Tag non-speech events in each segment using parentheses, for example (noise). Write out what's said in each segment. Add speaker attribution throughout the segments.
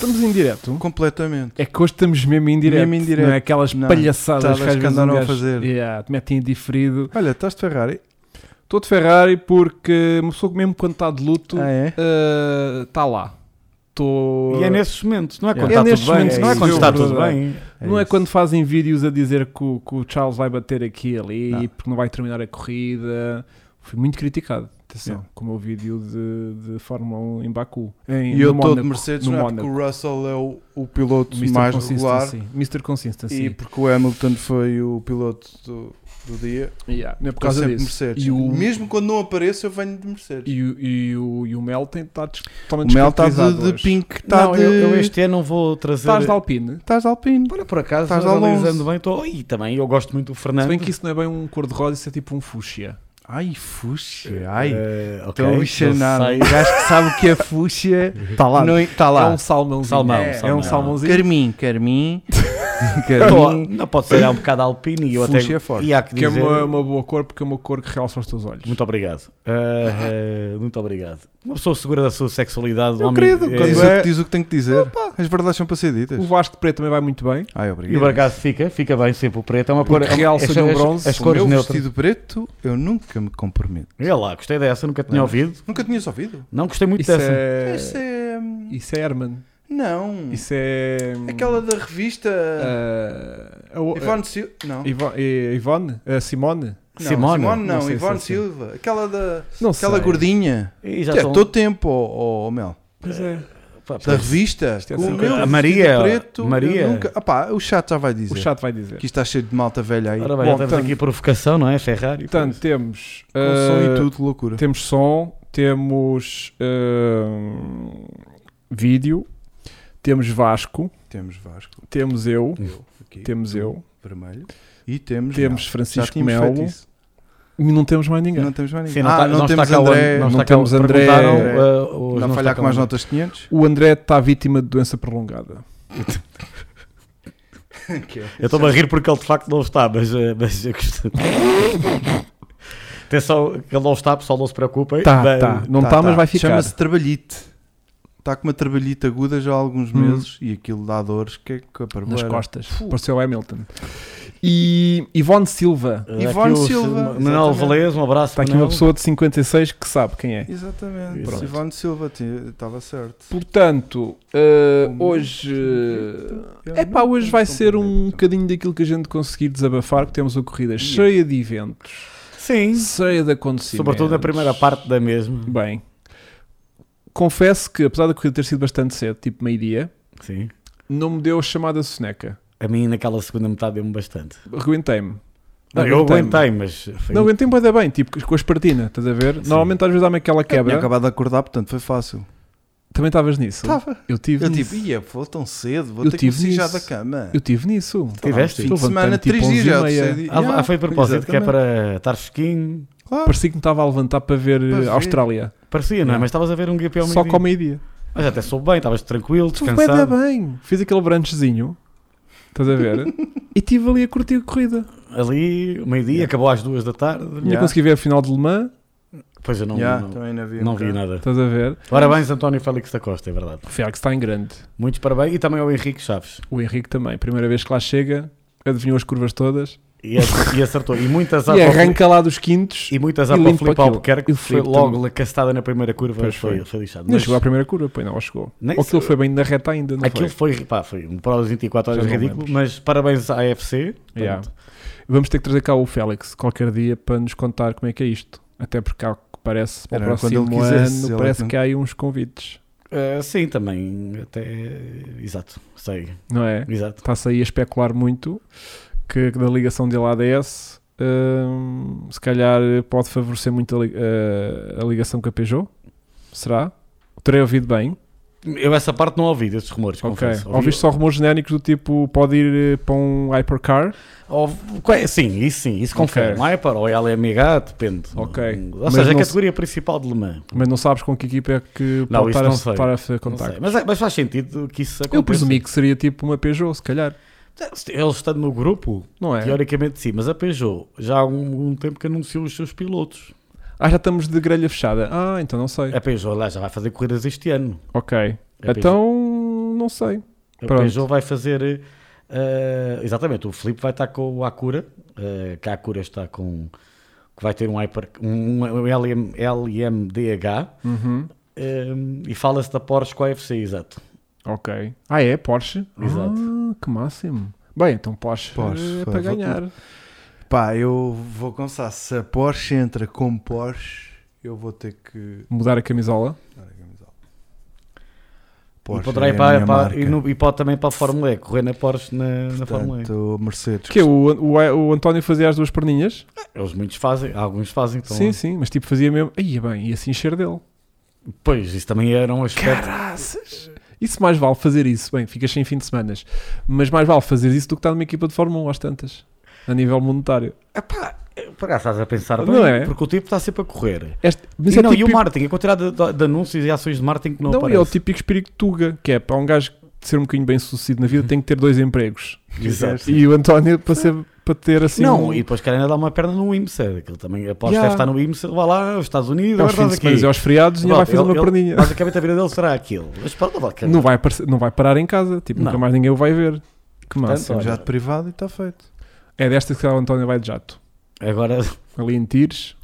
Speaker 1: Estamos em direto.
Speaker 2: Completamente.
Speaker 1: É que hoje estamos mesmo em direto.
Speaker 2: Mesmo em direto.
Speaker 1: Não é aquelas
Speaker 2: Não,
Speaker 1: palhaçadas
Speaker 2: tadas
Speaker 1: que às
Speaker 2: que
Speaker 1: vezes
Speaker 2: andaram
Speaker 1: um
Speaker 2: a
Speaker 1: gajo-
Speaker 2: fazer.
Speaker 1: Yeah, te metem em diferido.
Speaker 2: Olha, estás de Ferrari?
Speaker 1: Estou de Ferrari porque uma pessoa que mesmo quando está de luto
Speaker 2: Ah, é?
Speaker 1: está lá. Tô...
Speaker 3: E é nesses momentos, não é
Speaker 1: Yeah.
Speaker 3: quando
Speaker 1: É
Speaker 3: está
Speaker 1: nesses
Speaker 3: tudo bem.
Speaker 1: momentos,
Speaker 3: não é
Speaker 1: sim,
Speaker 3: quando
Speaker 1: sim,
Speaker 3: está
Speaker 1: sim.
Speaker 3: tudo bem.
Speaker 1: não é
Speaker 2: isso.
Speaker 1: quando fazem vídeos a dizer que o, que o Charles vai bater aqui e ali
Speaker 2: Não.
Speaker 1: porque não vai terminar a corrida. Fui muito criticado, atenção,
Speaker 2: Yeah.
Speaker 1: com o meu vídeo de, de Fórmula 1 em Baku. Em,
Speaker 2: E eu
Speaker 1: no
Speaker 2: estou de
Speaker 1: Mónaco,
Speaker 2: Mercedes,
Speaker 1: no
Speaker 2: não é? Porque
Speaker 1: Mónaco.
Speaker 2: o Russell é o, o piloto
Speaker 1: Mr.
Speaker 2: mais regular
Speaker 1: Consistency. Mr. Consistency.
Speaker 2: e porque o Hamilton foi o piloto do, do dia.
Speaker 1: Yeah,
Speaker 2: Não é
Speaker 1: por causa
Speaker 2: sempre
Speaker 1: disso.
Speaker 2: Mercedes.
Speaker 1: E o,
Speaker 2: Mesmo quando não apareço, eu venho de Mercedes.
Speaker 1: e, o- e o, e o Mel tem está totalmente
Speaker 2: O Mel está de,
Speaker 1: descaracterizado
Speaker 2: de
Speaker 1: hoje.
Speaker 2: pink, está
Speaker 3: não,
Speaker 2: Tá de.
Speaker 3: eu, eu este ano não vou trazer.
Speaker 1: Estás de Alpine.
Speaker 2: Estás de Alpine.
Speaker 3: Olha, por acaso,
Speaker 2: Estás
Speaker 3: estás
Speaker 2: de
Speaker 3: analisando
Speaker 2: Alonso.
Speaker 3: bem, estou. E também, eu gosto muito do Fernando.
Speaker 1: Se bem que isso não é bem um cor-de-rosa, isso é tipo um fuxia.
Speaker 2: Ai, fuxa. Ai.
Speaker 3: Eh, ok,
Speaker 2: Então,
Speaker 3: não
Speaker 1: é
Speaker 2: okay, nada.
Speaker 3: sei.
Speaker 2: O gajo que sabe o que é fuxa
Speaker 3: Está lá.
Speaker 2: não está
Speaker 1: É
Speaker 2: lá.
Speaker 1: um salmãozinho.
Speaker 3: Salmão,
Speaker 1: é,
Speaker 3: salmão.
Speaker 1: é um salmãozinho.
Speaker 2: Carmim,
Speaker 1: (laughs)
Speaker 2: Carmim.
Speaker 3: Tô-
Speaker 2: Carmim.
Speaker 3: não pode ser, é um bocado alpino e eu até.
Speaker 2: Fuxi é forte.
Speaker 3: E há que
Speaker 1: Que é
Speaker 3: dizer.
Speaker 1: uma, uma boa cor, porque é uma cor que realça os teus olhos.
Speaker 3: Muito obrigado. Eh, eh, muito obrigado. Uma pessoa segura da sua sexualidade. um
Speaker 1: Meu
Speaker 3: homem-
Speaker 1: querido,
Speaker 3: eh,
Speaker 1: quando
Speaker 2: Diz,
Speaker 1: é-
Speaker 2: o que, diz o que tem que dizer. As verdades são para ser ditas.
Speaker 1: O Vasco de Preto também vai muito bem.
Speaker 2: Ai,
Speaker 3: é- E
Speaker 2: obrigado.
Speaker 3: por acaso fica, fica bem sempre o preto. É uma cor.
Speaker 1: Porque realça-lhe
Speaker 3: as-
Speaker 1: o
Speaker 3: as-
Speaker 1: bronze,
Speaker 3: As
Speaker 2: o
Speaker 3: cores
Speaker 2: meu
Speaker 3: neutras.
Speaker 2: vestido preto, eu nunca me comprometo.
Speaker 3: Olha lá, gostei dessa, nunca tinha
Speaker 2: Não.
Speaker 3: ouvido.
Speaker 2: Nunca tinhas ouvido?
Speaker 3: Não gostei muito
Speaker 1: Isso
Speaker 3: dessa.
Speaker 1: é...
Speaker 2: Esse é. hum,
Speaker 1: Isso é Herman.
Speaker 2: Não.
Speaker 1: Isso é...
Speaker 2: Aquela da revista.
Speaker 1: ah, a-
Speaker 3: é.
Speaker 2: Ivone Silva. Não.
Speaker 1: Ivo- eh, Ivone? A Simone?
Speaker 2: Não,
Speaker 3: Simone?
Speaker 2: não.
Speaker 1: Não sei se é
Speaker 2: Ivone
Speaker 1: assim.
Speaker 2: Silva. Aquela da.
Speaker 1: Não
Speaker 2: Aquela
Speaker 1: sei.
Speaker 2: gordinha.
Speaker 3: E já
Speaker 2: É,
Speaker 3: são-
Speaker 2: todo tempo, ó ó, Mel.
Speaker 1: Pois é.
Speaker 3: Pá,
Speaker 2: Da revista.
Speaker 1: Isto é
Speaker 2: com o
Speaker 1: assim,
Speaker 2: meu
Speaker 3: a
Speaker 2: vestido
Speaker 3: Maria-
Speaker 2: preto. eu
Speaker 3: Maria.
Speaker 2: Nunca... Ah pá, o chat já vai dizer.
Speaker 1: O chato vai dizer.
Speaker 2: é. Que isto está cheio de malta velha aí.
Speaker 3: Ora bem,
Speaker 1: Bom,
Speaker 3: já temos
Speaker 1: portanto-
Speaker 3: aqui provocação, não é? Ferrari.
Speaker 1: Portanto, temos...
Speaker 2: Com
Speaker 1: ah,
Speaker 3: eh,
Speaker 2: som e tudo, loucura.
Speaker 1: Temos som, temos hum, vídeo, temos Vasco,
Speaker 2: Temos Vasco.
Speaker 1: temos eu,
Speaker 2: Eu. Aqui.
Speaker 1: temos eu,
Speaker 2: Vermelho. E temos.
Speaker 1: temos
Speaker 2: Mel. Já
Speaker 1: Francisco
Speaker 2: tínhamos feito
Speaker 1: Melo
Speaker 2: isso.
Speaker 1: e não temos mais ninguém.
Speaker 2: Não temos mais ninguém.
Speaker 3: Sim, não
Speaker 2: ah,
Speaker 3: tá-
Speaker 2: não,
Speaker 3: não está
Speaker 2: temos
Speaker 3: cá o
Speaker 2: André.
Speaker 3: André,
Speaker 1: não
Speaker 3: está cá
Speaker 1: temos
Speaker 3: o-
Speaker 1: André.
Speaker 3: perguntaram,
Speaker 2: André.
Speaker 3: eh, os-
Speaker 2: Não,
Speaker 3: não
Speaker 2: falhar
Speaker 3: está
Speaker 2: com
Speaker 3: cá
Speaker 2: mais
Speaker 3: o-
Speaker 2: notas
Speaker 3: (laughs)
Speaker 2: 500.
Speaker 1: O André está vítima de doença prolongada.
Speaker 3: Eu estou-me a rir porque ele de facto não está, mas, eh, mas eu gostei. Atenção, que ele não está, pessoal, não se preocupem.
Speaker 1: Tá,
Speaker 3: Bem,
Speaker 1: tá. Não está,
Speaker 2: Tá,
Speaker 1: mas
Speaker 2: tá.
Speaker 1: vai ficar.
Speaker 2: Chama-se trabalhite. Está com uma trabalhite aguda já há alguns
Speaker 1: Hum.
Speaker 2: meses e aquilo dá dores que é que a
Speaker 1: Nas
Speaker 2: parvoeira.
Speaker 1: costas. Pareceu Hamilton. E Ivone Silva.
Speaker 3: eh,
Speaker 2: Ivone
Speaker 3: aqui o
Speaker 2: Silva,
Speaker 3: Manuel
Speaker 2: exatamente.
Speaker 3: Velez, um abraço.
Speaker 1: Está aqui uma
Speaker 3: Manuel.
Speaker 1: pessoa de 56 que sabe quem é.
Speaker 2: Exatamente.
Speaker 3: Pronto.
Speaker 2: Ivone Silva ti- estava certo.
Speaker 1: Portanto, eh,
Speaker 2: O meu
Speaker 1: hoje.
Speaker 2: vestido preto, eu
Speaker 1: É pá,
Speaker 2: não
Speaker 1: hoje
Speaker 2: me
Speaker 1: vai ser um
Speaker 2: comprometo.
Speaker 1: bocadinho daquilo que a gente conseguir desabafar, que temos uma corrida cheia de eventos,
Speaker 3: Sim,
Speaker 1: cheia de acontecimentos.
Speaker 3: sobretudo na primeira parte da mesma.
Speaker 1: Bem, confesso que apesar da corrida ter sido bastante cedo, tipo meio-dia,
Speaker 3: Sim.
Speaker 1: não me deu a chamada soneca.
Speaker 3: A mim, naquela segunda metade, deu-me bastante.
Speaker 1: Aguentei-me.
Speaker 3: Não, eu
Speaker 1: Aguentei-me.
Speaker 3: aguentei, mas. foi- um-
Speaker 1: Não, aguentei-me bué da bem, tipo com a espartina, estás a ver? Normalmente às vezes dá-me aquela
Speaker 2: Tinha
Speaker 1: quebra.
Speaker 2: acabado de acordar, portanto foi fácil.
Speaker 1: Também estavas nisso?
Speaker 2: Estava.
Speaker 1: Eu tive
Speaker 2: Eu
Speaker 1: nisso.
Speaker 2: tipo, ia, vou tão cedo, vou
Speaker 1: Eu
Speaker 2: ter que me
Speaker 1: tive
Speaker 2: sujar
Speaker 1: isso.
Speaker 2: da cama.
Speaker 1: Eu tive nisso.
Speaker 3: Tiveste?
Speaker 2: Fim de
Speaker 1: Estou
Speaker 2: semana,
Speaker 1: levantando, tipo,
Speaker 2: três dias
Speaker 1: 11 e
Speaker 2: já.
Speaker 1: meia.
Speaker 2: terceiro dia.
Speaker 3: Ah, ah, foi de propósito, que é
Speaker 2: exatamente.
Speaker 3: para estar fresquinho.
Speaker 2: Claro.
Speaker 1: Parecia que me estava a levantar para ver
Speaker 2: Para
Speaker 1: eh,
Speaker 2: ver.
Speaker 1: Austrália.
Speaker 3: Parecia, não é?
Speaker 1: Não.
Speaker 3: Mas estavas a ver um GP ao
Speaker 1: Só
Speaker 3: meio-dia.
Speaker 1: com meio-dia.
Speaker 3: Mas até soube bem, estavas tranquilo,
Speaker 1: Tudo bem, dá
Speaker 3: descansado.
Speaker 1: bem. Fiz aquele branchezinho, estás a
Speaker 2: (laughs)
Speaker 1: ver? e estive ali a curtir a corrida.
Speaker 3: Ali, meio-dia, acabou às duas da tarde.
Speaker 1: Ainda
Speaker 2: Yeah.
Speaker 1: consegui ver a final de Le Mans,
Speaker 3: Pois eu não,
Speaker 2: Já,
Speaker 3: não,
Speaker 2: também não vi,
Speaker 3: não
Speaker 2: um
Speaker 3: vi
Speaker 2: bocado.
Speaker 3: nada.
Speaker 1: estás a ver?
Speaker 3: Parabéns, António Félix da Costa, é verdade.
Speaker 1: O Fiago está em grande.
Speaker 3: Muitos parabéns. E também ao Henrique Chaves.
Speaker 1: O Henrique também. Primeira vez que lá chega, adivinhou as curvas todas.
Speaker 3: E, ac- e acertou. E muitas
Speaker 1: e arranca lá dos quintos.
Speaker 3: E muitas
Speaker 1: e
Speaker 3: a para o
Speaker 1: limpa
Speaker 3: Filipe
Speaker 1: aquilo.
Speaker 3: Albuquerque, que
Speaker 1: E o
Speaker 3: foi
Speaker 1: Filipe
Speaker 3: logo
Speaker 1: também.
Speaker 3: lacastada na primeira curva.
Speaker 1: Pois
Speaker 3: foi,
Speaker 1: foi.
Speaker 3: foi lixado.
Speaker 1: Não chegou à primeira curva, pois não, ou chegou.
Speaker 3: Nem
Speaker 1: Ou aquilo
Speaker 3: sei.
Speaker 1: foi bem na reta ainda, não
Speaker 3: Aquilo
Speaker 1: foi?
Speaker 3: foi, pá, foi um prova de 24 horas
Speaker 1: Já não
Speaker 3: ridículo,
Speaker 1: lembro.
Speaker 3: mas parabéns à AFC.
Speaker 1: um Yeah.
Speaker 3: Pronto.
Speaker 1: Vamos ter que trazer cá o Félix qualquer dia para nos contar como é que é isto. Até porque há o que parece, para o
Speaker 2: Era quando ele
Speaker 1: próximo
Speaker 2: quisesse,
Speaker 1: ano,
Speaker 2: ele
Speaker 1: parece
Speaker 2: não-
Speaker 1: que há aí uns convites,
Speaker 3: Ah, sim, também. Até. Exato, sei.
Speaker 1: não é?
Speaker 3: Exato.
Speaker 1: está-se aí a especular muito que da ligação dele à ADS hum, se calhar pode favorecer muito a, li- eh, a- a ligação com a Peugeot será? terei ouvido bem
Speaker 3: Eu essa parte não ouvi desses rumores,
Speaker 1: ok,
Speaker 3: confesso. Ouvi-
Speaker 1: ouviste só rumores genéricos do tipo pode ir eh, para um hypercar
Speaker 3: Ou- qual é- Sim, isso sim, isso
Speaker 1: Ok.
Speaker 3: confere. é Okay. Hyper ou LMH, depende.
Speaker 1: Ok.
Speaker 3: Ou
Speaker 1: Mas
Speaker 3: seja, é a
Speaker 1: não se-
Speaker 3: categoria principal de Le Mans.
Speaker 1: mas não sabes com que equipa é que
Speaker 3: Não,
Speaker 1: pode
Speaker 3: isso
Speaker 1: estar a,
Speaker 3: não sei.
Speaker 1: estar a fazer
Speaker 3: Não sei.
Speaker 1: contacto
Speaker 3: Mas, é- mas faz sentido que isso aconteça.
Speaker 1: eu presumi que seria tipo uma Peugeot se calhar
Speaker 3: Ele estando no grupo,
Speaker 1: não é?
Speaker 3: teoricamente sim, mas a Peugeot já há um, um tempo que anunciou os seus pilotos.
Speaker 1: ah já estamos de grelha fechada ah então não sei
Speaker 3: A É. Peugeot lá já vai fazer corridas este ano.
Speaker 1: ok
Speaker 3: A Peugeot.
Speaker 1: então não sei.
Speaker 3: O
Speaker 1: Pronto.
Speaker 3: Peugeot vai fazer. eh, exatamente, o Filipe vai estar com o Acura, eh, que a Acura está com. que vai ter um, hyper, um, um LM, LMDH
Speaker 1: Uhum.
Speaker 3: eh, e fala-se da Porsche com a FC, exato.
Speaker 1: Ok. Ah, é? Porsche?
Speaker 3: Exato.
Speaker 1: Ah, que máximo. Bem, então Porsche,
Speaker 2: Porsche,
Speaker 1: eh, para
Speaker 2: foi- foi-
Speaker 1: ganhar.
Speaker 2: Pá, eu vou confessar, se a Porsche entra como Porsche, eu vou ter que
Speaker 1: Mudar a camisola.
Speaker 2: dar a camisola. é
Speaker 3: e poderá
Speaker 1: é
Speaker 3: ir
Speaker 2: a
Speaker 3: para,
Speaker 2: minha
Speaker 3: para-
Speaker 2: marca.
Speaker 3: e, no- e pode também para a Fórmula E, correr na Porsche na, na Fórmula E.
Speaker 2: Portanto, Mercedes.
Speaker 1: um. Que é, o, o, o António fazia as duas perninhas?
Speaker 3: Eles muitos fazem, alguns fazem. Então,
Speaker 1: sim, sim, mas tipo fazia mesmo. Aí bem, ia se encher dele.
Speaker 3: Pois, isso também era um aspecto.
Speaker 1: Caraças! Isso mais vale fazer isso. Bem, ficas sem fim de semanas. Mas mais vale fazer isso do que estar numa equipa de Fórmula 1 às tantas. A nível monetário.
Speaker 3: Por acaso estás a pensar bem,
Speaker 1: Não é?
Speaker 3: porque o tipo está sempre a correr.
Speaker 1: Este, mas
Speaker 3: e,
Speaker 1: é
Speaker 3: não,
Speaker 1: típico,
Speaker 3: e o marketing, a quantidade de, de anúncios e ações de marketing que não,
Speaker 1: não, é o
Speaker 3: aparece.
Speaker 1: típico espírito tuga, que é para um gajo ser um bocadinho bem sucedido na
Speaker 3: Uhum.
Speaker 1: vida tem que ter dois empregos.
Speaker 3: Exato.
Speaker 1: E o António para, ser- para ter assim.
Speaker 3: não,
Speaker 1: um-
Speaker 3: e depois querem dar uma perna no IMSA. Aquilo também, após
Speaker 1: Yeah.
Speaker 3: deve estar no IMSA, vá lá aos Estados Unidos,
Speaker 1: é aos
Speaker 3: agora
Speaker 1: fins de
Speaker 3: estás
Speaker 1: semana e
Speaker 3: aqui.
Speaker 1: aos feriados e
Speaker 3: Pronto,
Speaker 1: vai fazer
Speaker 3: ele-
Speaker 1: uma
Speaker 3: ele- Ah,
Speaker 1: perninha.
Speaker 3: Basicamente a vida dele será aquilo. Mas pronto, vá, cara.
Speaker 1: Não vai, aparecer- não vai parar em casa. Tipo, nunca
Speaker 3: Não.
Speaker 1: mais ninguém o vai ver. Que massa.
Speaker 3: Portanto,
Speaker 2: Já de é um privado e está feito.
Speaker 1: É desta que o António vai de jato.
Speaker 3: Agora,
Speaker 1: Ali em tires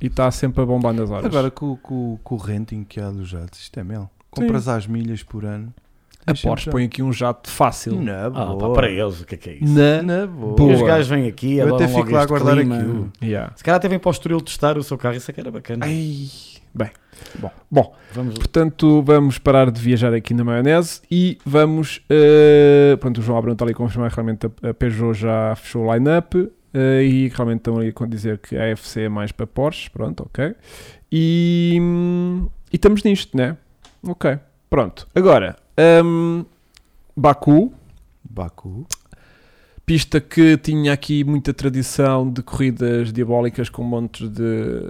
Speaker 1: e está sempre a bombar nas horas.
Speaker 2: Agora com, com- com o renting que há dos jatos, isto é mel. Compras às milhas por ano.
Speaker 1: a
Speaker 2: Deixa-me
Speaker 1: Porsche
Speaker 2: já.
Speaker 1: põe aqui um jato fácil.
Speaker 2: Na
Speaker 3: ah,
Speaker 2: boa.
Speaker 3: pá, para eles, o que é que é isso?
Speaker 1: Na...
Speaker 2: Na boa.
Speaker 1: Boa.
Speaker 3: E os gajos vêm aqui,
Speaker 2: Eu até
Speaker 3: adoram logo
Speaker 2: fico lá a
Speaker 3: este
Speaker 2: guardar
Speaker 3: clima.
Speaker 2: aquilo.
Speaker 1: Yeah.
Speaker 3: Se calhar até vem para o Estoril testar o seu carro, isso é que era bacana.
Speaker 1: Ai, Bem, bom.
Speaker 3: Vamos
Speaker 1: portanto vamos parar de viajar aqui na maionese e vamos. eh, pronto, o João Abrão está ali a confirmar que realmente a, a Peugeot já fechou o line-up eh, e realmente estão ali a dizer que a AFC é mais para Porsche. Pronto, ok. E, hum, e estamos nisto, né? Ok, pronto. Agora, hum, Baku,
Speaker 2: Baku.
Speaker 1: pista que tinha aqui muita tradição de corridas diabólicas com montes de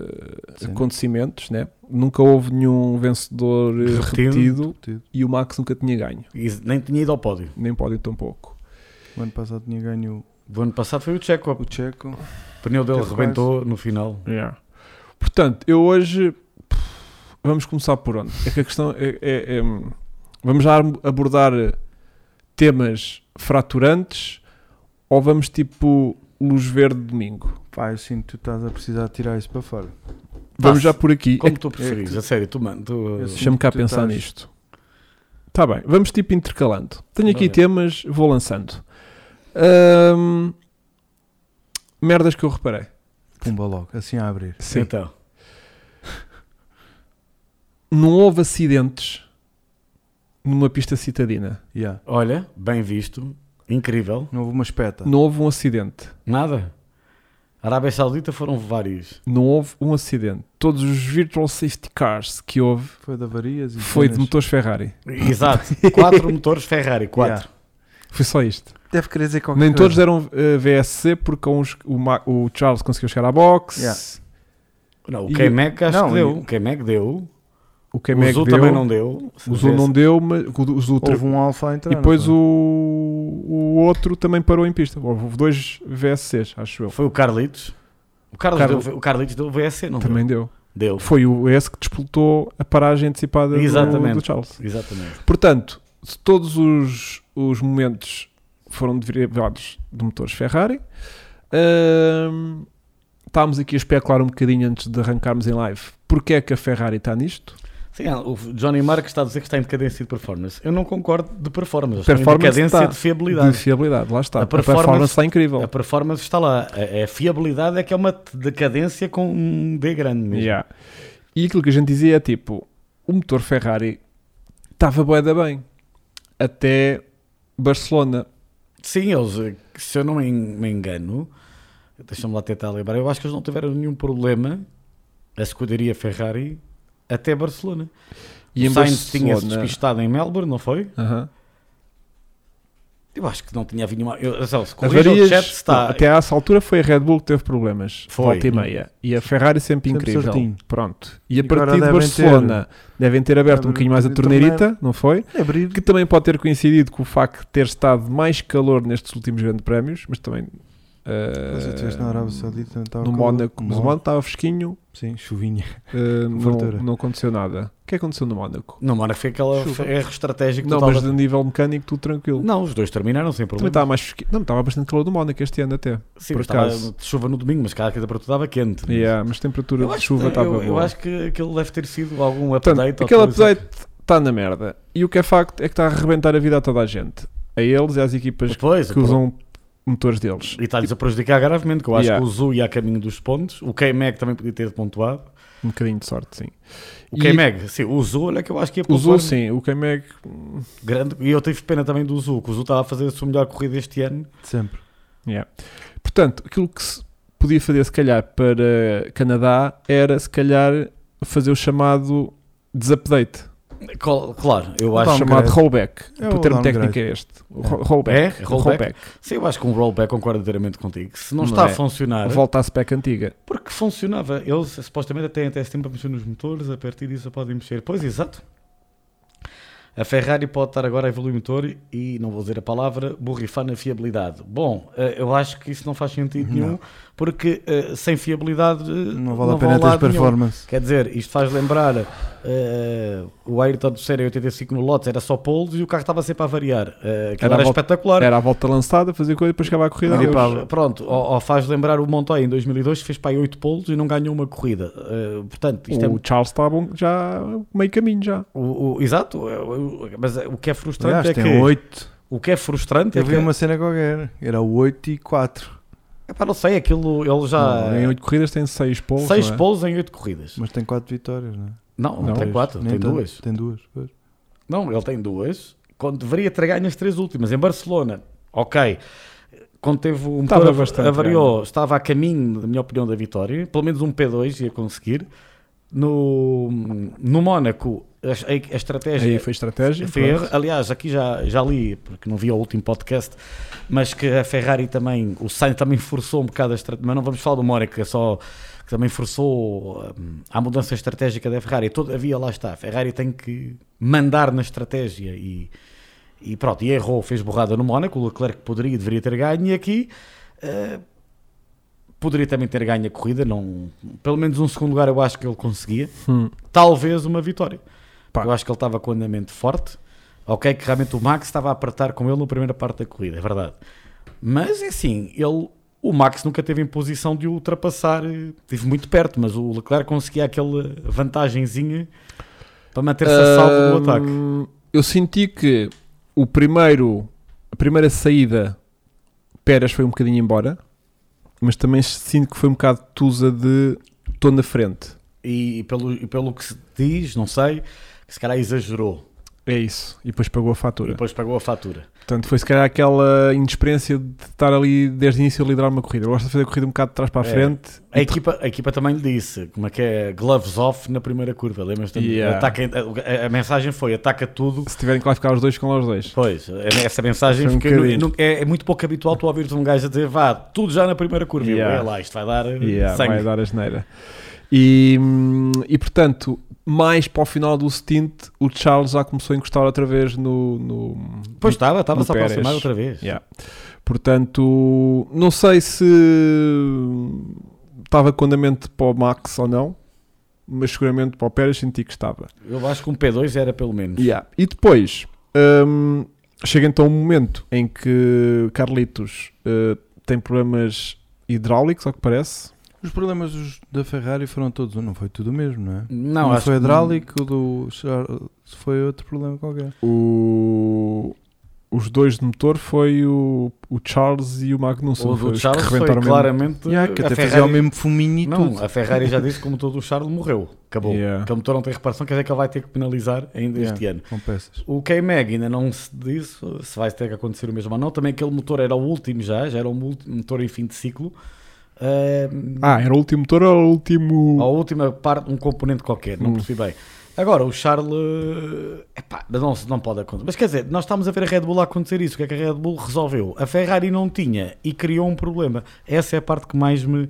Speaker 2: Sim.
Speaker 1: acontecimentos, né? Nunca houve nenhum vencedor eh,
Speaker 3: Repetido.
Speaker 1: repetido
Speaker 2: Tido.
Speaker 1: e o Max nunca tinha ganho,
Speaker 3: E nem tinha ido ao pódio.
Speaker 1: nem pódio tampouco.
Speaker 2: O ano passado tinha ganho
Speaker 3: Do ano passado foi o Checo.
Speaker 2: o
Speaker 3: O
Speaker 2: Checo.
Speaker 3: pneu dele
Speaker 2: Teve
Speaker 3: rebentou no final.
Speaker 1: Portanto, eu hoje pff, vamos começar por onde? É que a questão é, é- é- vamos já abordar temas fraturantes ou vamos tipo luz verde domingo?
Speaker 2: Pá, eu sinto que tu estás a precisar tirar isso para fora.
Speaker 1: Vamos
Speaker 3: Passe.
Speaker 1: já por aqui. É
Speaker 3: Como tu preferis,
Speaker 2: tu-
Speaker 3: a sério, tu mano. Tu...
Speaker 2: Eu sei.
Speaker 1: Deixa-me cá
Speaker 2: Tu
Speaker 1: pensar
Speaker 2: estás-
Speaker 1: nisto. Está bem, vamos tipo intercalando. Tenho aqui
Speaker 3: Ok.
Speaker 1: temas, vou lançando. Ahm, merdas que eu reparei.
Speaker 2: Pumba logo, assim a abrir.
Speaker 1: Sim.
Speaker 3: Então,
Speaker 1: Não houve acidentes numa pista citadina.
Speaker 2: Yeah.
Speaker 3: olha, bem visto, incrível,
Speaker 2: Não houve uma espeta.
Speaker 1: Não houve um acidente.
Speaker 3: nada. Arábia Saudita foram vários.
Speaker 1: Não houve um acidente. Todos os virtual safety cars que houve
Speaker 2: Foi de avarias e
Speaker 1: foi de
Speaker 2: cenas.
Speaker 1: motores Ferrari. (laughs)
Speaker 3: Exato, quatro motores Ferrari, quatro.
Speaker 1: Foi só isto.
Speaker 2: Deve querer dizer qualquer
Speaker 1: Nem
Speaker 2: coisa.
Speaker 1: todos eram eh, VSC porque uns, o, Ma- o Charles conseguiu chegar à box.
Speaker 2: Yeah.
Speaker 3: Não, o
Speaker 1: E-
Speaker 3: K-Mac acho
Speaker 2: não,
Speaker 3: que deu,
Speaker 2: e-
Speaker 3: o K-Mac deu,
Speaker 1: O
Speaker 3: o
Speaker 1: K-Mag
Speaker 3: Zul
Speaker 1: deu.
Speaker 3: também não deu.
Speaker 1: O Zul não deu, mas o Zul tra-
Speaker 2: Houve um alfa a entrar.
Speaker 1: é E depois o,
Speaker 2: não
Speaker 1: o outro também parou em pista. Houve dois VSCs, acho eu.
Speaker 3: Foi o Carlitos. O Carlos
Speaker 1: Carlos-
Speaker 3: deu, o Carlitos deu VSC, não
Speaker 1: Também deu.
Speaker 3: deu? Deu,
Speaker 1: Foi o esse que disputou a paragem antecipada do,
Speaker 3: Exatamente.
Speaker 1: do Charles.
Speaker 3: exatamente.
Speaker 1: Portanto, se todos os, os momentos foram derivados de motores Ferrari. hum, estávamos aqui a especular um bocadinho antes de arrancarmos em live. Porque é que a Ferrari está nisto?
Speaker 3: Sim, ah, o Johnny Marques está a dizer que está em decadência de performance. Eu não concordo de performance, eles
Speaker 1: Performance
Speaker 3: estão em decadência
Speaker 1: está.
Speaker 3: de fiabilidade.
Speaker 1: De fiabilidade, lá está.
Speaker 3: A
Speaker 1: A performance,
Speaker 3: performance-
Speaker 1: está incrível.
Speaker 3: A performance está lá. A, a fiabilidade é que é uma t- decadência com um D grande mesmo.
Speaker 1: Yeah. E aquilo que a gente dizia é tipo, o motor Ferrari estava boeda bem até Barcelona.
Speaker 3: Sim, eles, eh, se eu não me en- me engano, deixa-me lá tentar lembrar, eu acho que eles não tiveram nenhum problema, a escuderia Ferrari, até Barcelona.
Speaker 1: E
Speaker 3: o
Speaker 1: em
Speaker 3: Sainz tinha-se
Speaker 1: Barcelona-
Speaker 3: despistado em Melbourne, não foi?
Speaker 1: Aham.
Speaker 3: Eu acho que não tinha havido nenhuma... Eu, Celso, corrija o
Speaker 1: Avarias,
Speaker 3: chat se está...
Speaker 1: não, até a essa altura foi a Red Bull que teve problemas,
Speaker 3: Foi.
Speaker 1: volta e meia. E a Ferrari sempre,
Speaker 2: Sempre
Speaker 1: incrível.
Speaker 2: certinho.
Speaker 1: Pronto. E a
Speaker 2: E agora
Speaker 1: partir de
Speaker 2: devem
Speaker 1: Barcelona devem ter aberto um
Speaker 2: Devem
Speaker 1: bocadinho mais a
Speaker 2: ter
Speaker 1: torneirita, não foi?
Speaker 2: é? Abrir.
Speaker 1: Que também pode ter coincidido com o facto de ter estado mais calor nestes últimos grandes prémios, mas também eh,
Speaker 2: Mas eu estiveste na Arábia Saudita, não estava
Speaker 1: no
Speaker 2: calor.
Speaker 1: Mónaco. Mas o Mónaco estava fresquinho,
Speaker 2: Sim, chuvinha.
Speaker 1: eh,
Speaker 2: Fartura.
Speaker 1: não, não aconteceu nada. O que é que aconteceu no Mónaco?
Speaker 3: Não, mano, é foi aquele
Speaker 2: Chuva.
Speaker 3: erro estratégico
Speaker 1: Não,
Speaker 3: total
Speaker 1: mas
Speaker 3: da-
Speaker 1: a nível mecânico, tudo tranquilo.
Speaker 3: Não, os dois terminaram sem
Speaker 1: Também
Speaker 3: problema.
Speaker 1: estava mais fresquinho. Não, estava bastante calor do Mónaco este ano até.
Speaker 3: Sim,
Speaker 1: por
Speaker 3: mas estava
Speaker 1: acaso.
Speaker 3: de chuva no domingo, mas cada temperatura estava quente.
Speaker 1: Yeah, mas a temperatura
Speaker 3: Eu
Speaker 1: de
Speaker 3: acho,
Speaker 1: chuva
Speaker 3: que,
Speaker 1: estava
Speaker 3: eu,
Speaker 1: boa.
Speaker 3: eu acho que aquilo deve ter sido algum
Speaker 1: Portanto,
Speaker 3: update. ou
Speaker 1: aquele
Speaker 3: atualização.
Speaker 1: update está na merda. E o que é facto é que está a arrebentar a vida a toda a gente. A eles e às equipas
Speaker 3: Pois,
Speaker 1: que usam motores deles.
Speaker 3: E está-lhes a prejudicar gravemente, que eu acho
Speaker 1: Yeah.
Speaker 3: que o Zu ia a caminho dos pontos, o K-Mag também podia ter pontuado.
Speaker 1: Um bocadinho de sorte, sim.
Speaker 3: O
Speaker 1: E-
Speaker 3: K-Mag, sim, o Zu, olha que eu acho que ia
Speaker 1: O Zul,
Speaker 3: pontuar
Speaker 1: sim. O K-Mag,
Speaker 3: grande. E eu tive pena também do Zu, que o Zu estava a fazer a sua melhor corrida este ano.
Speaker 2: Sempre.
Speaker 1: Portanto, aquilo que se podia fazer, se calhar, para Canadá era, se calhar, fazer o chamado desupdate.
Speaker 3: Col- Claro, eu acho.
Speaker 1: o chamado
Speaker 2: downgrade.
Speaker 1: rollback.
Speaker 2: É
Speaker 1: o
Speaker 2: o
Speaker 1: termo
Speaker 2: downgrade.
Speaker 1: técnico é este. O ro- rollback.
Speaker 3: um É? Rollback?
Speaker 1: rollback.
Speaker 3: Sim, eu acho que um rollback concordo inteiramente contigo. que Se não,
Speaker 1: Não
Speaker 3: está
Speaker 1: é.
Speaker 3: a funcionar,
Speaker 1: Volta à spec antiga.
Speaker 3: porque funcionava. Eles supostamente têm até esse tempo a mexer nos motores, a partir disso podem mexer. Pois, exato. A Ferrari pode estar agora a evoluir o motor e, não vou dizer a palavra, borrifar na fiabilidade. Bom, eh, eu acho que isso não faz sentido
Speaker 2: Não.
Speaker 3: nenhum, porque eh, sem fiabilidade eh,
Speaker 2: Não vale a pena
Speaker 3: lado
Speaker 2: ter
Speaker 3: nenhum.
Speaker 2: performance.
Speaker 3: Quer dizer, isto faz lembrar eh, o Ayrton de Série 85 no Lotus, era só polos e o carro estava sempre a variar. Eh,
Speaker 1: Era
Speaker 3: aquilo era,
Speaker 1: a volta-
Speaker 3: espetacular.
Speaker 1: Era a volta lançada, fazer coisa, depois acabava a corrida.
Speaker 2: Ali
Speaker 1: adeus.
Speaker 2: para-
Speaker 3: Mas, pronto, ou, ou faz lembrar o Montoya em 2002 que fez para aí 8 polos e não ganhou uma corrida. Eh, portanto, isto é
Speaker 1: o Charles está bom, já meio caminho já.
Speaker 3: o- o- exato, eh, o- mas eh, o que é frustrante
Speaker 2: Aliás,
Speaker 3: é
Speaker 2: tem
Speaker 3: que
Speaker 2: 8.
Speaker 3: o que é frustrante é
Speaker 2: Eu
Speaker 3: que
Speaker 2: vi uma cena qualquer. Era 8 e 4.
Speaker 3: epá, não sei, aquilo ele já
Speaker 1: Não, em 8 corridas tem 6 polos.
Speaker 3: 6
Speaker 1: não é?
Speaker 3: polos em 8 corridas.
Speaker 2: Mas tem 4 vitórias, não é?
Speaker 3: Não,
Speaker 1: Não.
Speaker 3: não tem 4,
Speaker 2: Nem
Speaker 3: tem
Speaker 2: tanto.
Speaker 3: 2.
Speaker 2: Tem duas. pois.
Speaker 3: Não, ele tem duas. Quando deveria ter ganho as três últimas. Em Barcelona, ok. Quando teve um
Speaker 1: Estava
Speaker 3: motor
Speaker 1: bastante
Speaker 3: avariou, estava a caminho, na minha opinião, da vitória. Pelo menos um P2 ia conseguir. No, no Mónaco, a, a- a
Speaker 1: Aí
Speaker 3: estratégia
Speaker 1: foi estratégia.
Speaker 3: é. foi
Speaker 1: pronto.
Speaker 3: erro. Aliás, aqui já, já li, porque não vi o último podcast, mas que a Ferrari também, o Sainz também forçou um bocado a estratégia, mas não vamos falar do Mónaco, é só que também forçou hum, a mudança estratégica da Ferrari. Todavia, lá está, a Ferrari tem que mandar na estratégia e, e pronto, e errou, fez borrada no Mónaco, o Leclerc poderia e deveria ter ganho, e aqui... eh, Poderia também ter ganho a corrida, não, pelo menos um segundo lugar eu acho que ele conseguia,
Speaker 1: Hum.
Speaker 3: talvez uma vitória.
Speaker 1: Pá.
Speaker 3: Eu acho que ele estava com o andamento forte. Ok, que realmente o Max estava a apertar com ele na primeira parte da corrida, é verdade. Mas é assim, ele, o Max nunca teve em posição de o ultrapassar, eh, esteve muito perto, mas o Leclerc conseguia aquela vantagenzinha para manter-se a salvo do ataque.
Speaker 1: Hum, Eu senti que o primeiro, a primeira saída, Pérez foi um bocadinho embora, mas também sinto que foi um bocado tusa de estou na frente.
Speaker 3: E pelo, e pelo que se diz, não sei, que se calhar exagerou
Speaker 1: É isso. E depois pagou a
Speaker 3: e
Speaker 1: fatura.
Speaker 3: depois pagou a fatura.
Speaker 1: Portanto, foi se calhar aquela inexperiência de estar ali desde o início a liderar uma corrida. Eu gosto de fazer a corrida um bocado de trás para a
Speaker 3: É.
Speaker 1: frente.
Speaker 3: A equipa, a equipa também lhe disse como é que é gloves off na primeira curva. Lembras-te?
Speaker 1: Yeah.
Speaker 3: Ataca- a- a- a mensagem foi: ataca tudo
Speaker 1: Se tiverem que lá ficar os dois, ficam lá os dois.
Speaker 3: Pois, é, essa mensagem
Speaker 1: Foi um
Speaker 3: porque nu-
Speaker 1: bocadinho.
Speaker 3: nu- é, é muito pouco habitual tu ouvires um gajo a dizer vá, tudo já na primeira curva. Eu,
Speaker 1: Yeah.
Speaker 3: É lá, isto vai dar eh,
Speaker 1: Yeah,
Speaker 3: sangue.
Speaker 1: vai dar a geneira. E, hum, e portanto, mais para o final do stint, o Charles já começou a encostar outra vez no. no
Speaker 3: Pois estava, estava-se a
Speaker 1: No Pérez.
Speaker 3: aproximar outra vez.
Speaker 1: Yeah. Portanto, não sei se estava com andamento para o Max ou não, mas seguramente para o Pérez senti que estava.
Speaker 3: Eu acho que um P2 era pelo menos.
Speaker 1: Yeah. E depois hum, chega então um momento em que Carlitos eh, tem problemas hidráulicos, ao que parece.
Speaker 2: Os problemas dos- da Ferrari foram todos. um, Não foi tudo o mesmo, não é?
Speaker 3: Não,
Speaker 2: um
Speaker 3: acho
Speaker 2: foi
Speaker 3: que-
Speaker 2: hidráulico, o do Char- foi outro problema qualquer.
Speaker 1: O- os dois de motor foi o, o Charles e o Magnussen.
Speaker 3: O
Speaker 1: foi
Speaker 3: do
Speaker 1: os que
Speaker 3: Charles foi
Speaker 1: rebentaram mesmo.
Speaker 3: claramente.
Speaker 2: Yeah, que
Speaker 3: a
Speaker 2: até fazia o
Speaker 3: Ferrari-
Speaker 2: mesmo fuminho e
Speaker 3: Não,
Speaker 2: tudo.
Speaker 3: a Ferrari já disse que o motor do Charles morreu. Acabou.
Speaker 1: Yeah.
Speaker 3: Que o motor não tem reparação, quer dizer que ele vai ter que penalizar ainda este
Speaker 2: Yeah.
Speaker 3: ano.
Speaker 2: Com peças.
Speaker 3: O K-Mag ainda não se disse se vai ter que acontecer o mesmo ou não. Também aquele motor era o último já, já era um ulti- motor em fim de ciclo. Ah,
Speaker 1: Ah, era o último motor ou o último.
Speaker 3: A última parte, um componente qualquer, não
Speaker 1: Hum.
Speaker 3: percebi bem. Agora, o Charles. eh, Epá, mas não, não pode acontecer. Mas quer dizer, nós estamos a ver a Red Bull a acontecer isso. O que é que a Red Bull resolveu? A Ferrari não tinha e criou um problema. Essa é a parte que mais me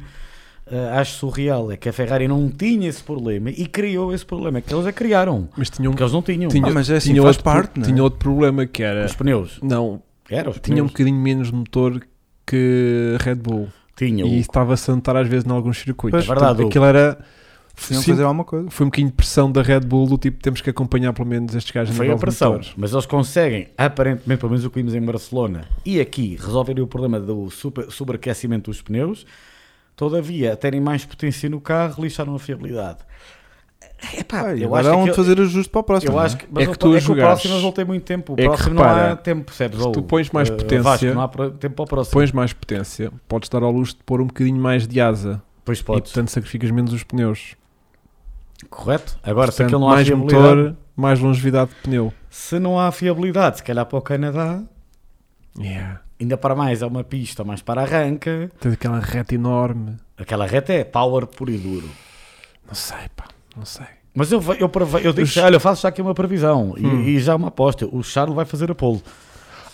Speaker 3: eh, acho surreal. É que a Ferrari não tinha esse problema e criou esse problema. Que eles a criaram.
Speaker 1: Mas tinha um.
Speaker 3: Porque eles não tinham.
Speaker 1: Tinha,
Speaker 2: Ah, mas é assim,
Speaker 1: tinha
Speaker 2: faz
Speaker 1: outro,
Speaker 2: parte, não é?
Speaker 1: tinha outro problema que era.
Speaker 3: Os pneus.
Speaker 1: Não,
Speaker 3: Era os
Speaker 1: tinha um
Speaker 3: pneus.
Speaker 1: bocadinho menos de motor que Red Bull.
Speaker 3: Tinha
Speaker 1: E
Speaker 3: o. É
Speaker 1: estava a santar às vezes em alguns circuitos.
Speaker 2: Pois,
Speaker 1: Portanto,
Speaker 3: verdade, o-
Speaker 1: Aquilo era.
Speaker 2: Tinham que
Speaker 1: Sim,
Speaker 2: fazer alguma coisa.
Speaker 1: Foi um bocadinho de pressão da Red Bull, do tipo, temos que acompanhar pelo menos estes gajos a
Speaker 3: Foi
Speaker 1: nível
Speaker 3: a
Speaker 1: de
Speaker 3: pressão,
Speaker 1: motores.
Speaker 3: mas eles conseguem, aparentemente, pelo menos o que vimos em Barcelona e aqui, resolverem o problema do super- sobreaquecimento dos pneus. Todavia, a terem mais potência no carro, lixaram a fiabilidade. Epá,
Speaker 2: Ah, e
Speaker 3: eu
Speaker 2: agora
Speaker 3: acho
Speaker 2: há
Speaker 3: que
Speaker 2: onde
Speaker 3: aquilo-
Speaker 2: fazer ajuste para o próximo.
Speaker 3: Eu
Speaker 2: não é?
Speaker 3: acho que, mas
Speaker 1: É que
Speaker 3: o-
Speaker 1: tu a
Speaker 3: é que o
Speaker 1: jogares-
Speaker 3: próximo eles não têm muito tempo. O
Speaker 1: É que
Speaker 3: próximo não há
Speaker 1: repara,
Speaker 3: tempo, percebes?
Speaker 1: se tu
Speaker 3: Ou,
Speaker 1: pões mais
Speaker 3: eh,
Speaker 1: potência-
Speaker 3: Vasco, não há pro- tempo para o próximo.
Speaker 1: Pões mais potência, podes dar ao luxo de pôr um bocadinho mais de asa
Speaker 3: Pois
Speaker 1: e
Speaker 3: podes.
Speaker 1: portanto sacrificas menos os pneus.
Speaker 3: Correto? Agora, se
Speaker 1: Portanto,
Speaker 3: aquilo não há
Speaker 1: mais
Speaker 3: fiabilidade,
Speaker 1: motor, mais longevidade de pneu.
Speaker 3: se não há fiabilidade, se calhar para o Canadá,
Speaker 1: Yeah.
Speaker 3: ainda para mais é uma pista mais para arranca.
Speaker 1: Tens aquela reta enorme.
Speaker 3: Aquela reta é power puro e duro.
Speaker 1: Não sei, pá, não sei.
Speaker 3: Mas eu, ve- eu, preve- eu digo,
Speaker 1: Os-
Speaker 3: olha, eu faço já aqui uma previsão e-
Speaker 1: Hum.
Speaker 3: e, já uma aposta. O Charles vai fazer a pole.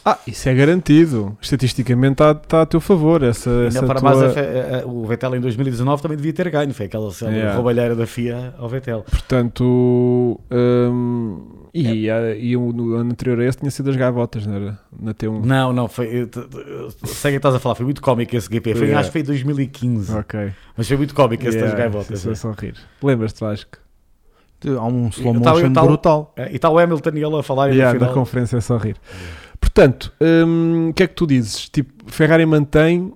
Speaker 1: Ah, isso é garantido. Estatisticamente está a teu favor. Essa,
Speaker 3: Ainda
Speaker 1: essa
Speaker 3: para
Speaker 1: tua-
Speaker 3: mais, a fe- a- a- o Vettel em 2019 também devia ter ganho. Foi aquela cena
Speaker 1: Yeah.
Speaker 3: roubalheira da FIA ao Vettel.
Speaker 1: Portanto, hum, e,
Speaker 3: É.
Speaker 1: a- e o- no ano anterior a esse tinha sido as gaivotas, não era? Na T1.
Speaker 3: Não, não, foi. eu te- te- Sei o que estás a falar, foi muito cómico esse GP. Foi,
Speaker 1: Yeah.
Speaker 3: Acho que foi em 2015,
Speaker 1: Ok.
Speaker 3: mas foi muito cómico esse das
Speaker 1: Yeah,
Speaker 3: gaivotas. né?
Speaker 1: isso é só rir. Lembras-te, Vasco?
Speaker 2: Há um slow
Speaker 3: tal-
Speaker 2: motion
Speaker 3: tal-
Speaker 2: brutal.
Speaker 3: É, E está o Hamilton e ele a falar
Speaker 1: Yeah,
Speaker 3: no
Speaker 1: na
Speaker 3: final.
Speaker 1: conferência é só rir. Portanto, hum, o que é que tu dizes? Tipo, Ferrari mantém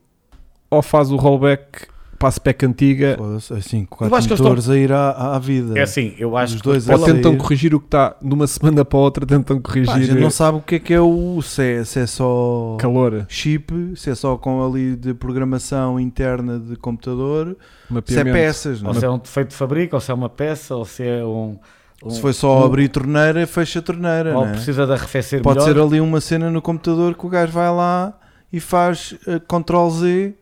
Speaker 1: ou faz o rollback para a spec antiga
Speaker 2: Foda-se, Assim,
Speaker 3: É. Eu acho
Speaker 2: quatro
Speaker 3: que eles
Speaker 2: motores a ir à, à- à vida.
Speaker 3: É assim, eu acho
Speaker 2: Os
Speaker 3: que
Speaker 2: dois
Speaker 1: ou
Speaker 2: a
Speaker 1: tentam
Speaker 2: sair.
Speaker 1: corrigir o que está de uma semana para a outra? Tentam corrigir
Speaker 2: Pá, a gente
Speaker 1: eh,
Speaker 2: não sabe o que é que é o. Se é, se é só
Speaker 1: calor,
Speaker 2: chip, se é só com ali de programação interna de computador, se é
Speaker 1: mapeamento.
Speaker 2: peças. não
Speaker 3: ou
Speaker 2: é?
Speaker 3: se é um defeito de fabrico, ou se é uma peça, ou se é um. um-
Speaker 2: Se foi só
Speaker 3: um-
Speaker 2: abrir torneira, fecha a torneira.
Speaker 3: Ou
Speaker 2: não é?
Speaker 3: precisa de arrefecer
Speaker 2: Pode
Speaker 3: melhor.
Speaker 2: ser ali uma cena no computador que o gajo vai lá e faz eh, Ctrl Z.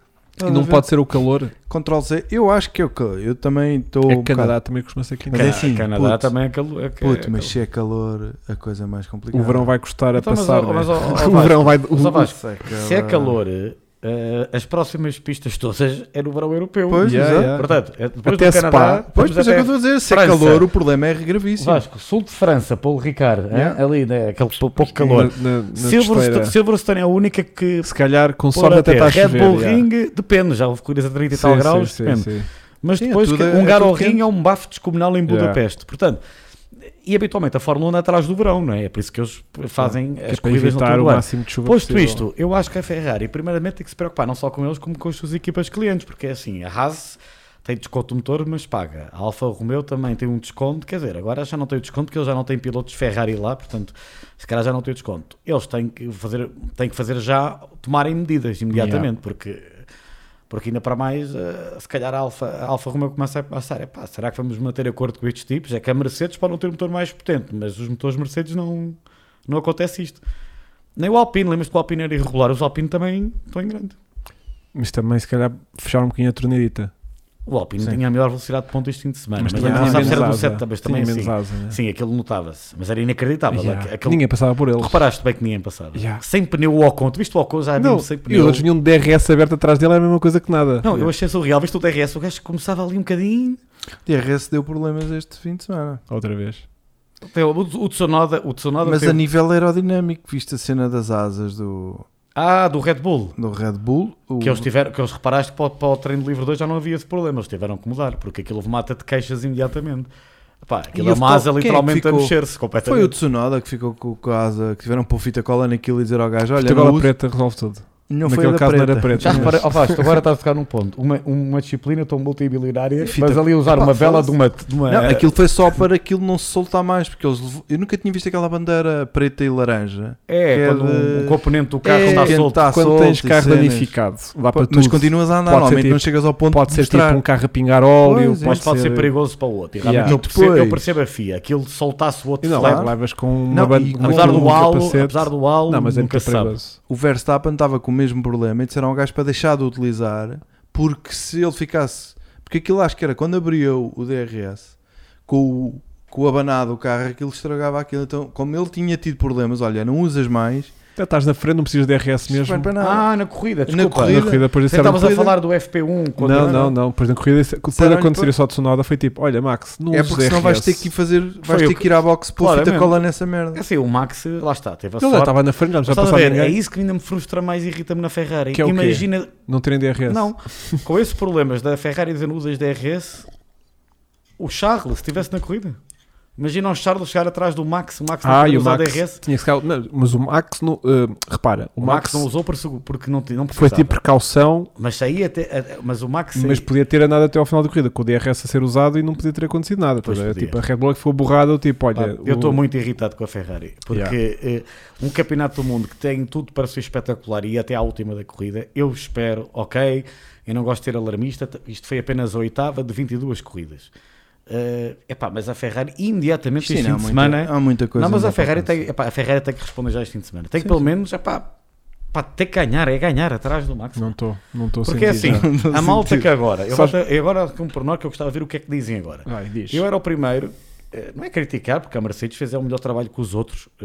Speaker 1: E não pode ser o calor.
Speaker 2: Ctrl Z. Eu acho que é o calor. Eu também estou.
Speaker 1: É
Speaker 2: um
Speaker 1: que Canadá também costuma ser quente.
Speaker 2: Mas é assim,
Speaker 3: Canadá
Speaker 2: puto.
Speaker 3: também é calor. É, que-
Speaker 2: bocado-
Speaker 3: é
Speaker 2: Puto, mas
Speaker 3: calor.
Speaker 2: se é calor, a coisa é mais complicada.
Speaker 1: O verão vai custar a
Speaker 3: Então, mas,
Speaker 1: passar.
Speaker 3: ó,
Speaker 1: né?
Speaker 3: mas, ó, ó,
Speaker 1: (laughs) o verão vai.
Speaker 3: Mas, ó,
Speaker 1: o-
Speaker 3: Vasco,
Speaker 2: Se
Speaker 3: se é calor, eh, as próximas pistas todas é no verão europeu.
Speaker 2: Pois,
Speaker 1: Yeah,
Speaker 2: exato.
Speaker 1: yeah.
Speaker 3: Portanto, é depois
Speaker 1: Até
Speaker 3: do Canadá,
Speaker 1: Spa.
Speaker 2: Pois,
Speaker 3: vamos
Speaker 2: mas é o que eu
Speaker 3: até
Speaker 2: estou a dizer. Se é
Speaker 3: França.
Speaker 2: gravíssimo. calor, o problema é gravíssimo.
Speaker 3: Vasco, sul de França, Paulo Ricard, hã?
Speaker 2: Yeah.
Speaker 3: ali, né, aquele pou- pouco calor.
Speaker 1: Na, na, na
Speaker 3: Silverstone,
Speaker 1: costeira.
Speaker 3: Silverstone é a única que
Speaker 1: Se calhar, com
Speaker 3: pôr
Speaker 1: sorte
Speaker 3: a
Speaker 1: até
Speaker 3: ter.
Speaker 1: está a
Speaker 3: Red
Speaker 1: chover.
Speaker 3: Bull
Speaker 1: já.
Speaker 3: Ring, depende, já houve corridas a 30 e
Speaker 1: Sim,
Speaker 3: tal
Speaker 1: sim,
Speaker 3: graus, É
Speaker 1: sim,
Speaker 3: depende.
Speaker 1: sim.
Speaker 3: Mas
Speaker 2: Sim,
Speaker 3: depois
Speaker 2: tudo
Speaker 3: que
Speaker 2: é-
Speaker 3: um
Speaker 2: é
Speaker 3: garo
Speaker 2: tudo
Speaker 3: ao ring
Speaker 2: quente.
Speaker 3: é um bafo descomunal em
Speaker 1: Yeah.
Speaker 3: Budapeste. Portanto, e habitualmente a Fórmula 1 é atrás do verão, não é? É por isso que eles fazem
Speaker 1: Que é
Speaker 3: as
Speaker 1: para
Speaker 3: corridas no
Speaker 1: evitar
Speaker 3: todo
Speaker 1: o
Speaker 3: o ano.
Speaker 1: máximo de chuva
Speaker 3: Posto
Speaker 1: possível.
Speaker 3: isto, eu acho que a Ferrari, primeiramente, tem que se preocupar não só com eles, como com as suas equipas clientes, porque é assim, a Haas tem desconto do motor, mas paga. A Alfa Romeo também tem um desconto, quer dizer, agora já não tem o desconto, porque eles já não têm pilotos Ferrari lá, portanto, se calhar já não tem o desconto. Eles têm que fazer, têm que fazer já, tomarem medidas imediatamente, porque, porque ainda para mais, eh, se calhar a Alfa, a Alfa Romeo começa a passar, "Epá, será que vamos manter acordo com estes tipos? É que a Mercedes pode não ter um motor mais potente, mas os motores Mercedes não, não acontece isto. Nem o Alpine, lembras que o Alpine era irregular, os Alpine também estão em grande.
Speaker 1: Mas também, se calhar, fechar um bocadinho a torneirita.
Speaker 3: O Alpine
Speaker 2: Sim.
Speaker 3: tinha a melhor velocidade de ponta este fim de semana, mas,
Speaker 1: também
Speaker 3: também
Speaker 2: tinha
Speaker 3: não sabes se era do
Speaker 1: menos asa.
Speaker 3: set, mas também
Speaker 1: Tinha
Speaker 3: assim.
Speaker 1: menos asa, né?
Speaker 3: Sim, aquilo notava-se, mas era inacreditável.
Speaker 1: Yeah.
Speaker 3: Aqu- Aquele...
Speaker 1: Ninguém passava por eles.
Speaker 3: Reparaste bem que ninguém passava.
Speaker 1: Yeah.
Speaker 3: Sem pneu o Ocon, tu viste o Ocon já
Speaker 1: Não,
Speaker 3: mesmo sem
Speaker 1: e os
Speaker 3: pneu.
Speaker 1: outros tinham um DRS aberto atrás dele, é a mesma coisa que nada.
Speaker 3: Não, eu achei surreal, viste o DRS, o gajo começava ali um bocadinho.
Speaker 2: DRS deu problemas este fim de semana.
Speaker 1: Outra vez.
Speaker 3: Tem O, o Tsunoda, o Tsunoda
Speaker 2: Mas
Speaker 3: teve-
Speaker 2: a nível aerodinâmico, viste a cena das asas do,
Speaker 3: Ah, do Red Bull.
Speaker 2: do Red Bull. O,
Speaker 3: Que eles, tiveram, que eles reparaste que para, o- para o treino de livre 2 já não havia esse problema, eles tiveram que mudar, porque aquilo mata de queixas imediatamente. Pá, aquilo
Speaker 2: E
Speaker 3: é
Speaker 2: houve
Speaker 3: uma
Speaker 2: tal- quem
Speaker 3: asa
Speaker 2: é que
Speaker 3: literalmente a
Speaker 2: ficou?
Speaker 3: mexer-se completamente.
Speaker 2: Foi o Tsunoda que ficou com, com a asa, que tiveram um para o fita cola naquilo e dizer ao gajo: Olha,
Speaker 1: Olha,
Speaker 2: não,
Speaker 1: a
Speaker 2: uso-
Speaker 1: é preta resolve tudo.
Speaker 2: não foi a
Speaker 1: Naquele
Speaker 2: da
Speaker 1: caso
Speaker 2: preta.
Speaker 1: não era preta.
Speaker 3: Já reparei, ó Vasco, agora estás a tocar num ponto. Uma, uma disciplina tão multimilionária, mas ali usar
Speaker 2: Epá,
Speaker 3: uma vela de
Speaker 2: foda-se.
Speaker 3: uma. de uma-
Speaker 1: é?
Speaker 2: Não, aquilo foi só para aquilo não se soltar mais, porque eles levou- eu nunca tinha visto aquela bandeira preta e laranja.
Speaker 3: É,
Speaker 2: que é
Speaker 3: quando um
Speaker 2: de-
Speaker 3: um componente do carro
Speaker 2: É,
Speaker 3: está
Speaker 2: quem
Speaker 3: solto.
Speaker 2: tá
Speaker 1: Quando
Speaker 2: solto
Speaker 1: tens
Speaker 2: e
Speaker 1: carro
Speaker 2: cenas.
Speaker 1: danificado, dá para tudo.
Speaker 2: Mas continuas a andar,
Speaker 1: Pode ser
Speaker 2: normalmente
Speaker 1: tipo-
Speaker 2: não chegas ao ponto
Speaker 1: Pode
Speaker 2: de
Speaker 1: ser tipo
Speaker 2: mostrar.
Speaker 1: um carro a pingar óleo,
Speaker 2: Pois,
Speaker 3: Mas pode ser perigoso para o outro. E realmente
Speaker 1: Yeah.
Speaker 3: eu, percebo, eu
Speaker 2: Depois-
Speaker 3: percebo a FIA, aquilo soltasse o
Speaker 1: E
Speaker 3: outro
Speaker 1: não,
Speaker 3: flare,
Speaker 1: levas com uma
Speaker 2: Não,
Speaker 1: banda
Speaker 2: e
Speaker 1: com
Speaker 3: apesar,
Speaker 1: um
Speaker 3: do halo,
Speaker 1: capacete.
Speaker 3: apesar do halo,
Speaker 1: Não, mas é
Speaker 3: nunca
Speaker 1: muito
Speaker 3: se sabe.
Speaker 1: perigoso.
Speaker 2: O Verstappen estava com o mesmo problema e disseram ao gajo para deixar de utilizar, porque se ele ficasse. Porque aquilo acho que era quando abriu o DRS com o, com o abanado do carro, aquilo estragava aquilo. Então, como ele tinha tido problemas, olha, não usas mais,
Speaker 1: Já estás na frente, não precisas de DRS mesmo.
Speaker 2: Para nada.
Speaker 3: Ah, na corrida,
Speaker 2: na
Speaker 3: desculpa.
Speaker 1: Na
Speaker 2: corrida.
Speaker 1: corrida, depois
Speaker 3: Você
Speaker 1: disseram-
Speaker 3: estavas a
Speaker 2: corrida.
Speaker 3: falar do FP1 quando
Speaker 1: Não, não, não. Depois na corrida, depois de
Speaker 2: Disseram-lhe
Speaker 1: acontecer só de Sonoda, foi tipo: Olha, Max, não
Speaker 2: é
Speaker 1: uses
Speaker 2: porque senão
Speaker 1: DRS.
Speaker 2: vais ter que ir fazer, vais
Speaker 3: Foi o
Speaker 2: ter que ir à box pôr fita
Speaker 3: Claramente.
Speaker 2: cola nessa merda.
Speaker 3: É assim, o Max, lá está, teve a
Speaker 1: Ele já
Speaker 3: sorte.
Speaker 1: estava na frente, já não
Speaker 3: Mas
Speaker 1: já
Speaker 3: estás a
Speaker 1: passava
Speaker 3: ver,
Speaker 1: ninguém.
Speaker 3: é isso que ainda me frustra mais e irrita-me na Ferrari.
Speaker 1: Que é o quê?
Speaker 3: Imagina,
Speaker 1: Não terem DRS.
Speaker 3: não, com esses problemas da Ferrari dizendo usas DRS, o Charles estivesse na corrida. Imagina o Charles chegar atrás do Max, o Max não
Speaker 1: Ah,
Speaker 3: poder
Speaker 1: e o
Speaker 3: usar
Speaker 1: Max.
Speaker 3: DRS.
Speaker 1: Tinha que ficar, não, mas o Max, não, eh, repara, o,
Speaker 3: O Max,
Speaker 1: Max,
Speaker 3: não usou por segu- porque não, não
Speaker 1: foi
Speaker 3: precisava.
Speaker 1: tipo precaução,
Speaker 3: Mas aí até, mas o Max
Speaker 1: mas podia ter andado até ao final da corrida, com o DRS a ser usado e não podia ter acontecido nada.
Speaker 3: Pois
Speaker 1: Pois é,
Speaker 3: podia.
Speaker 1: tipo, a Red Bull é que foi borrada, tipo, olha.
Speaker 3: Pá, Ah, eu estou
Speaker 1: o-
Speaker 3: muito irritado com a Ferrari porque eh, um campeonato do mundo que tem tudo para ser espetacular e até à última da corrida, eu espero, ok. Eu não gosto de ser alarmista, t- isto foi apenas a oitava de 22 corridas. Eh, epá, mas a Ferrari imediatamente
Speaker 2: Sim,
Speaker 3: este fim
Speaker 2: há
Speaker 3: de
Speaker 2: muita-
Speaker 3: semana.
Speaker 2: há muita coisa.
Speaker 3: não, mas a
Speaker 2: ainda para
Speaker 3: Ferrari, tem,
Speaker 2: acontecer.
Speaker 3: epá, a Ferrari tem que responder já este fim de semana. Tem que
Speaker 2: Sim,
Speaker 3: pelo menos epá, pá, tem que ganhar, é ganhar atrás do Max.
Speaker 1: Não estou, não estou
Speaker 3: porque é assim,
Speaker 2: já.
Speaker 3: (laughs) a malta que agora, eu
Speaker 1: Sabes-
Speaker 3: gosto- eu agora com um pormenor que eu gostava de ver o que é que dizem agora.
Speaker 2: Ah,
Speaker 1: Vai, diz.
Speaker 3: Eu era o primeiro, eh, não é criticar, porque a Mercedes fez é o melhor trabalho que os outros eh,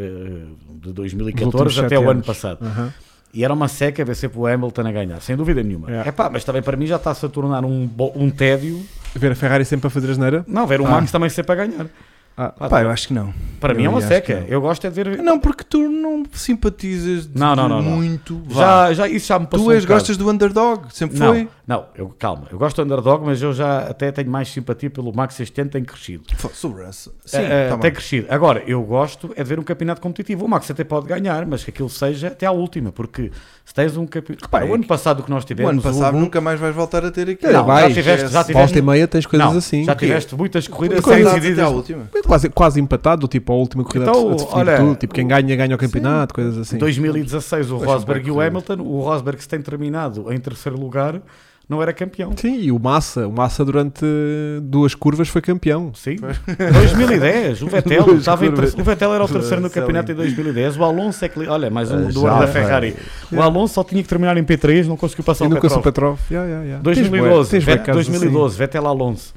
Speaker 1: Nos
Speaker 3: de
Speaker 1: últimos
Speaker 3: 2014
Speaker 1: sete
Speaker 3: até o ano
Speaker 1: anos.
Speaker 3: passado.
Speaker 2: Ah.
Speaker 1: Aham.
Speaker 3: E era uma seca ver sempre o Hamilton a ganhar, sem dúvida nenhuma.
Speaker 1: É.
Speaker 3: É pá, mas também para mim já está-se a tornar um, bo- um tédio.
Speaker 1: Ver a Ferrari sempre a fazer asneira?
Speaker 3: Não, ver o
Speaker 2: Ah.
Speaker 3: Max também sempre a ganhar.
Speaker 1: Ah,
Speaker 3: Pá,
Speaker 2: Pá, eu acho que não.
Speaker 3: para mim é
Speaker 2: eu
Speaker 3: uma
Speaker 2: acho
Speaker 3: seca.
Speaker 2: que não.
Speaker 3: Eu gosto é de ver.
Speaker 2: Não, porque tu não simpatizas de
Speaker 3: Não, não, não, não.
Speaker 2: muito. vá.
Speaker 3: já, já, isso já me passou.
Speaker 2: tu és,
Speaker 3: um bocado.
Speaker 2: gostas do underdog, sempre
Speaker 3: Não,
Speaker 2: foi.
Speaker 3: não eu, calma, eu gosto do underdog, mas eu já até tenho mais simpatia pelo Max este ano, tem crescido.
Speaker 2: Fo- Sou Russell. Sim,
Speaker 3: Sim,
Speaker 2: tá
Speaker 3: tem
Speaker 2: bem.
Speaker 3: crescido. Agora, eu gosto é de ver um campeonato competitivo. O Max até pode ganhar, mas que aquilo seja até à última, porque se tens um campeonato. Repara,
Speaker 2: Repara,
Speaker 3: o ano passado que nós
Speaker 2: é O
Speaker 3: tivemos.
Speaker 2: ano passado
Speaker 3: o-
Speaker 2: nunca mais vais voltar a ter aquilo.
Speaker 1: Não, vai,
Speaker 3: já tiveste, já tiveste,
Speaker 1: volta e meia tens coisas
Speaker 3: ah, não,
Speaker 1: assim.
Speaker 3: Já tiveste muitas corridas
Speaker 2: Porque
Speaker 3: sem
Speaker 2: andaste é até à
Speaker 3: decididas.
Speaker 2: última.
Speaker 1: É Quase, quase empatado, tipo, a última corrida a
Speaker 3: Então,
Speaker 1: de- a definir
Speaker 3: olha,
Speaker 1: tudo. Tipo, quem ganha, ganha o campeonato, coisas assim.
Speaker 3: Em 2016, o
Speaker 1: Deixa-me
Speaker 3: Rosberg
Speaker 1: ver
Speaker 3: e o
Speaker 1: aqui.
Speaker 3: Hamilton. O Rosberg, se tem terminado em terceiro lugar, não era campeão.
Speaker 1: Sim, e o Massa, o Massa durante duas curvas foi campeão.
Speaker 3: Sim. (laughs) 2010, o Vettel
Speaker 1: Duas
Speaker 3: estava em ter-
Speaker 1: curvas.
Speaker 3: o Vettel era o terceiro no
Speaker 2: Marcelinho.
Speaker 3: campeonato em 2010. O Alonso é que li- olha, mais um
Speaker 2: Ah,
Speaker 3: do
Speaker 2: já
Speaker 3: ano
Speaker 2: vai.
Speaker 3: da Ferrari. O Alonso só tinha que terminar em P3, não conseguiu passar
Speaker 1: e
Speaker 3: o
Speaker 1: nunca
Speaker 3: Petrov.
Speaker 1: o Petrov. Yeah, yeah, yeah. Tens bué-
Speaker 3: 2012,
Speaker 1: tens bué
Speaker 3: Vet-
Speaker 1: casos assim.
Speaker 3: 2012 Vettel Alonso.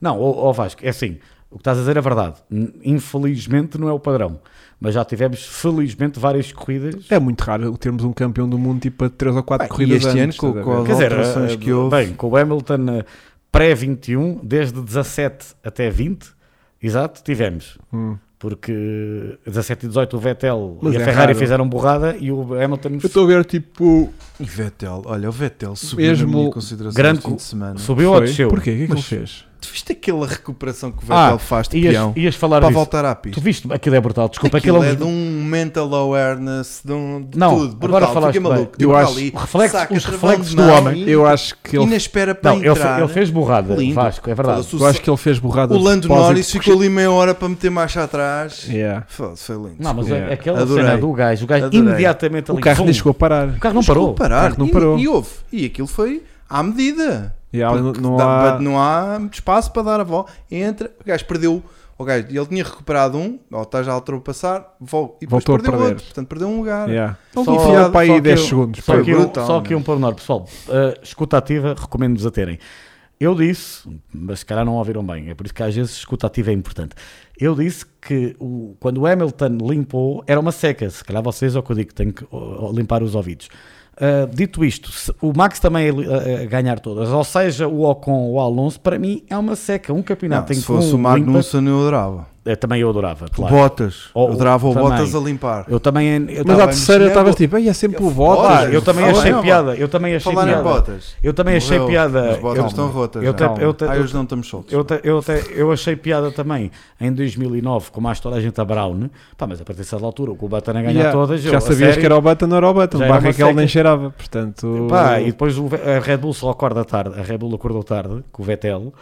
Speaker 3: Não, ó ó Vasco, é assim, o que estás a dizer é verdade. N- Infelizmente não é o padrão, mas já tivemos felizmente várias corridas.
Speaker 1: É muito raro termos um campeão do mundo tipo a 3 ou 4
Speaker 2: Bem,
Speaker 1: corridas
Speaker 2: e este
Speaker 1: antes,
Speaker 2: ano, com-
Speaker 1: estás a ver?
Speaker 2: com as alterações
Speaker 3: eh,
Speaker 2: que houve.
Speaker 3: Bem, com o Hamilton eh, pré-21, desde 17 até 20, exato, tivemos.
Speaker 1: Hum.
Speaker 3: Porque 17 e 18 o Vettel
Speaker 1: Mas
Speaker 3: e a
Speaker 1: é
Speaker 3: Ferrari
Speaker 1: raro.
Speaker 3: fizeram borrada e o Hamilton
Speaker 1: Eu estou a ver tipo.
Speaker 2: E Vettel, olha, o Vettel subiu
Speaker 1: Mesmo
Speaker 2: na minha consideração
Speaker 3: grande
Speaker 2: este fim de semana.
Speaker 3: subiu ou
Speaker 1: Foi?
Speaker 3: desceu.
Speaker 1: Porquê? O que é que
Speaker 2: Mas-
Speaker 1: ele fez?
Speaker 2: Tu viste aquela recuperação que o
Speaker 3: Ah,
Speaker 2: Vettel faz de
Speaker 3: Ias,
Speaker 2: peão
Speaker 3: ias falar
Speaker 2: para
Speaker 3: disso.
Speaker 2: voltar à
Speaker 3: Tu
Speaker 2: pista?
Speaker 3: viste? Aquilo é brutal, desculpa.
Speaker 2: Aquilo,
Speaker 3: Aquilo,
Speaker 2: é
Speaker 3: um-
Speaker 2: de um mental awareness, de um de
Speaker 3: Não,
Speaker 2: tudo.
Speaker 3: agora
Speaker 2: Brutal,
Speaker 3: falaste
Speaker 2: fiquei maluco.
Speaker 1: bem. Eu
Speaker 2: Tipo,
Speaker 1: acho-
Speaker 2: ali,
Speaker 3: reflexo-
Speaker 2: saca,
Speaker 3: os
Speaker 2: travão
Speaker 3: reflexos
Speaker 2: de
Speaker 3: do
Speaker 2: mão
Speaker 3: homem.
Speaker 2: e-
Speaker 1: Eu acho que
Speaker 2: E
Speaker 1: ele,
Speaker 2: na espera para
Speaker 3: Não, ele, fe-
Speaker 2: entrar.
Speaker 3: ele fez borrada,
Speaker 2: Lindo.
Speaker 3: Vasco, é verdade.
Speaker 2: Foda-se,
Speaker 1: eu acho que ele fez borrada.
Speaker 2: O
Speaker 1: de
Speaker 2: Lando
Speaker 1: propósito.
Speaker 2: Norris ficou ali meia hora para meter marcha atrás.
Speaker 1: Yeah.
Speaker 2: Foda-se, foi lindo.
Speaker 3: É. Não, mas
Speaker 1: Yeah.
Speaker 3: a- aquela
Speaker 2: Adorei.
Speaker 3: cena do gajo, o gajo
Speaker 2: Adorei.
Speaker 3: imediatamente Tá ali. um.
Speaker 1: O carro
Speaker 3: vum,
Speaker 1: nem chegou a parar.
Speaker 3: o carro Ah, não
Speaker 2: Mas como
Speaker 3: parou. É,
Speaker 2: parar.
Speaker 1: O carro não
Speaker 2: E-
Speaker 1: parou.
Speaker 2: E, houve. E aquilo foi à medida.
Speaker 1: E ali não-
Speaker 2: Porque
Speaker 1: não
Speaker 2: dá-
Speaker 1: há-
Speaker 2: but não há espaço para dar a volta. Entra, o gajo perdeu. O gajo, ele tinha recuperado um, ou está já a ultrapassar, vol- e depois
Speaker 1: Voltou a
Speaker 2: perdeu
Speaker 1: perder.
Speaker 2: outro. Portanto, perdeu um lugar.
Speaker 1: Yeah. Ele
Speaker 3: Só-
Speaker 1: enfiou para
Speaker 3: só
Speaker 1: aí
Speaker 3: que
Speaker 1: 10
Speaker 3: eu-
Speaker 1: segundos.
Speaker 3: Só
Speaker 1: pá.
Speaker 2: Foi
Speaker 3: que, eu,
Speaker 2: brutal,
Speaker 3: só que um
Speaker 2: meu.
Speaker 3: pormenor, pessoal. uh, escuta ativa, recomendo-vos a terem. Eu disse, mas se calhar não ouviram bem, é por isso que às vezes escuta ativa é importante. Eu disse que o- quando o Hamilton limpou, era uma seca. Se calhar vocês é o que eu digo, que tenho que ó, ó, limpar os ouvidos. Uh, dito isto, se- o Max também é li- a, a ganhar todas, ou seja, o Ocon ou o Alonso, para mim é uma seca. Um
Speaker 2: Não,
Speaker 3: campeonato em
Speaker 2: se
Speaker 3: que
Speaker 2: fosse
Speaker 3: um
Speaker 2: o Magnussen,
Speaker 3: limpa-
Speaker 2: eu adorava.
Speaker 3: Eh, também eu adorava, claro.
Speaker 2: Botas.
Speaker 3: Oh,
Speaker 2: eu adorava o
Speaker 3: também.
Speaker 2: Botas a limpar.
Speaker 3: Eu também.
Speaker 1: Mas
Speaker 3: Eu
Speaker 2: tava
Speaker 1: à
Speaker 2: em
Speaker 1: terceira
Speaker 2: chinelo.
Speaker 1: estavas tipo, "Ei, é sempre o
Speaker 2: Claro,
Speaker 1: Bottas.
Speaker 3: eu também
Speaker 2: Fala
Speaker 3: achei
Speaker 2: em
Speaker 3: piada, eu também achei
Speaker 2: Falar em
Speaker 3: piada.
Speaker 2: Botas.
Speaker 3: Eu também achei
Speaker 2: Morreu.
Speaker 3: piada.
Speaker 2: As botas
Speaker 3: Eu-
Speaker 2: estão rotas.
Speaker 3: eu
Speaker 2: já.
Speaker 3: te- eu te-
Speaker 2: Ah,
Speaker 3: eu-
Speaker 2: hoje não estamos soltos.
Speaker 3: Eu, te- eu, te- eu achei piada também em 2009, com mais toda a gente a Brown, né? pá, mas a partir dessa altura, o Kubatana ganha
Speaker 1: Yeah.
Speaker 3: todas. eu,
Speaker 1: Já
Speaker 3: a
Speaker 1: sabias
Speaker 3: sério,
Speaker 1: que era o Button, não era o Button.
Speaker 3: Já
Speaker 1: O
Speaker 3: era uma
Speaker 1: Barrichello nem
Speaker 3: seca.
Speaker 1: cheirava. Portanto,
Speaker 3: Pá, e depois o, Ve- a Red Bull só acorda tarde, a Red Bull acordou tarde com o Vettel.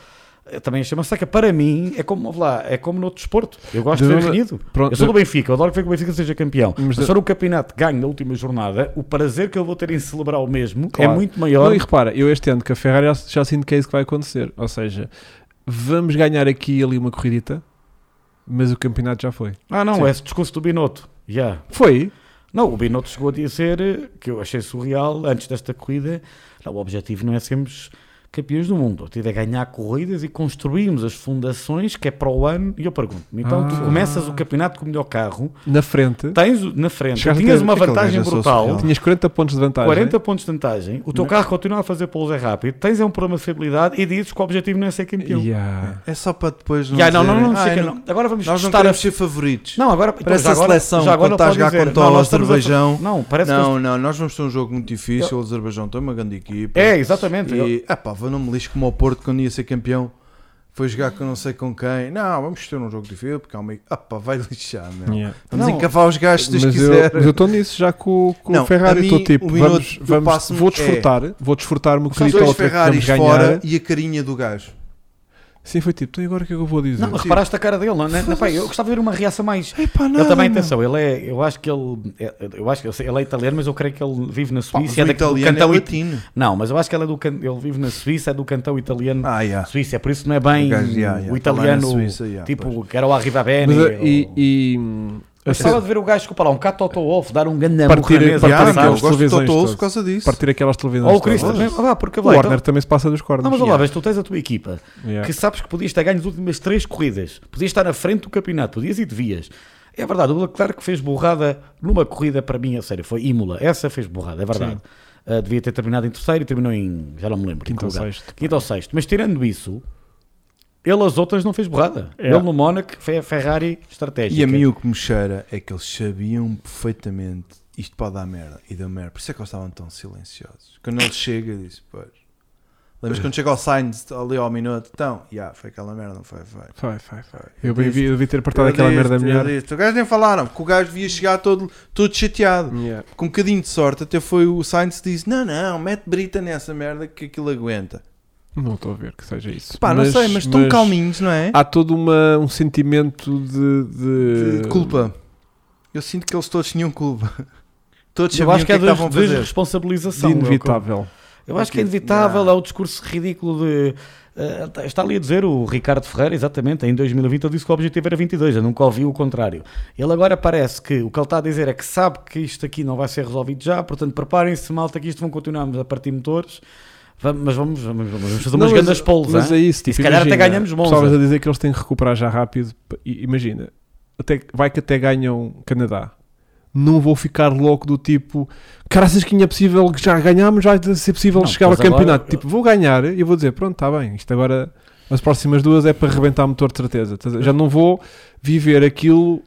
Speaker 3: eh, Também achei uma seca. Para mim, é como, ouve lá, é como no outro desporto. Eu gosto de
Speaker 1: De-
Speaker 3: ver renhido.
Speaker 1: pronto,
Speaker 3: eu sou do
Speaker 1: de-
Speaker 3: Benfica, eu adoro que o Benfica seja campeão.
Speaker 1: Mas
Speaker 3: Mas,
Speaker 1: de-
Speaker 3: se for um campeonato que ganho na última jornada, o prazer que eu vou ter em celebrar o mesmo
Speaker 1: Claro.
Speaker 3: é muito
Speaker 1: Não,
Speaker 3: maior.
Speaker 1: e repara, eu este ano com a Ferrari já, já sinto que é isso que vai acontecer. Ou seja, vamos ganhar aqui e ali uma corridita, mas o campeonato já foi.
Speaker 3: Ah, não,
Speaker 1: Sim.
Speaker 3: é esse discurso do Binotto. Yeah.
Speaker 1: Foi?
Speaker 3: Não, o Binotto chegou a dizer eh, que eu achei surreal antes desta corrida. Não, o objetivo não é sermos campeões do mundo. A tida é ganhar corridas e construímos as fundações que é para o ano. E eu pergunto-me, então tu
Speaker 1: Ah.
Speaker 3: começas o campeonato com o melhor carro,
Speaker 1: Na frente,
Speaker 3: tens o- na frente,
Speaker 2: Chegaste a
Speaker 3: tinhas
Speaker 2: ter-
Speaker 3: uma
Speaker 2: aquele
Speaker 3: vantagem
Speaker 2: gajo é só
Speaker 3: brutal,
Speaker 2: surreal.
Speaker 1: tinhas 40 pontos de vantagem.
Speaker 3: 40 pontos de vantagem, o teu
Speaker 1: é? Não.
Speaker 3: carro continua a fazer polos é rápido, tens é um problema de fiabilidade e dizes que o objetivo não é ser campeão.
Speaker 1: ah, Yeah.
Speaker 2: É só para depois não.
Speaker 3: Já, não, não,
Speaker 2: dizerem,
Speaker 3: não, não, sei
Speaker 2: "Ai,
Speaker 3: que é, não. Agora vamos
Speaker 2: Nós não
Speaker 3: testar a
Speaker 2: queremos ser favoritos.
Speaker 3: Não, agora então,
Speaker 2: Parece
Speaker 3: já
Speaker 2: a
Speaker 3: agora-
Speaker 2: seleção,
Speaker 3: já agora
Speaker 2: quando está a
Speaker 3: pode
Speaker 2: jogar
Speaker 3: dizer,
Speaker 2: contra o
Speaker 3: nós estamos a-
Speaker 2: Azerbaijão.
Speaker 3: Não, parece que
Speaker 2: Não, não, nós vamos ter um jogo muito difícil. O Azerbaijão tem uma grande equipa.
Speaker 3: É, exatamente. Eu-
Speaker 2: E, ah pá, vou- não me lixo como o Porto quando ia ser campeão. Foi jogar com não sei com quem. Não, vamos ter um jogo difícil porque há uma. Ah pá, vai lixar, meu.
Speaker 1: Yeah.
Speaker 2: Vamos
Speaker 3: Não.
Speaker 2: encavar os gastos se
Speaker 1: Mas
Speaker 2: Deus
Speaker 1: eu
Speaker 2: quiser.
Speaker 1: mas eu estou nisso já com, com
Speaker 2: Não,
Speaker 1: o Ferrari.
Speaker 2: a
Speaker 1: Estou
Speaker 2: mim,
Speaker 1: tipo,
Speaker 2: o
Speaker 1: vamos,
Speaker 2: minuto do
Speaker 1: vamos,
Speaker 2: passo-me
Speaker 1: vou
Speaker 2: é-
Speaker 1: desfrutar, vou desfrutar-me o
Speaker 2: São
Speaker 1: querido
Speaker 2: dois
Speaker 1: outra que vamos
Speaker 2: Ferraris
Speaker 1: ganhar.
Speaker 2: fora e a carinha do gajo.
Speaker 1: Sim, foi tipo, então e agora o que é que eu vou dizer?
Speaker 3: Não,
Speaker 2: Tipo-
Speaker 3: mas reparaste a cara dele, não, é? não, não, pá, eu gostava de ver uma reação mais.
Speaker 2: Epá,
Speaker 3: Ele também,
Speaker 2: meu.
Speaker 3: atenção, ele é, eu acho que ele, é- eu acho que eu sei, ele é italiano, mas eu creio que ele vive na
Speaker 2: Pá, mas
Speaker 3: Suíça. é
Speaker 2: o
Speaker 3: daqui do
Speaker 2: italiano é
Speaker 3: cantão it-
Speaker 2: latino.
Speaker 3: Não, mas eu acho que ele, é do, can- ele vive na Suíça, é do cantão italiano.
Speaker 2: Ah, yeah.
Speaker 3: Suíça, por isso não é bem
Speaker 2: O gajo, yeah, yeah,
Speaker 3: o
Speaker 2: tá lá na
Speaker 3: italiano,
Speaker 2: Suíça, yeah,
Speaker 3: tipo, que era o Arrivabene.
Speaker 1: Mas,
Speaker 3: ou-
Speaker 1: e, e, hum,
Speaker 3: é Eu
Speaker 1: assim,
Speaker 3: gostava de ver o gajo, desculpa lá, um cato ao Wolf, dar um grande
Speaker 1: é Partir-
Speaker 3: amor na mesa,
Speaker 1: partir
Speaker 2: Ah,
Speaker 1: Partirem aqueles
Speaker 3: sabe?
Speaker 2: eu gosto de
Speaker 1: televisões
Speaker 2: Totó
Speaker 1: todos.
Speaker 2: por causa disso.
Speaker 1: partir aquelas televisões.
Speaker 3: Ou o Cristo,
Speaker 1: todas.
Speaker 3: também, ah, porque
Speaker 1: O
Speaker 3: vai, então-
Speaker 1: Warner também se passa dos cornos.
Speaker 3: Não, mas olha lá,
Speaker 1: yeah.
Speaker 3: vês, tu tens a tua equipa
Speaker 1: Yeah.
Speaker 3: que sabes que podias ter ganho as últimas três corridas, podias estar na frente do campeonato, podias e devias. É verdade, o Leclerc que fez borrada numa corrida para mim, a sério, foi Imola. Essa fez borrada, é verdade. Ah, devia ter terminado em terceiro e terminou em, já não me lembro, em
Speaker 1: Quinto
Speaker 3: que
Speaker 1: ou
Speaker 3: lugar.
Speaker 1: sexto.
Speaker 3: quinto ou sexto. Mas tirando isso, ele as outras não fez borrada.
Speaker 1: É.
Speaker 3: Ele no Mónaco foi a Ferrari estratégica.
Speaker 2: E a mim o que me cheira é que eles sabiam perfeitamente isto pode dar merda e deu merda. Por isso é que eles estavam tão silenciosos. Quando ele chega, disse: Pois. Lembras quando chega ao Sainz ali ao minuto? Então, já, foi aquela merda, não foi? Foi.
Speaker 1: Vai, vai, vai.
Speaker 2: foi.
Speaker 1: Eu bem vi- eu devia ter apertado
Speaker 2: Eu
Speaker 1: aquela
Speaker 2: disse,
Speaker 1: merda
Speaker 2: eu
Speaker 1: melhor.
Speaker 2: disse. O gajo nem falaram, porque o gajo devia chegar todo, todo chateado.
Speaker 1: Yeah.
Speaker 2: Com um bocadinho de sorte, até foi o Sainz que disse: Não, não, mete brita nessa merda que aquilo aguenta.
Speaker 1: Não estou a ver que seja isso.
Speaker 2: Pá, não sei, mas estão calminhos, não é?
Speaker 1: Há todo uma, um sentimento de, de-
Speaker 2: de,
Speaker 3: Eh,
Speaker 2: de culpa. Eu sinto que eles todos tinham culpa. (laughs) Todos
Speaker 3: eu
Speaker 2: sabiam
Speaker 3: acho que é
Speaker 2: o que, é que estavam
Speaker 3: des-
Speaker 2: a fazer.
Speaker 1: de
Speaker 3: desresponsabilização. é o que eu-
Speaker 1: inevitável.
Speaker 3: Eu acho que é
Speaker 2: Aqui,
Speaker 3: inevitável,
Speaker 2: yeah.
Speaker 3: é o discurso ridículo de. eh, tá- está ali a dizer o Ricardo Ferreira, exatamente, em 2020 ele disse que o objetivo era 22, eu nunca ouvi o contrário. Ele agora parece que o que ele está a dizer é que sabe que isto aqui não vai ser resolvido já, portanto preparem-se, malta, que isto vão continuar a partir motores, vamos, mas vamos, vamos, vamos fazer umas
Speaker 1: Não, mas-
Speaker 3: grandes poles.
Speaker 1: Mas
Speaker 3: hã?
Speaker 1: é isso,
Speaker 3: E
Speaker 1: tipo,
Speaker 3: se calhar até
Speaker 1: imagina,
Speaker 3: ganhamos Monza.
Speaker 1: Estavas a dizer que eles têm que recuperar já rápido. I- Imagina, até, vai que até ganham Canadá. Não vou ficar louco do tipo, caraças que é possível, que já ganhámos, já de ser possível
Speaker 3: Não,
Speaker 1: chegar ao
Speaker 3: mas agora-
Speaker 1: campeonato. Tipo, vou ganhar e vou dizer, pronto, está bem, isto agora, as próximas duas é para arrebentar motor de certeza. Estás a- Já não vou viver aquilo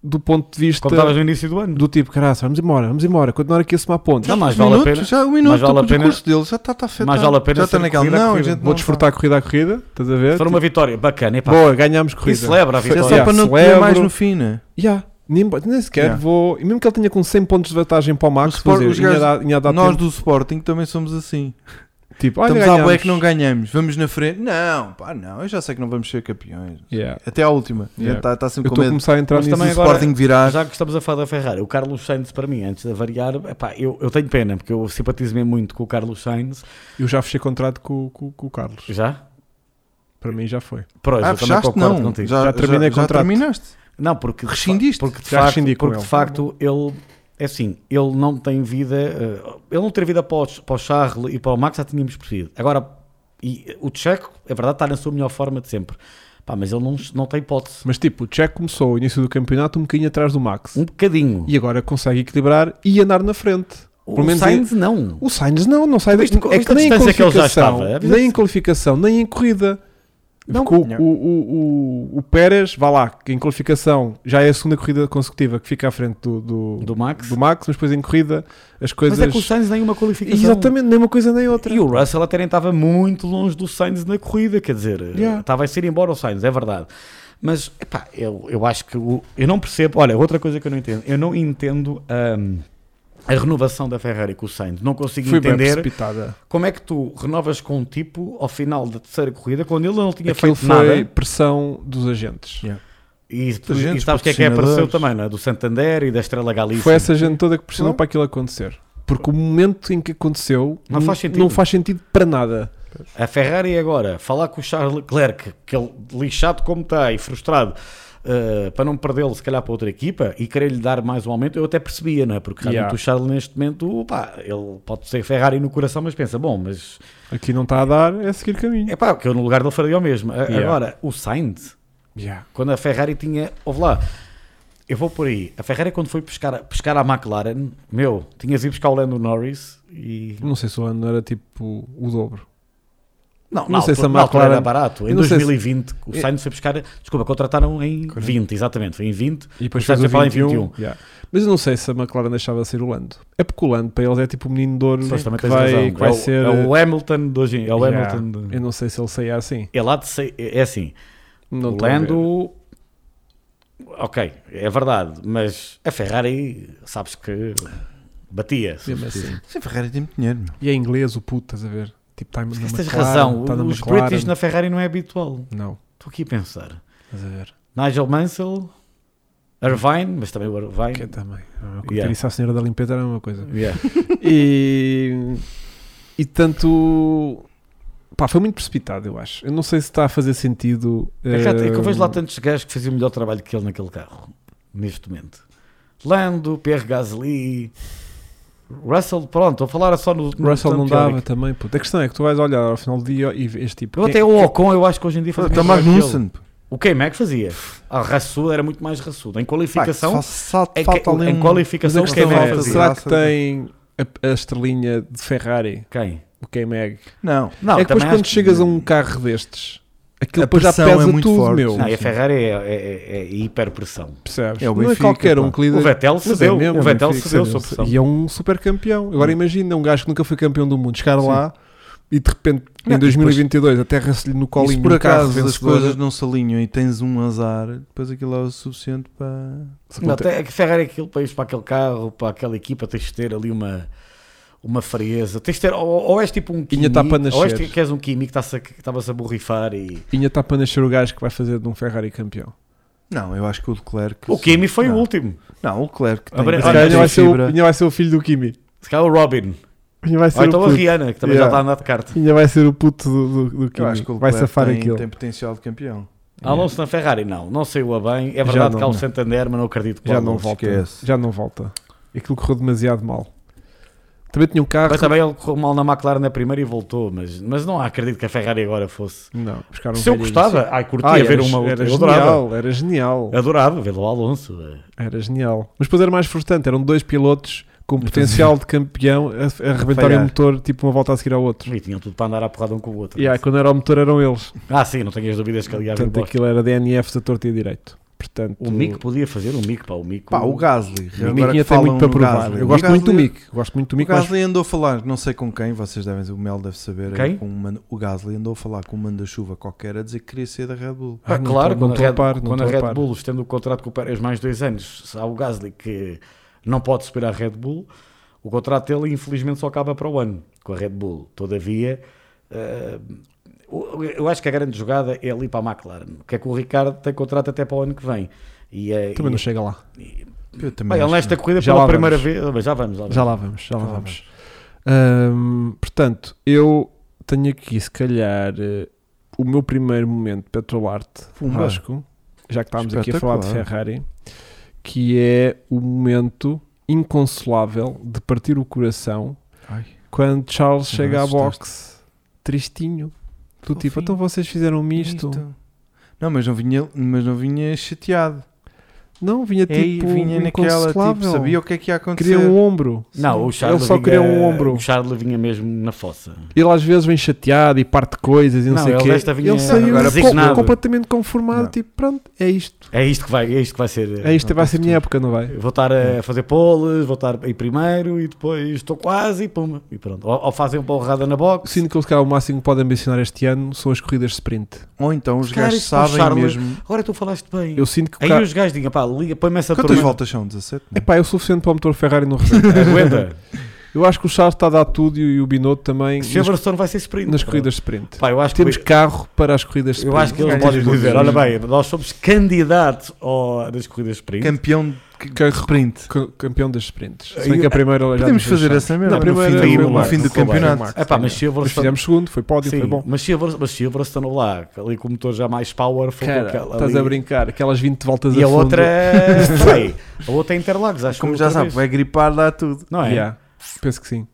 Speaker 1: do ponto de vista
Speaker 3: Como estavas no início do ano.
Speaker 1: do tipo, caraças, vamos embora, vamos embora, continuar aqui a somar pontos.
Speaker 3: Não, mas
Speaker 2: Um
Speaker 3: Ah, vale a
Speaker 2: minuto,
Speaker 3: pena.
Speaker 2: Já um minuto,
Speaker 3: mas vale a
Speaker 2: o
Speaker 3: pena-
Speaker 2: discurso dele já está tá afetado.
Speaker 3: mas vale a pena
Speaker 2: Já está
Speaker 3: ser
Speaker 2: naquela.
Speaker 3: corrida a
Speaker 2: Não,
Speaker 3: corrida.
Speaker 2: gente,
Speaker 1: vou
Speaker 2: não
Speaker 1: desfrutar a corrida a corrida, estás a ver? Tipo,
Speaker 3: Foi uma vitória bacana, epá,
Speaker 1: Boa, ganhámos
Speaker 3: e
Speaker 1: corrida.
Speaker 3: celebra a
Speaker 2: Isso é
Speaker 3: vitória.
Speaker 2: só
Speaker 1: Yeah,
Speaker 2: para não
Speaker 1: celebro.
Speaker 2: ter mais no fim, né?
Speaker 1: Ya, nem, nem sequer
Speaker 2: Ya.
Speaker 1: vou. E mesmo que ele tenha com 100 pontos de vantagem para o Max,
Speaker 2: Os Sport-
Speaker 1: fazer,
Speaker 2: os
Speaker 1: ia
Speaker 2: gajos-
Speaker 1: dar- ia dar
Speaker 2: Nós
Speaker 1: tempo.
Speaker 2: do Sporting também somos assim.
Speaker 1: Tipo, olha,
Speaker 2: Estamos à
Speaker 1: ganhámos.
Speaker 2: boé que não ganhamos. Vamos na frente. Não, pá, não. Eu já sei que não vamos ser campeões.
Speaker 1: Ya.
Speaker 2: Até à última. A gente
Speaker 1: Yeah.
Speaker 2: Está está
Speaker 1: Eu
Speaker 2: sempre com
Speaker 1: estou a
Speaker 2: medo.
Speaker 1: começar a entrar
Speaker 3: Mas
Speaker 1: nisso.
Speaker 2: Se o
Speaker 3: também agora-
Speaker 2: Sporting virar.
Speaker 3: Já que estamos a falar da Ferrari, o Carlos Sainz para mim, antes de variar, epá, eu, eu tenho pena, porque eu simpatizo-me muito com o Carlos Sainz.
Speaker 1: Eu já fechei contrato com, com, com o Carlos.
Speaker 3: Já?
Speaker 1: Para mim já foi.
Speaker 3: Pronto,
Speaker 2: Ah,
Speaker 3: eu também
Speaker 2: fechaste?
Speaker 3: concordo
Speaker 2: Não.
Speaker 3: contigo.
Speaker 1: Já terminei
Speaker 2: Já
Speaker 1: contrato.
Speaker 2: terminaste.
Speaker 3: Não, porque de fa-
Speaker 2: Rescindiste?
Speaker 3: Porque de
Speaker 1: Já
Speaker 3: facto,
Speaker 1: rescindi com
Speaker 3: porque de
Speaker 1: ele.
Speaker 3: facto ele é assim, ele não tem vida, eh, ele não ter vida para, os- para o Charles e para o Max já tínhamos percebido. Agora, e o Checo, é verdade, está na sua melhor forma de sempre. Pá, mas ele não, não tem hipótese.
Speaker 1: Mas tipo, o Checo começou o início do campeonato um bocadinho atrás do Max.
Speaker 3: Um bocadinho.
Speaker 1: E agora consegue equilibrar e andar na frente.
Speaker 3: o
Speaker 1: pelo menos é-
Speaker 3: Sainz não.
Speaker 1: O Sainz não, não sai daqui.
Speaker 3: Viste-
Speaker 1: É
Speaker 3: viste
Speaker 1: que
Speaker 3: a
Speaker 1: nem em
Speaker 3: distância que ele já
Speaker 1: qualificação,
Speaker 3: estava? é Viste-
Speaker 1: nem em qualificação, nem em corrida.
Speaker 3: assim. Não.
Speaker 1: Porque o, o, o, o- o Pérez, vá lá, que em qualificação já é a segunda corrida consecutiva que fica à frente do, do,
Speaker 3: Do Max.
Speaker 1: do Max, mas depois em corrida as coisas.
Speaker 3: Mas é que o Sainz nem uma qualificação.
Speaker 1: Exatamente, nem uma coisa nem outra.
Speaker 3: E o Russell até nem estava muito longe do Sainz na corrida, quer dizer,
Speaker 1: Yeah.
Speaker 3: estava a ser embora o Sainz, é verdade. Mas, epá, eu, eu acho que o- eu não percebo. Olha, outra coisa que eu não entendo, eu não entendo hum, a renovação da Ferrari com o Sainz. Não consigo
Speaker 1: Foi bem
Speaker 3: entender
Speaker 1: precipitada.
Speaker 3: como é que tu renovas com um tipo ao final da terceira corrida quando ele não tinha
Speaker 1: Aquilo
Speaker 3: feito
Speaker 1: foi
Speaker 3: nada.
Speaker 1: pressão dos agentes.
Speaker 3: E, tu- e
Speaker 2: Agentes,
Speaker 3: sabes o que é que apareceu
Speaker 2: patrocinadores.
Speaker 3: também, não é? Do Santander e da Estrela Galícia.
Speaker 1: Foi essa gente toda que pressionou
Speaker 3: é Não.
Speaker 1: para aquilo acontecer. Porque o momento em que aconteceu
Speaker 3: Não
Speaker 1: n-
Speaker 3: faz sentido.
Speaker 1: não faz sentido para nada.
Speaker 3: A Ferrari agora, falar com o Charles Leclerc, que ele lixado como está tá e frustrado, eh, para não perdê-lo, se calhar, para outra equipa e querer-lhe dar mais um aumento, eu até percebia, não é? Porque realmente
Speaker 1: Yeah.
Speaker 3: o Charles, neste momento, pá, ele pode ser Ferrari no coração, mas pensa, bom, mas
Speaker 1: Aqui não está a dar, é seguir caminho.
Speaker 3: é pá, que eu no lugar dele faria o mesmo. A-
Speaker 1: Yeah.
Speaker 3: Agora, o Sainz,
Speaker 1: Yeah.
Speaker 3: quando a Ferrari tinha. Ouve lá, eu vou por aí. A Ferrari, quando foi pescar, pescar a McLaren, meu, tinhas ido buscar o Lando Norris e.
Speaker 1: Não sei se o ano era tipo o dobro.
Speaker 3: Não,
Speaker 1: não sei se a
Speaker 3: na altura
Speaker 1: McLaren-
Speaker 3: era barato. Em
Speaker 1: eu não sei se- É.
Speaker 3: 2020, o Sainz foi buscar. Desculpa, contrataram em 20, exatamente. Foi em 20.
Speaker 1: E depois
Speaker 3: Mas
Speaker 1: fez o
Speaker 3: estás a falar em
Speaker 1: 21.
Speaker 3: 21.
Speaker 1: Yeah. Mas eu não sei se a McLaren deixava ser o Lando. É porque o Lando para eles é tipo o menino de ouro
Speaker 3: Mas também
Speaker 1: que
Speaker 3: tens
Speaker 1: vai,
Speaker 3: razão.
Speaker 1: que vai
Speaker 3: é, o,
Speaker 1: ser.
Speaker 3: é o Hamilton de hoje. em- É o
Speaker 1: Yeah. Então-
Speaker 3: Hamilton. De...
Speaker 1: Eu não sei se ele saía assim.
Speaker 3: É lá de sei, É assim.
Speaker 1: Não
Speaker 3: o
Speaker 1: estou a ver.
Speaker 3: Lando. Ok, é verdade. Mas a Ferrari, sabes que. Batia.
Speaker 1: Mesmo assim.
Speaker 2: Sim, Ferrari tem muito dinheiro, meu.
Speaker 1: E é inglês o puto, estás a ver? Tipo, está na
Speaker 3: Mas
Speaker 1: McLaren.
Speaker 3: tens razão,
Speaker 1: tá na
Speaker 3: os
Speaker 1: McLaren.
Speaker 3: British na Ferrari não é habitual.
Speaker 1: Não,
Speaker 3: Estou aqui a pensar.
Speaker 1: estás a ver?
Speaker 3: Nigel Mansell, Irvine, mas também o
Speaker 1: Que é
Speaker 3: Irvine.
Speaker 1: também. Eu
Speaker 3: Yeah.
Speaker 1: disse à senhora da limpeza era a mesma coisa.
Speaker 3: Yeah.
Speaker 1: E, e tanto. Pá, foi muito precipitado, eu acho. Eu não sei se está a fazer sentido. eh,
Speaker 3: É que, é que eu vejo lá
Speaker 1: tanto.
Speaker 3: tantos gajos que faziam melhor trabalho que ele naquele carro, neste momento. Lando, Pierre Gasly, Russell, pronto, a falar só no. no
Speaker 1: Russell não
Speaker 3: tanto
Speaker 1: dava
Speaker 3: teórico.
Speaker 1: também. Puto. A questão é que tu vais olhar ao final do dia e vês tipo.
Speaker 3: Eu um
Speaker 1: quem-
Speaker 3: até o Ocon, eu acho que hoje em dia fazia
Speaker 2: Até o
Speaker 3: melhor que ele.
Speaker 2: Magnussen. pá.
Speaker 3: O que é que fazia? A raçudo era muito mais raçudo. Em
Speaker 2: Pá, que
Speaker 3: qualificação,
Speaker 2: só salta-
Speaker 3: é que-
Speaker 2: falta ali
Speaker 3: em
Speaker 2: um-
Speaker 1: Mas a
Speaker 3: qualificação, o
Speaker 1: questão é,
Speaker 2: Quem é
Speaker 3: K-Mag
Speaker 2: que
Speaker 3: fazia.
Speaker 1: será que
Speaker 2: fazia?
Speaker 1: tem a, a estrelinha de Ferrari,
Speaker 3: Quem?
Speaker 1: o K-Mag?
Speaker 2: Não.
Speaker 3: Não,
Speaker 1: é que depois
Speaker 3: também
Speaker 1: quando
Speaker 3: acho que-
Speaker 1: chegas a um carro destes, aquilo
Speaker 2: A
Speaker 1: depois já
Speaker 2: pressão
Speaker 1: pesa
Speaker 2: é muito
Speaker 1: tudo,
Speaker 2: forte.
Speaker 1: meu.
Speaker 3: Não, e a
Speaker 2: Sim.
Speaker 3: Ferrari é, é, é, é hiper pressão.
Speaker 1: Percebes?
Speaker 2: É o
Speaker 1: não é
Speaker 2: Benfica,
Speaker 1: qualquer um
Speaker 2: pá.
Speaker 1: que lida.
Speaker 3: O Vettel
Speaker 1: Mas é
Speaker 3: cedeu,
Speaker 1: mesmo,
Speaker 3: o Vettel
Speaker 1: Benfica,
Speaker 3: cedeu
Speaker 1: cedeu.
Speaker 3: sob pressão.
Speaker 1: E é um super campeão. Agora imagina um gajo que nunca foi campeão do mundo chegar lá e de repente
Speaker 2: Não,
Speaker 1: em
Speaker 2: e depois-
Speaker 1: 2022 aterra-se-lhe no
Speaker 2: E
Speaker 1: colinho
Speaker 2: se por
Speaker 1: um carro
Speaker 2: acaso as
Speaker 1: vencedor.
Speaker 2: coisas não se alinham e tens um azar, depois aquilo é o suficiente para.
Speaker 1: Se
Speaker 3: Não,
Speaker 1: aconte-
Speaker 3: tem- é que Ferrari é aquilo para ir para aquele carro, para aquela equipa, tens de ter ali uma, uma frieza. Tens de ter, ou, ou és tipo um Kimi,
Speaker 1: Quinha tá para
Speaker 3: ou és
Speaker 1: nascer.
Speaker 3: tipo- que és um Kimi que está-se a- que estava-se a borrifar e...
Speaker 1: E ainda está para nascer o gajo que vai fazer de um Ferrari campeão.
Speaker 2: Não, eu acho que o Leclerc.
Speaker 3: O Kimi foi
Speaker 2: não.
Speaker 3: o último.
Speaker 2: Não, o Leclerc. Tem,
Speaker 3: Abre-
Speaker 1: Esse
Speaker 3: Olha,
Speaker 1: gajo
Speaker 2: tem
Speaker 1: ainda vai, ser o,
Speaker 2: fibra.
Speaker 1: ainda vai ser o filho do Kimi.
Speaker 3: Se calhar o Robin.
Speaker 1: Ainda vai ser
Speaker 3: Ou
Speaker 1: o
Speaker 3: então a
Speaker 1: puto.
Speaker 3: Rihanna, que também
Speaker 1: Yeah.
Speaker 3: já está a andar de kart.
Speaker 1: Ainda vai ser o puto do, do, do
Speaker 2: Eu acho
Speaker 1: Kimi.
Speaker 2: que o
Speaker 1: vai
Speaker 2: Leclerc
Speaker 1: safar
Speaker 2: tem,
Speaker 1: aquilo.
Speaker 2: tem potencial de campeão.
Speaker 3: Alonso na Ferrari, não. Não saiu a bem. É
Speaker 1: Já
Speaker 3: verdade
Speaker 1: não,
Speaker 3: que há o
Speaker 1: não.
Speaker 3: Santander, mas não acredito que o
Speaker 1: Já não
Speaker 3: Alonso-
Speaker 1: volta.
Speaker 2: esquece.
Speaker 1: Já não volta. Aquilo correu demasiado mal. Também tinha um carro.
Speaker 3: Mas também ele correu mal na McLaren na primeira e voltou. Mas, mas não acredito que a Ferrari agora fosse.
Speaker 1: Não, um buscaram
Speaker 3: Se eu gostava, ai, curtia
Speaker 1: Ah,
Speaker 3: ver
Speaker 1: era,
Speaker 3: uma outra.
Speaker 1: era
Speaker 3: Eu adorava.
Speaker 1: genial, era genial.
Speaker 3: Adorava vê-lo ao Alonso. eh,
Speaker 1: Era genial. Mas depois era mais frustrante. Eram dois pilotos com um potencial
Speaker 3: (laughs)
Speaker 1: de campeão a, a arrebentarem o
Speaker 2: Falhar.
Speaker 1: motor, tipo uma volta a seguir ao outro.
Speaker 3: E tinham tudo para andar à porrada um com o outro.
Speaker 1: E aí, quando era o motor, eram eles.
Speaker 3: Ah, sim, não tenho as dúvidas que ali havia
Speaker 1: Portanto,
Speaker 3: bosta.
Speaker 1: aquilo era DNF da torta e direito. Portanto,
Speaker 3: O Mick podia fazer, o Mick, pá, o Mick.
Speaker 2: Pá, o Gasly.
Speaker 1: o
Speaker 2: agora
Speaker 1: Mick
Speaker 2: que
Speaker 1: ainda tem
Speaker 2: falam
Speaker 3: um
Speaker 1: muito para
Speaker 2: no
Speaker 1: provar.
Speaker 3: né?
Speaker 2: Gasly.
Speaker 1: Eu
Speaker 2: O
Speaker 1: gosto muito do
Speaker 3: é-
Speaker 2: Gasly-
Speaker 1: Mick. Gosto muito do
Speaker 2: O
Speaker 1: Mick, mas
Speaker 2: Gasly andou a falar, não sei com quem, vocês devem, o Mel deve saber.
Speaker 3: Quem?
Speaker 2: aí, Com um manda- o Gasly andou a falar com um manda-chuva qualquer a dizer que queria ser da Red Bull.
Speaker 3: Pá,
Speaker 1: Ah, não
Speaker 3: claro,
Speaker 1: tô- não
Speaker 3: quando,
Speaker 1: tô
Speaker 3: a
Speaker 1: a
Speaker 3: Red,
Speaker 1: par, não
Speaker 3: quando a
Speaker 1: tô a
Speaker 3: Red
Speaker 1: par.
Speaker 3: Bull estende o contrato com o Pérez mais dois anos, se há o Gasly que não pode subir à Red Bull, o contrato dele infelizmente só acaba para o ano com a Red Bull. Todavia, eh, o- eu acho que a grande jogada é ali para a McLaren, que é que o Ricardo tem contrato até para o ano que vem. E, eh,
Speaker 1: também
Speaker 3: e-
Speaker 1: não chega lá.
Speaker 2: Eu também
Speaker 3: Bem, ele
Speaker 2: acho
Speaker 3: nesta
Speaker 2: que
Speaker 3: corrida
Speaker 1: Já
Speaker 3: pela
Speaker 1: lá
Speaker 3: primeira vez, oh, mas já vamos, já
Speaker 2: Tá
Speaker 3: vamos.
Speaker 1: Já lá vamos, já lá
Speaker 2: Já lá
Speaker 1: vamos. Ahm, portanto, eu tenho aqui, se calhar, eh, o meu primeiro momento Petrolarte
Speaker 2: Pumba.
Speaker 1: Vasco, já que estávamos aqui a falar
Speaker 2: Espetacular.
Speaker 1: de Ferrari, que é o momento inconsolável de partir o coração
Speaker 2: não. Ai,
Speaker 1: quando Charles
Speaker 2: Não,
Speaker 1: chega à
Speaker 2: assustaste.
Speaker 1: boxe tristinho. Tu tipo,
Speaker 2: Fofinho.
Speaker 1: então vocês fizeram misto?
Speaker 2: isto. Não, mas não vinha, mas não vinha chateado.
Speaker 1: Não, vinha tipo
Speaker 2: Ei, vinha naquela, tipo,
Speaker 1: inconsolável.
Speaker 2: sabia o que é que ia acontecer.
Speaker 1: Queria um ombro.
Speaker 3: Não, o Charles
Speaker 1: Ele só queria um ombro.
Speaker 3: O Charles vinha mesmo na fossa.
Speaker 1: Ele às vezes vem chateado e parte coisas e não,
Speaker 3: Não,
Speaker 1: sei o
Speaker 3: ele
Speaker 1: quê.
Speaker 3: desta vinha
Speaker 1: ele saiu
Speaker 2: agora
Speaker 1: co-
Speaker 3: resignado.
Speaker 1: completamente conformado,
Speaker 2: Não.
Speaker 1: tipo, pronto, é isto.
Speaker 3: É isto que vai, é isto que vai ser.
Speaker 1: É isto,
Speaker 2: não,
Speaker 1: vai
Speaker 2: tá
Speaker 1: ser a minha época, não vai?
Speaker 3: Vou estar a fazer poles, vou estar aí primeiro e depois estou quase e pum. E pronto. Ou, ou fazem uma porrada na box.
Speaker 1: Sinto que eles, se calhar, o máximo que podem ambicionar este ano são as corridas de sprint.
Speaker 2: Ou então os
Speaker 3: Cara,
Speaker 2: gajos
Speaker 3: isso para o
Speaker 2: sabem
Speaker 3: Charles.
Speaker 2: mesmo.
Speaker 3: Agora tu falaste bem.
Speaker 1: Eu sinto que o
Speaker 3: Aí
Speaker 1: ca-
Speaker 3: os gajos digam, pá, liga, põe-me essa
Speaker 2: Quantas
Speaker 3: turma.
Speaker 2: voltas são? 17? Não?
Speaker 1: Epá, é o suficiente para o motor Ferrari não rebentar. (laughs)
Speaker 3: (laughs) Aguenta.
Speaker 1: Eu acho que o Charles está a dar tudo e o Binotto também
Speaker 3: Se
Speaker 1: nas,
Speaker 3: Silverstone vai ser sprint.
Speaker 1: nas corridas de sprint.
Speaker 3: Pá, eu acho
Speaker 1: Temos
Speaker 3: que.
Speaker 1: carro para as corridas de
Speaker 3: Eu
Speaker 1: sprint.
Speaker 3: acho que eles
Speaker 2: Ganhas
Speaker 3: podem
Speaker 2: todos
Speaker 3: dizer,
Speaker 2: os
Speaker 3: olha
Speaker 2: dias.
Speaker 3: bem, nós somos candidatos ao, das corridas sprint.
Speaker 2: Campeão de
Speaker 1: Ca-
Speaker 2: Sprint.
Speaker 1: ca- campeão das sprints. Se
Speaker 3: Aí,
Speaker 1: bem que a primeira ela já
Speaker 2: Podemos
Speaker 1: nos
Speaker 2: fazer
Speaker 1: deixou.
Speaker 2: essa merda
Speaker 1: Não,
Speaker 2: no
Speaker 1: primeiro
Speaker 2: fim do-
Speaker 1: foi o
Speaker 2: no
Speaker 1: Marcos,
Speaker 2: fim do
Speaker 1: foi o Marcos.
Speaker 2: campeonato.
Speaker 1: Marcos,
Speaker 3: É pá, mas
Speaker 1: sim.
Speaker 3: se eu vou
Speaker 1: Mas fizemos segundo, foi pódio, foi bom.
Speaker 3: Mas se eu vou- mas se eu vou Silverstone lá, ali com o motor já mais powerful.
Speaker 1: Cara,
Speaker 3: com aquela
Speaker 1: estás
Speaker 3: ali.
Speaker 1: a brincar, aquelas 20 voltas
Speaker 3: E a
Speaker 1: fundo.
Speaker 3: outra é.
Speaker 1: (laughs)
Speaker 3: Peraí, a outra é Interlagos, acho
Speaker 2: Como
Speaker 3: que
Speaker 2: já
Speaker 3: outra
Speaker 2: sabe,
Speaker 3: vez.
Speaker 2: vai gripar, dá tudo.
Speaker 3: Não é?
Speaker 1: Yeah, penso que sim.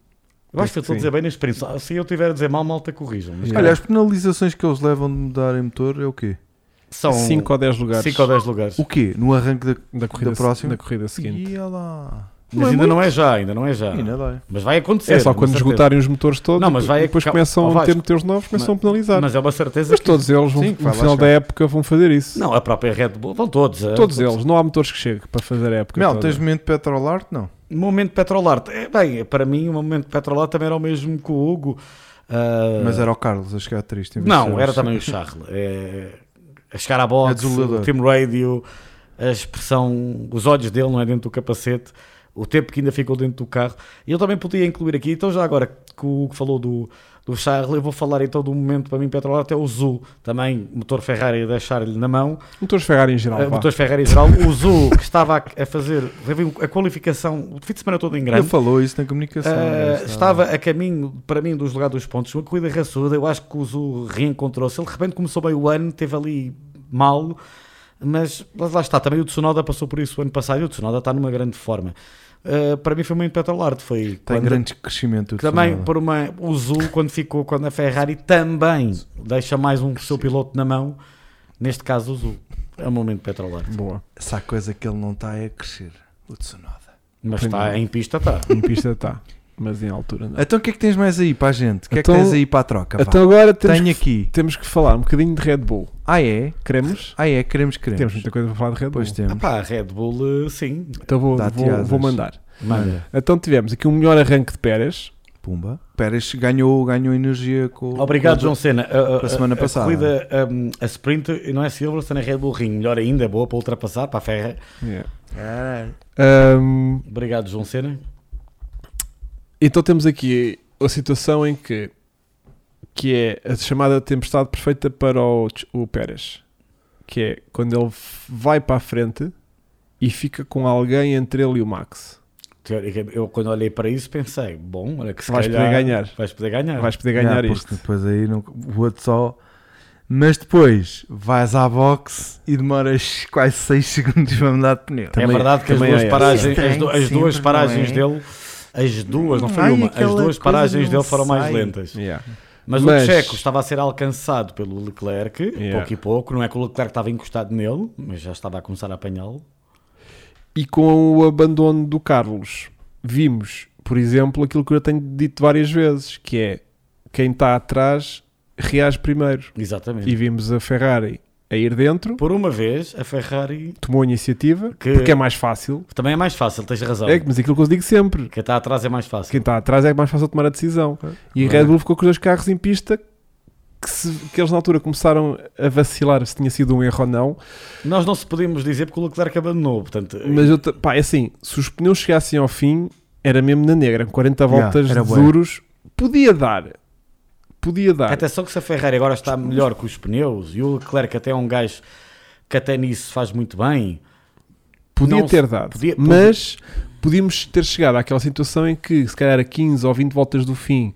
Speaker 3: Eu acho que eu estou a
Speaker 1: Sim.
Speaker 3: dizer bem na experiência. Se eu estiver a dizer mal, malta corrijam. Mas
Speaker 1: Yeah.
Speaker 2: Olha, as penalizações que eles levam de mudarem motor é o quê?
Speaker 3: são
Speaker 1: 5 ou 10 lugares
Speaker 3: 5 Então, ou 10 lugares.
Speaker 2: O quê? No arranque da.
Speaker 1: da, corrida,
Speaker 2: da próxima?
Speaker 1: da corrida seguinte.
Speaker 2: Ia lá.
Speaker 3: Mas ainda não é já, ainda não é já.
Speaker 2: Ainda dói.
Speaker 3: Mas vai acontecer.
Speaker 1: É só
Speaker 3: uma
Speaker 1: quando
Speaker 3: certeza.
Speaker 1: esgotarem os motores todos,
Speaker 3: Não, mas vai-
Speaker 1: depois
Speaker 3: cal-
Speaker 1: começam
Speaker 3: ó,
Speaker 1: a meter
Speaker 3: Vasco,
Speaker 1: motores novos, começam a penalizar. Mas,
Speaker 3: Mas é uma certeza que.
Speaker 1: todos eles, vão,
Speaker 2: Sim, que
Speaker 1: no
Speaker 2: vai lá
Speaker 1: final da
Speaker 2: chegar.
Speaker 1: época, vão fazer isso.
Speaker 3: Não, a própria Red Bull, vão todos. eh,
Speaker 1: todos eles, não há motores que chegue para fazer a época.
Speaker 2: Mel,
Speaker 1: toda.
Speaker 2: tens momento de Petrolart? Não.
Speaker 3: Momento Petrolar. É, bem, para mim, o momento Petrolar também era o mesmo que o Hugo. Ah,
Speaker 2: Mas era o Carlos a chegar triste. em vez de ser
Speaker 3: Não,
Speaker 2: o
Speaker 3: era
Speaker 2: Charles.
Speaker 3: também o Charles. É, a chegar à boxe,
Speaker 2: É desolador.
Speaker 3: o team radio, a expressão, os olhos dele, não é? Dentro do capacete, o tempo que ainda ficou dentro do carro. E eu também podia incluir aqui, então já agora que o Hugo falou do, do Charles, eu vou falar então do momento para mim, Petrolar, até o Zul, também motor Ferrari a deixar-lhe na mão.
Speaker 1: Motores Ferrari em geral.
Speaker 3: Ah,
Speaker 1: vá.
Speaker 3: motores Ferrari em geral, o Zul que estava a, a fazer teve um, a qualificação o fim de semana todo em
Speaker 2: Ele
Speaker 3: grande.
Speaker 2: falou isso na comunicação.
Speaker 3: Ah,
Speaker 2: né? Isso
Speaker 3: estava a caminho, para mim, dos lugares dos pontos. Uma corrida raçuda, eu acho que o Zu reencontrou-se. Ele de repente começou bem o ano, teve ali mal, mas mas lá está. Também o Tsunoda passou por isso o ano passado e o Tsunoda está numa grande forma. Ah, para mim foi muito petrolarte. Foi
Speaker 2: Tem
Speaker 3: quando-
Speaker 2: grande crescimento. o
Speaker 3: também
Speaker 2: Tsunoda.
Speaker 3: por uma, o Zu, quando ficou quando a Ferrari também deixa mais um seu piloto na mão, neste caso o Zu. É um momento petrolarte.
Speaker 1: Boa.
Speaker 2: Se há coisa que ele não está é a crescer. O Tsunoda.
Speaker 3: Mas
Speaker 1: Sim.
Speaker 3: está em pista, está.
Speaker 1: Em pista está, mas em altura não.
Speaker 2: Então o que é que tens mais aí para a gente? O que é que
Speaker 1: Então-
Speaker 2: tens aí para a troca?
Speaker 1: Então agora temos,
Speaker 2: Tenho
Speaker 1: que,
Speaker 2: aqui.
Speaker 1: temos que falar um bocadinho de Red Bull.
Speaker 2: Ah é?
Speaker 1: Queremos?
Speaker 2: Ah é, queremos, queremos.
Speaker 1: Temos muita coisa para falar de Red Bull.
Speaker 2: Pois temos.
Speaker 3: Ah pá, Red Bull, eh, sim.
Speaker 1: Então vou,
Speaker 2: Dá-te
Speaker 1: vou,
Speaker 2: asas.
Speaker 1: vou mandar.
Speaker 3: Manda.
Speaker 1: Então tivemos aqui um melhor arranque de Pérez.
Speaker 2: Pumba. Pérez ganhou, ganhou energia com
Speaker 3: Obrigado,
Speaker 2: com
Speaker 3: João Senna. A,
Speaker 2: para a semana passada.
Speaker 3: A corrida, um, a sprint, não é Silverstone, é Red Bull Ring. Melhor ainda, boa para ultrapassar, para a ferra.
Speaker 1: Yeah.
Speaker 2: Caralho.
Speaker 1: Ahm,
Speaker 3: Obrigado, João Senna.
Speaker 1: Então temos aqui a situação em que que é a chamada tempestade perfeita para o, Ch- o Pérez, que é quando ele f- vai para a frente e fica com alguém entre ele e o Max.
Speaker 3: Teórica- Eu, quando olhei para isso, pensei: bom, olha que se
Speaker 1: Vais
Speaker 3: calhar
Speaker 1: poder ganhar.
Speaker 3: Vais poder ganhar. É
Speaker 1: Vais poder
Speaker 2: Yeah,
Speaker 1: ganhar
Speaker 2: Ah, É,
Speaker 1: isto.
Speaker 2: porque Depois aí não, o outro só. Mas depois vais à box e demoras quase 6 (laughs) segundos para mudar de pneu.
Speaker 3: é
Speaker 1: também-
Speaker 3: verdade que as
Speaker 1: também
Speaker 3: duas
Speaker 1: é
Speaker 3: paragens,
Speaker 2: essa.
Speaker 3: as, du- as
Speaker 2: Sempre,
Speaker 3: duas
Speaker 2: não
Speaker 3: paragens
Speaker 2: é?
Speaker 3: dele, as duas, não foi
Speaker 2: Ai,
Speaker 3: uma, as
Speaker 2: aquela
Speaker 3: duas
Speaker 2: coisa
Speaker 3: paragens
Speaker 2: não
Speaker 3: dele foram mais
Speaker 2: sai.
Speaker 3: lentas.
Speaker 1: Yeah.
Speaker 3: Mas,
Speaker 1: Mas-
Speaker 3: o Checo estava a ser alcançado pelo Leclerc,
Speaker 1: Yeah.
Speaker 3: pouco e pouco. Não é que o Leclerc estava encostado nele, mas já estava a começar a apanhá-lo.
Speaker 1: E com o abandono do Carlos, vimos, por exemplo, aquilo que eu tenho dito várias vezes, que é quem está atrás reage primeiro.
Speaker 3: Exatamente.
Speaker 1: E vimos a Ferrari a ir dentro,
Speaker 3: Por uma vez, a Ferrari
Speaker 1: tomou a iniciativa,
Speaker 3: Que-
Speaker 1: porque é mais fácil.
Speaker 3: também é mais fácil, tens razão.
Speaker 1: É, mas aquilo que eu digo sempre,
Speaker 3: Quem está atrás é mais fácil.
Speaker 1: quem está atrás é mais fácil tomar a decisão. E
Speaker 2: É.
Speaker 1: Red Bull ficou com os dois carros em pista que, se- que eles na altura começaram a vacilar se tinha sido um erro ou não.
Speaker 3: Nós não se podemos dizer porque o Leclerc abandonou, portanto,
Speaker 1: Mas eu, ta- pá, é assim, se os pneus chegassem ao fim, era mesmo na negra, 40
Speaker 2: Yeah,
Speaker 1: voltas
Speaker 2: era
Speaker 1: de
Speaker 2: bué.
Speaker 1: duros, podia dar. Podia dar.
Speaker 3: até só que se a Ferrari agora está melhor com os pneus e o Leclerc até é um gajo que até nisso faz muito bem,
Speaker 1: podia
Speaker 3: não
Speaker 1: ter
Speaker 3: se-
Speaker 1: dado.
Speaker 3: podia-
Speaker 1: mas podíamos ter chegado àquela situação em que, se calhar, a 15 ou 20 voltas do fim,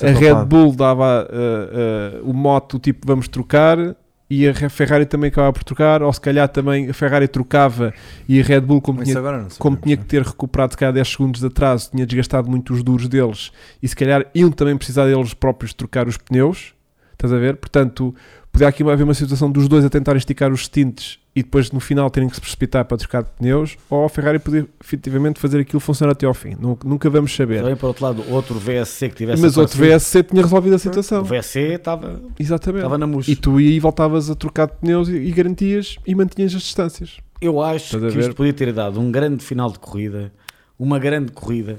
Speaker 1: a Red Bull dava uh, uh, o moto tipo vamos trocar e a Re- Ferrari também acabava por trocar, ou se calhar também a Ferrari trocava e a Red Bull, como,
Speaker 2: Mas
Speaker 1: tinha,
Speaker 2: isso agora não sabemos,
Speaker 1: como tinha que
Speaker 2: né?
Speaker 1: é. ter recuperado se calhar 10 segundos de atraso, tinha desgastado muito os duros deles e se calhar iam também precisar deles próprios trocar os pneus, estás a ver? Portanto, podia aqui haver uma situação dos dois a tentar esticar os stints e depois no final terem que se precipitar para trocar de pneus, ou a Ferrari podia efetivamente fazer aquilo funcionar até ao fim. Nu- Nunca vamos saber.
Speaker 3: também por outro lado, outro VSC que tivesse
Speaker 1: É. Mas outro
Speaker 3: aparecido,
Speaker 1: VSC tinha resolvido a situação.
Speaker 3: o VSC estava,
Speaker 1: Exatamente.
Speaker 3: estava na mousse.
Speaker 1: É. E tu aí voltavas a trocar de pneus e, e garantias e mantinhas as distâncias.
Speaker 3: Eu acho
Speaker 1: Estás a
Speaker 3: que
Speaker 1: ver?
Speaker 3: isto podia ter dado um grande final de corrida, uma grande corrida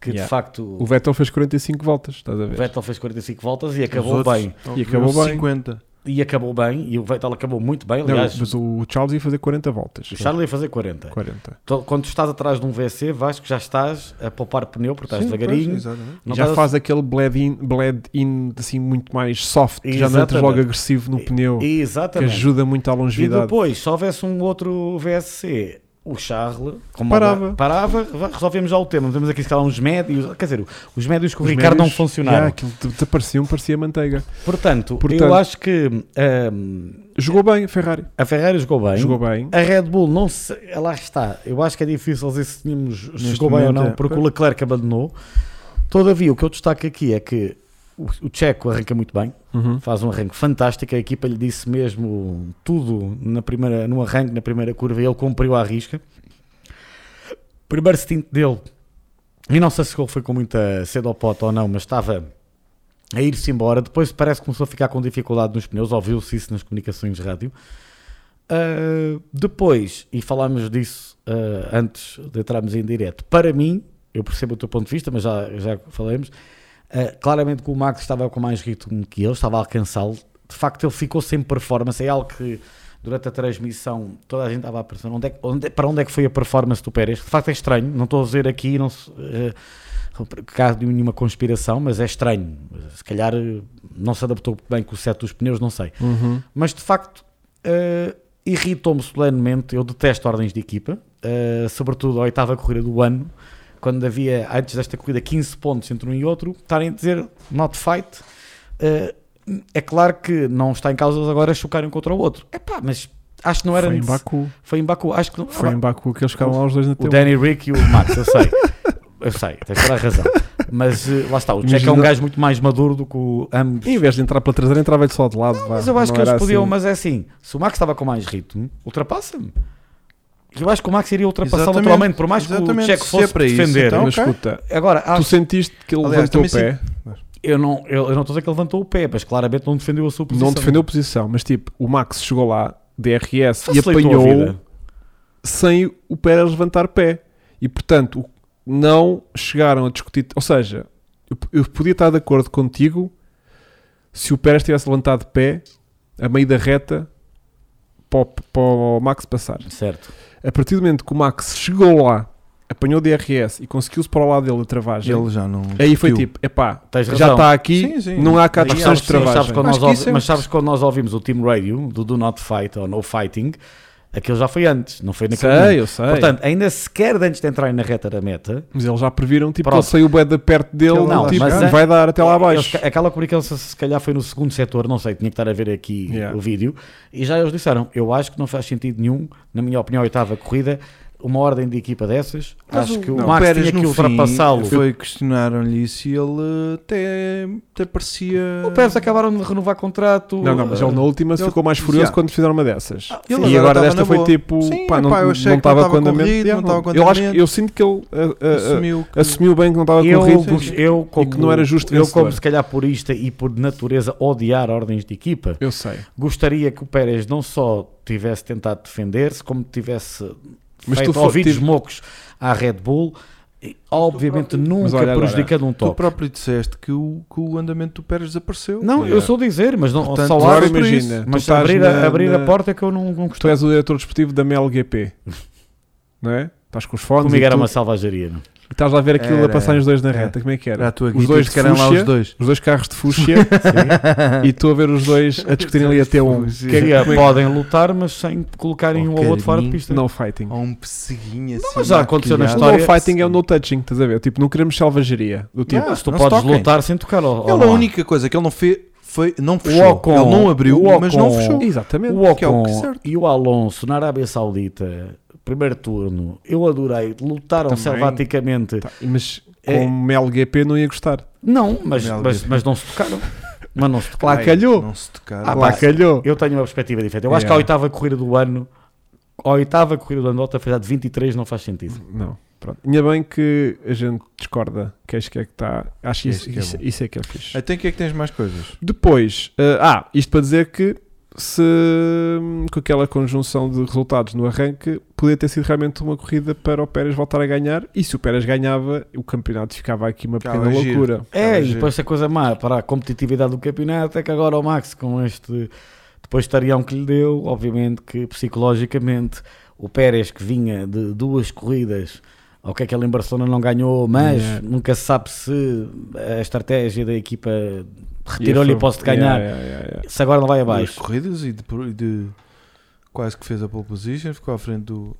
Speaker 3: que
Speaker 1: Yeah.
Speaker 3: de facto
Speaker 1: O Vettel fez 45 voltas, estás a
Speaker 3: o
Speaker 1: ver?
Speaker 3: Vettel fez 45 voltas e
Speaker 2: Os
Speaker 3: acabou
Speaker 2: outros
Speaker 3: bem.
Speaker 2: estão-
Speaker 1: E acabou
Speaker 2: viram
Speaker 1: bem.
Speaker 2: 50.
Speaker 3: E acabou bem, e o Vettel acabou muito bem,
Speaker 1: Não,
Speaker 3: aliás.
Speaker 1: mas o Charles ia fazer 40 voltas.
Speaker 3: o Charles ia fazer 40.
Speaker 1: 40.
Speaker 3: Então, Quando tu estás atrás de um VC, vais que já estás a poupar pneu, porque estás
Speaker 2: Sim,
Speaker 3: devagarinho.
Speaker 2: pois, exatamente.
Speaker 3: não
Speaker 1: E já
Speaker 3: estás a-
Speaker 1: faz aquele bled in, bled in assim muito mais soft, já não entras
Speaker 3: Exatamente.
Speaker 1: logo agressivo no pneu, que é
Speaker 3: Exatamente.
Speaker 1: ajuda muito à
Speaker 3: E
Speaker 1: longevidade.
Speaker 3: depois, se houvesse um outro VSC, o Charles como
Speaker 1: Parava.
Speaker 3: agora- parava, vá, resolvemos já o tema. Temos aqui se calhar uns médios, quer dizer, os médios que o Ricardo não funcionaram.
Speaker 1: Yeah, aquilo te- te pareciam, parecia manteiga.
Speaker 3: Portanto,
Speaker 1: Portanto-
Speaker 3: eu acho que hum,
Speaker 1: Jogou bem a Ferrari.
Speaker 3: a Ferrari jogou bem.
Speaker 1: Jogou bem.
Speaker 3: A Red Bull, não se, eh, lá está. Eu acho que é difícil dizer se tínhamos se
Speaker 2: Neste
Speaker 3: jogou bem ou
Speaker 2: momento
Speaker 3: não,
Speaker 2: é.
Speaker 3: porque o Leclerc abandonou. Todavia, o que eu destaco aqui é que o, o Checo arranca muito bem,
Speaker 1: Uhum.
Speaker 3: faz um arranque fantástico. A equipa lhe disse mesmo tudo na primeira, no arranque, na primeira curva, e ele cumpriu à risca. Primeiro stint dele, e não sei se foi com muita cedo ao pote ou não, mas estava a ir-se embora. Depois parece que começou a ficar com dificuldade nos pneus, ouviu-se isso nas comunicações de rádio. Ah, depois, e falámos disso ah, antes de entrarmos em direto, para mim, eu percebo o teu ponto de vista, mas já, já falamos, ah, claramente que o Max estava com mais ritmo que ele, estava a alcançá-lo. De facto, ele ficou sem performance, é algo que durante a transmissão toda a gente estava a pressionar. Onde é que- onde- para onde é que foi a performance do Pérez? De facto, é estranho, não estou a dizer aqui, não se. ah, caso de nenhuma conspiração, mas é estranho. Se calhar eh, não se adaptou bem com o set dos pneus, não sei.
Speaker 1: Uhum.
Speaker 3: Mas de facto, eh, irritou-me solenemente. Eu detesto ordens de equipa, eh, sobretudo a oitava corrida do ano, quando havia antes desta corrida 15 pontos entre um e outro, estarem a dizer not fight. Eh, é claro que não está em causa eles agora chocarem um contra o outro. É pá, mas acho que não era.
Speaker 1: Foi em
Speaker 3: necess-
Speaker 1: Baku.
Speaker 3: Foi em Baku. Acho que não.
Speaker 1: Foi em Baku que eles ficaram lá os dois na
Speaker 3: O
Speaker 1: tela.
Speaker 3: Danny Rick e o Max, eu sei. Eu sei, tens toda a razão. Mas eh, lá está, o Jack é um
Speaker 1: Imagina-
Speaker 3: gajo muito mais maduro do que o ambos.
Speaker 1: Em vez de entrar pela traseira, entrava-lhe só de lado. vá.
Speaker 3: Mas eu acho
Speaker 1: Não
Speaker 3: que eles
Speaker 1: era
Speaker 3: podiam,
Speaker 1: assim.
Speaker 3: mas é assim, se o Max estava com mais ritmo, ultrapassa-me. Eu acho que o Max iria ultrapassar
Speaker 2: Exatamente.
Speaker 3: naturalmente, por mais que o
Speaker 2: Exatamente.
Speaker 3: Checo
Speaker 2: Se
Speaker 3: fosse
Speaker 2: é para isso,
Speaker 3: defender.
Speaker 2: então-
Speaker 1: Mas
Speaker 2: Ok.
Speaker 1: escuta,
Speaker 3: Agora,
Speaker 1: tu
Speaker 3: acho-
Speaker 1: sentiste que ele
Speaker 2: Aliás,
Speaker 1: levantou o
Speaker 2: também
Speaker 1: pé.
Speaker 3: eu não eu, eu não estou a dizer que levantou o pé, mas claramente não defendeu a sua posição.
Speaker 1: Não defendeu posição, mas tipo, o Max chegou lá, DRS, e
Speaker 3: Facilitou a
Speaker 1: apanhou
Speaker 3: vida.
Speaker 1: sem o Pérez levantar pé. E portanto, o- não chegaram a discutir. Ou seja, eu, eu podia estar de acordo contigo se o Pérez tivesse levantado pé a meio da reta para o, para o Max passar.
Speaker 3: Certo.
Speaker 1: A partir do momento que o Max chegou lá, apanhou DRS e conseguiu-se para o lado dele a travagem,
Speaker 2: Ele já não.
Speaker 1: aí foi
Speaker 2: discutiu.
Speaker 1: tipo, epá,
Speaker 3: Tens
Speaker 1: já
Speaker 3: razão.
Speaker 1: está aqui,
Speaker 2: Sim, sim.
Speaker 1: não há cá
Speaker 2: Aí
Speaker 1: discussões de
Speaker 2: há- sim, sabes
Speaker 1: travagem.
Speaker 3: Sabes quando
Speaker 2: Acho
Speaker 3: nós
Speaker 2: que
Speaker 3: ouvi-
Speaker 2: isso é-
Speaker 3: Mas sabes quando nós ouvimos o Team Radio do Do Not Fight ou No Fighting, aquilo já foi antes, não foi naquele momento.
Speaker 1: Sei, eu sei.
Speaker 3: Portanto, ainda sequer antes de entrarem na reta da meta,
Speaker 1: Mas eles já previram, tipo,
Speaker 3: Pronto.
Speaker 1: ele saiu bué de perto dele,
Speaker 2: Ele não,
Speaker 1: tipo,
Speaker 3: mas é-
Speaker 1: vai dar até lá abaixo.
Speaker 3: Eles- aquela comunicação se calhar foi no segundo setor, não sei, tinha que estar a ver aqui
Speaker 1: Yeah.
Speaker 3: o vídeo. E já eles disseram: Eu acho que não faz sentido nenhum, na minha opinião, a oitava corrida, uma ordem de equipa dessas.
Speaker 2: Mas
Speaker 3: acho que o
Speaker 2: não,
Speaker 3: Max
Speaker 2: Pérez,
Speaker 3: tinha que
Speaker 2: no fim,
Speaker 3: ultrapassá-lo.
Speaker 2: Foi questionaram-lhe isso e ele até, até parecia.
Speaker 3: O Pérez acabaram de renovar contrato. Eh,
Speaker 1: Não, não, mas é um ele na última
Speaker 2: ele-
Speaker 1: ficou mais furioso
Speaker 2: Yeah.
Speaker 1: quando fizeram uma dessas.
Speaker 2: ele
Speaker 1: e
Speaker 2: agora
Speaker 1: agora
Speaker 2: tava
Speaker 1: desta
Speaker 2: na
Speaker 1: foi
Speaker 2: boa.
Speaker 1: tipo,
Speaker 2: Sim,
Speaker 1: pá, não,
Speaker 2: pá, eu
Speaker 1: não
Speaker 2: achei que
Speaker 1: estava
Speaker 2: não tava
Speaker 1: com andamento.
Speaker 2: corrido,
Speaker 1: Yeah,
Speaker 2: não tava com
Speaker 1: eu, acho, que-
Speaker 2: andamento.
Speaker 1: eu sinto que ele ah, ah, ah,
Speaker 3: uh,
Speaker 2: assumiu que.
Speaker 1: assumiu bem que não estava
Speaker 3: Eu,
Speaker 1: com ritmo.
Speaker 3: gost- eu, como,
Speaker 1: não era justo
Speaker 3: eu
Speaker 1: vencedor.
Speaker 3: como se calhar purista e por natureza odiar ordens de equipa,
Speaker 1: Eu sei.
Speaker 3: gostaria que o Pérez não só tivesse tentado defender-se, como tivesse
Speaker 1: Mas
Speaker 3: feito
Speaker 1: tu fo- tipo-
Speaker 3: ouvidos
Speaker 1: tive-
Speaker 3: mocos à Red Bull, e, obviamente
Speaker 1: Mas
Speaker 3: nunca
Speaker 1: olha agora,
Speaker 3: prejudicando um
Speaker 2: Tu
Speaker 3: top.
Speaker 2: próprio disseste que o, que o andamento do Pérez desapareceu.
Speaker 3: Não, eu
Speaker 1: Yeah.
Speaker 3: sou dizer, mas não
Speaker 2: Portanto,
Speaker 3: só
Speaker 2: Claro,
Speaker 1: Agora
Speaker 3: abro,
Speaker 2: por
Speaker 1: imagina, tu
Speaker 3: mas
Speaker 1: estás
Speaker 3: abrir,
Speaker 1: na-
Speaker 3: a, abrir
Speaker 1: na-
Speaker 3: a porta é que eu não, não
Speaker 1: Tu
Speaker 3: gostei.
Speaker 1: és o diretor desportivo da MLGP, não é? Estás com os fones
Speaker 3: Comigo
Speaker 1: e
Speaker 3: era
Speaker 1: tudo,
Speaker 3: uma salvajaria. não? é?
Speaker 1: e estás lá a ver aquilo a
Speaker 2: Era,
Speaker 1: passarem os dois na
Speaker 2: era.
Speaker 1: reta. Como é que
Speaker 2: Era
Speaker 1: era?
Speaker 2: a tua
Speaker 1: Os dois
Speaker 2: que eram lá
Speaker 1: Fuchsia.
Speaker 2: os dois.
Speaker 1: Os dois carros de
Speaker 2: (laughs)
Speaker 1: fuxia e tu a ver os dois a discutirem ali até um.
Speaker 2: Fuchsia.
Speaker 1: Que é-
Speaker 3: Seria,
Speaker 1: como é
Speaker 3: podem lutar, mas sem colocarem um ao
Speaker 2: Qualquer
Speaker 3: outro fora de
Speaker 2: mim.
Speaker 1: que-
Speaker 3: pista.
Speaker 1: No fighting.
Speaker 2: Ou um pesseguinho assim.
Speaker 3: mas já aconteceu na
Speaker 1: O
Speaker 2: maquilhado.
Speaker 1: no
Speaker 3: história-
Speaker 1: fighting é o no touching, estás a ver? Tipo, não queremos selvageria. Do tipo,
Speaker 2: Yeah.
Speaker 3: Ah, Se tu
Speaker 2: Não se
Speaker 3: podes
Speaker 2: toquem.
Speaker 3: lutar sem tocar.
Speaker 1: É
Speaker 3: ao- ao
Speaker 2: Ele, a
Speaker 3: mar.
Speaker 2: única coisa que ele não fez foi. Não fechou.
Speaker 3: Ocon-
Speaker 2: ele não abriu,
Speaker 3: o
Speaker 2: mas não
Speaker 3: Ocon-
Speaker 2: fechou.
Speaker 1: exatamente.
Speaker 3: O
Speaker 2: que é o que é
Speaker 3: Ocon
Speaker 2: certo.
Speaker 3: e o Alonso na Arábia Saudita, primeiro turno, eu adorei. Lutaram
Speaker 1: Também.
Speaker 3: selvaticamente.
Speaker 1: Tá, mas
Speaker 3: É-
Speaker 1: como LGP não ia gostar.
Speaker 3: Não, mas,
Speaker 1: é
Speaker 2: Meu
Speaker 3: mas,
Speaker 2: Deus.
Speaker 3: mas não se tocaram. Mas não se tocaram.
Speaker 1: Lá calhou.
Speaker 2: Não se tocaram.
Speaker 3: Ah,
Speaker 1: lá
Speaker 3: pá,
Speaker 1: calhou.
Speaker 3: Eu tenho uma perspectiva diferente. Eu acho
Speaker 1: Yeah.
Speaker 3: que a oitava corrida do ano, a oitava corrida do ano, outra fez de 23, não faz sentido.
Speaker 1: Não. Pronto. Ainda bem que a gente discorda. Que acho que é que está. Acho que isso,
Speaker 2: Este que é
Speaker 1: isso,
Speaker 2: bom.
Speaker 1: isso é que é fixe.
Speaker 2: Até que é que tens mais coisas?
Speaker 1: Depois, eh, ah, isto para dizer que se hum, com aquela conjunção de resultados no arranque, podia ter sido realmente uma corrida para o Pérez voltar a ganhar. E se o Pérez ganhava, o campeonato ficava aqui uma
Speaker 2: Ficava
Speaker 1: pequena
Speaker 2: giro.
Speaker 1: loucura.
Speaker 3: É,
Speaker 2: Ah,
Speaker 3: e
Speaker 2: giro.
Speaker 3: depois a coisa má para a competitividade do campeonato é que agora o Max, com este depois tarião que lhe deu, obviamente que psicologicamente o Pérez que vinha de duas corridas, o que é que ele em Barcelona não ganhou, mas
Speaker 1: Yeah.
Speaker 3: nunca se sabe se a estratégia da equipa retirou-lhe a posse de ganhar,
Speaker 1: Yeah, yeah, yeah, yeah.
Speaker 3: se agora não vai
Speaker 2: Duas
Speaker 3: abaixo.
Speaker 2: corridas e de, e de- quase que fez a pole position, ficou à frente do.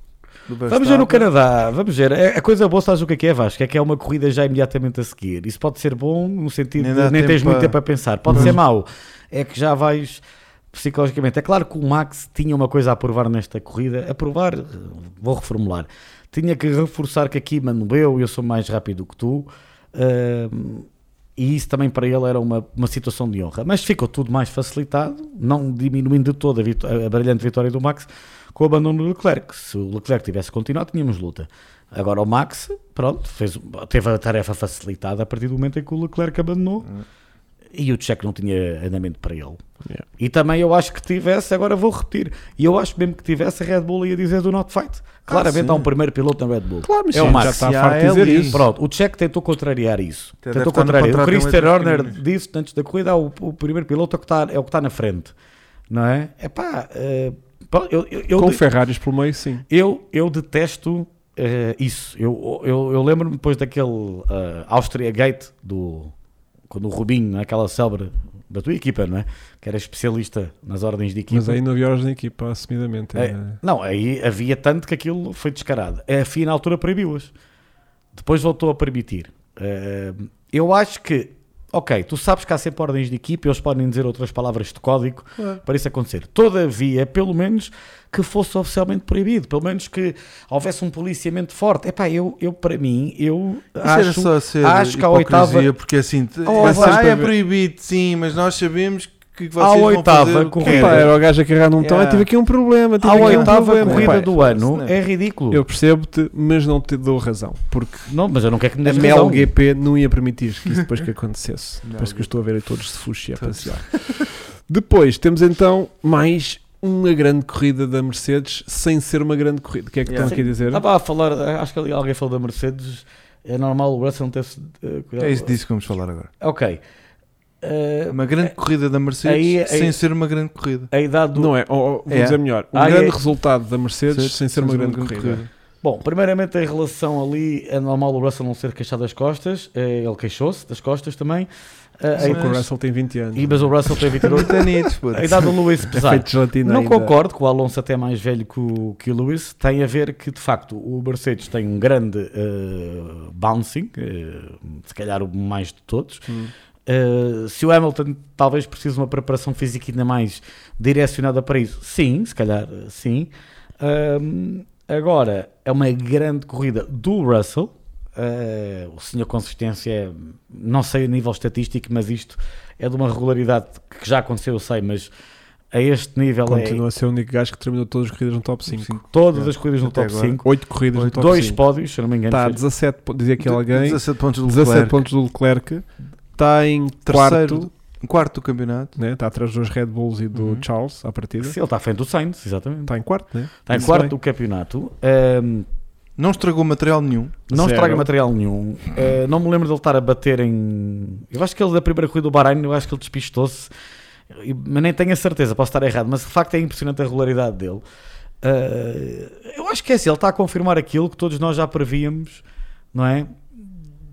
Speaker 2: do
Speaker 3: Vamos ver no Canadá, vamos ver. É- A coisa boa, sabes o que é que é, Vasco? É que é uma corrida já imediatamente a seguir. Isso pode ser bom no sentido
Speaker 2: Nem
Speaker 3: de
Speaker 2: dá
Speaker 3: nem
Speaker 2: tempo
Speaker 3: tens muito
Speaker 2: a- Uhum.
Speaker 3: tempo a pensar. Pode ser mau. É que já vais psicologicamente. É claro que o Max tinha uma coisa a provar nesta corrida. A provar, eh, vou reformular. Tinha que reforçar que aqui mano eu, eu sou mais rápido que tu. Ahm, e isso também para ele era uma, uma situação de honra. Mas ficou tudo mais facilitado, não diminuindo de todo a, vitó- a brilhante vitória do Max com o abandono do Leclerc. Se o Leclerc tivesse continuado, tínhamos luta. Agora o Max, pronto, fez, um, teve a tarefa facilitada a partir do momento em que o Leclerc abandonou e o Checo não tinha andamento para ele.
Speaker 1: Yeah.
Speaker 3: E também eu acho que tivesse, agora vou repetir, e eu acho mesmo que tivesse a Red Bull ia dizer do not fight. Claramente
Speaker 2: sim.
Speaker 3: há um primeiro piloto na Red Bull.
Speaker 1: Ah, Claro, mas
Speaker 3: é
Speaker 1: sim,
Speaker 3: o Max.
Speaker 1: já está
Speaker 2: Já
Speaker 1: farto de
Speaker 2: é
Speaker 1: dizer
Speaker 2: ali.
Speaker 1: isso.
Speaker 3: Pronto, o Checo tentou contrariar isso.
Speaker 2: Até deve
Speaker 3: tentou
Speaker 2: estar no
Speaker 3: contrariar. O
Speaker 2: contrato em letras
Speaker 3: Christian Horner
Speaker 2: pequeninas.
Speaker 3: disse antes da corrida: ah, o, o primeiro piloto é o que está é o que está na frente, não é? É pá, eh, pá, eu, eu, eu,
Speaker 1: Com Ferraris pelo meio, sim.
Speaker 3: eu, eu detesto eh, isso. Eu, eu, eu lembro-me depois daquele eh, Áustria Gate, do, quando o Rubinho, não é? aquela célebre da tua equipa, não é? Que era especialista nas ordens de equipa.
Speaker 1: Mas aí não havia horas na equipa, assumidamente. né?
Speaker 3: É,
Speaker 1: era-
Speaker 3: não, aí havia tanto que aquilo foi descarado. A FIA na altura proibiu-as. Depois voltou a permitir. Eh, eu acho que, ok, tu sabes que há sempre ordens de equipe, eles podem dizer outras palavras de código para isso acontecer. Todavia, pelo menos que fosse oficialmente proibido, pelo menos que houvesse um policiamento forte. Epá, eu, eu para mim, eu
Speaker 2: Acho,
Speaker 3: acho,
Speaker 2: só ser
Speaker 3: acho que a
Speaker 2: hipocrisia,
Speaker 3: oitava-
Speaker 2: Porque assim, te-
Speaker 3: Oh,
Speaker 2: mas,
Speaker 3: vai,
Speaker 2: ah, é
Speaker 1: vai.
Speaker 2: proibido, sim, mas nós sabemos que vocês
Speaker 3: À
Speaker 2: vão
Speaker 3: oitava
Speaker 2: fazer o que
Speaker 3: corrida.
Speaker 1: Epá,
Speaker 2: querem.
Speaker 1: era o gajo a carregar num tom.
Speaker 2: Yeah.
Speaker 1: Eu tive aqui um problema. Tive
Speaker 3: à
Speaker 1: aqui um
Speaker 3: oitava
Speaker 1: problema.
Speaker 3: corrida
Speaker 1: Epá,
Speaker 3: do ano,
Speaker 2: não.
Speaker 3: é ridículo.
Speaker 1: Eu percebo-te, mas não te dou razão. Porque
Speaker 3: Não, mas eu não quero que me
Speaker 1: a
Speaker 3: des razão.
Speaker 1: MLGP não ia permitir que isso depois que acontecesse. Parece que eu estou a ver a todos de fuxi a
Speaker 2: Todos.
Speaker 1: passear. Depois temos então mais uma grande corrida da Mercedes sem ser uma grande corrida. O que é que
Speaker 2: Yeah.
Speaker 1: estão aqui a dizer?
Speaker 3: Estava a falar, acho que ali alguém falou da Mercedes. É normal o Russell não ter-se. eh, cuidado.
Speaker 2: É isso disso que vamos falar agora.
Speaker 3: Ok. Eh,
Speaker 2: Uma grande corrida da Mercedes
Speaker 3: aí- é- aí-
Speaker 2: sem ser uma grande corrida.
Speaker 3: a idade do.
Speaker 1: Não é? Ou, ou, vou
Speaker 2: É.
Speaker 1: dizer melhor. Um
Speaker 3: Ah,
Speaker 1: grande
Speaker 3: é.
Speaker 1: resultado da Mercedes sem ser uma grande, corrida.
Speaker 3: Bom, primeiramente em relação ali, é normal o Russell não ser queixado das costas. eh, ele queixou-se das costas também. Eh,
Speaker 1: Só
Speaker 3: a
Speaker 1: que o
Speaker 3: idade-
Speaker 1: Russell tem 20 anos.
Speaker 3: e, mas o Russell tem 22.
Speaker 2: Britanitos,
Speaker 3: a idade do
Speaker 1: (laughs)
Speaker 3: Lewis
Speaker 1: é
Speaker 3: pesar.
Speaker 1: feito de gelatina
Speaker 3: Não
Speaker 1: ainda.
Speaker 3: concordo que o Alonso até é mais velho que o, que o Lewis. Tem a ver que, de facto, o Mercedes tem um grande eh, bouncing, eh, se calhar o mais de todos.
Speaker 1: Hum.
Speaker 3: Uh, se o Hamilton talvez precise de uma preparação física ainda mais direcionada para isso, sim, se calhar uh, sim. Um, agora é uma grande corrida do Russell. Uh, o senhor consistência, é- não sei a nível estatístico, mas isto é de uma regularidade que já aconteceu, eu sei, mas a este nível
Speaker 1: Continua a ser o único gajo que terminou todas as corridas no top 5.
Speaker 3: é todas
Speaker 2: é,
Speaker 3: as corridas no
Speaker 2: até
Speaker 3: top
Speaker 2: agora.
Speaker 3: 5,
Speaker 1: 8 corridas no top Tá
Speaker 3: dois
Speaker 1: 5.
Speaker 3: pódios, se eu não me engano.
Speaker 1: Está a
Speaker 3: foi-
Speaker 1: 17, po- dizia aqui alguém,
Speaker 2: 17 pontos do
Speaker 1: 17
Speaker 2: Leclerc.
Speaker 1: pontos do Leclerc. Está em
Speaker 2: Terceiro,
Speaker 1: quarto,
Speaker 2: do- quarto do campeonato.
Speaker 1: né? está atrás dos Red Bulls e do
Speaker 2: Uhum.
Speaker 1: Charles à partida.
Speaker 3: Sim, ele está à frente do Sainz, exatamente.
Speaker 1: Está em quarto, né?
Speaker 3: Está em
Speaker 1: Isso
Speaker 3: quarto
Speaker 1: bem.
Speaker 3: do campeonato. Um,
Speaker 2: Não estragou material nenhum.
Speaker 3: Não
Speaker 1: Zero.
Speaker 3: estraga material nenhum.
Speaker 1: Hum.
Speaker 3: Eh, não me lembro de ele estar a bater em. Eu acho que ele da primeira corrida do Bahrein, eu acho que ele despistou-se. E- Mas nem tenho a certeza, posso estar errado. Mas de facto é impressionante a regularidade dele. Eh, eu acho que é assim, ele está a confirmar aquilo que todos nós já prevíamos, não é?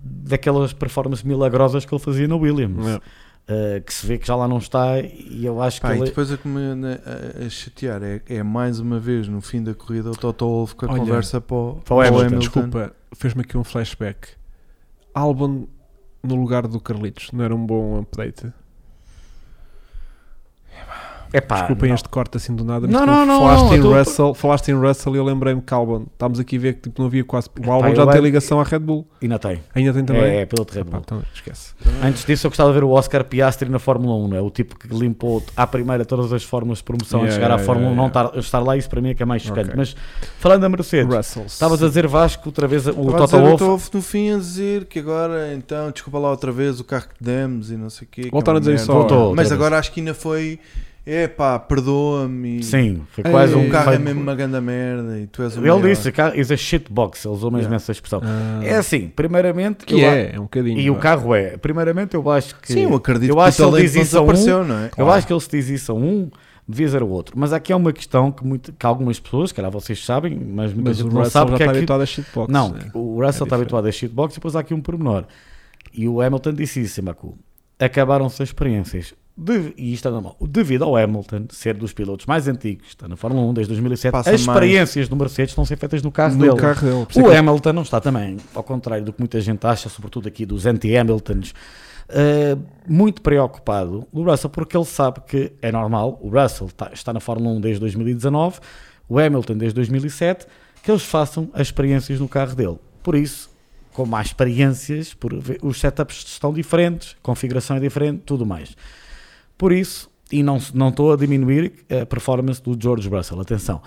Speaker 3: Daquelas performances milagrosas que ele fazia no Williams.
Speaker 1: Não.
Speaker 3: Eh, que se vê que já lá não está. E eu acho
Speaker 2: Pá,
Speaker 3: que
Speaker 2: e
Speaker 3: ele. é-
Speaker 2: depois a que me anda a, a chatear é, é mais uma vez no fim da corrida o Toto Wolff com a
Speaker 1: Olha,
Speaker 2: conversa para o,
Speaker 3: para o Hamilton.
Speaker 1: Desculpa, fez-me aqui um flashback. Albon no lugar do Carlitos, não era um bom update.
Speaker 3: Epá,
Speaker 1: Desculpem
Speaker 3: não.
Speaker 1: este corte assim do nada, mas
Speaker 3: Não,
Speaker 1: tu
Speaker 3: não, não,
Speaker 1: falaste,
Speaker 3: não,
Speaker 1: em
Speaker 3: eu tô-
Speaker 1: Russell, falaste em Russell e eu lembrei-me que Albon. Estávamos aqui a ver que tipo, não havia quase. O Albon
Speaker 3: eu
Speaker 1: já tem
Speaker 3: acho-
Speaker 1: ligação à Red Bull.
Speaker 3: E não tem.
Speaker 1: Ainda tem
Speaker 3: É,
Speaker 1: também.
Speaker 3: é piloto de Red
Speaker 1: Pá,
Speaker 3: Bull.
Speaker 1: então esquece.
Speaker 3: Antes disso, eu gostava de ver o Oscar Piastri na Fórmula 1, é o tipo que limpou à primeira todas as fórmulas de promoção
Speaker 1: Yeah,
Speaker 3: a chegar
Speaker 1: yeah,
Speaker 3: à Fórmula 1,
Speaker 1: yeah,
Speaker 3: não estar, estar lá, isso para mim é que é mais chocante.
Speaker 1: Ok.
Speaker 3: Mas falando da Mercedes,
Speaker 1: Russell.
Speaker 3: estavas a dizer Vasco, outra vez o
Speaker 2: Estava a
Speaker 3: Toto
Speaker 2: dizer
Speaker 3: Wolff.
Speaker 2: O Toto Wolff no fim a dizer que agora, então, desculpa lá outra vez o carro que demos e não sei o quê. que é
Speaker 1: Voltaram a
Speaker 2: uma
Speaker 1: dizer
Speaker 2: merda.
Speaker 1: isso agora.
Speaker 3: Voltou.
Speaker 2: Mas
Speaker 3: Outra
Speaker 2: agora acho que ainda foi, epá, perdoa-me. e
Speaker 3: Sim, foi
Speaker 1: Ei,
Speaker 3: quase um
Speaker 2: O carro é
Speaker 3: foi-
Speaker 2: mesmo uma grande merda e tu és um o
Speaker 3: Ele
Speaker 2: melhor.
Speaker 3: disse, "Car- is a shitbox, ele usou mesmo
Speaker 2: Yeah.
Speaker 3: essa expressão.
Speaker 1: Ah,
Speaker 3: É assim, primeiramente,
Speaker 1: que
Speaker 3: eu a-
Speaker 1: é, é um bocadinho.
Speaker 3: e o
Speaker 1: vá.
Speaker 3: carro é, primeiramente eu acho que...
Speaker 2: Sim, eu acredito
Speaker 3: eu
Speaker 2: que
Speaker 3: acho
Speaker 2: o
Speaker 3: que ele
Speaker 2: talento
Speaker 3: diz
Speaker 2: não
Speaker 3: isso a um,
Speaker 2: desapareceu, não é?
Speaker 3: Eu acho que ele se diz isso a um, devia ser o outro. Mas aqui é uma questão que, muito, que algumas pessoas, que calhar vocês sabem, mas muita
Speaker 1: Mas o
Speaker 3: gente
Speaker 1: Russell
Speaker 3: não
Speaker 1: já
Speaker 3: sabe
Speaker 1: está
Speaker 3: porque é que
Speaker 1: habituado a shitbox.
Speaker 3: Não,
Speaker 1: né?
Speaker 3: o Russell
Speaker 1: É
Speaker 3: está
Speaker 1: diferente.
Speaker 3: habituado a shitbox e depois há aqui um pormenor. E o Hamilton disse isso em Baku. Acabaram-se as experiências. de- e isto é normal, devido ao Hamilton ser dos pilotos mais antigos, está na Fórmula 1 desde 2007,
Speaker 2: Passa
Speaker 3: as
Speaker 2: mais.
Speaker 3: experiências do Mercedes estão a ser feitas no carro
Speaker 1: no
Speaker 3: dele.
Speaker 1: carro dele. Por isso é
Speaker 3: O
Speaker 1: que ele-
Speaker 3: Hamilton não está também, ao contrário do que muita gente acha, sobretudo aqui dos anti-Hamiltons, eh, muito preocupado do Russell, porque ele sabe que é normal, o Russell tá- está na Fórmula 1 desde 2019, o Hamilton desde 2007, que eles façam as experiências no carro dele. Por isso, como há experiências, por ve- os setups estão diferentes, configuração é diferente, tudo mais. Por isso, e não se- não estou a diminuir eh, a performance do George Russell, atenção.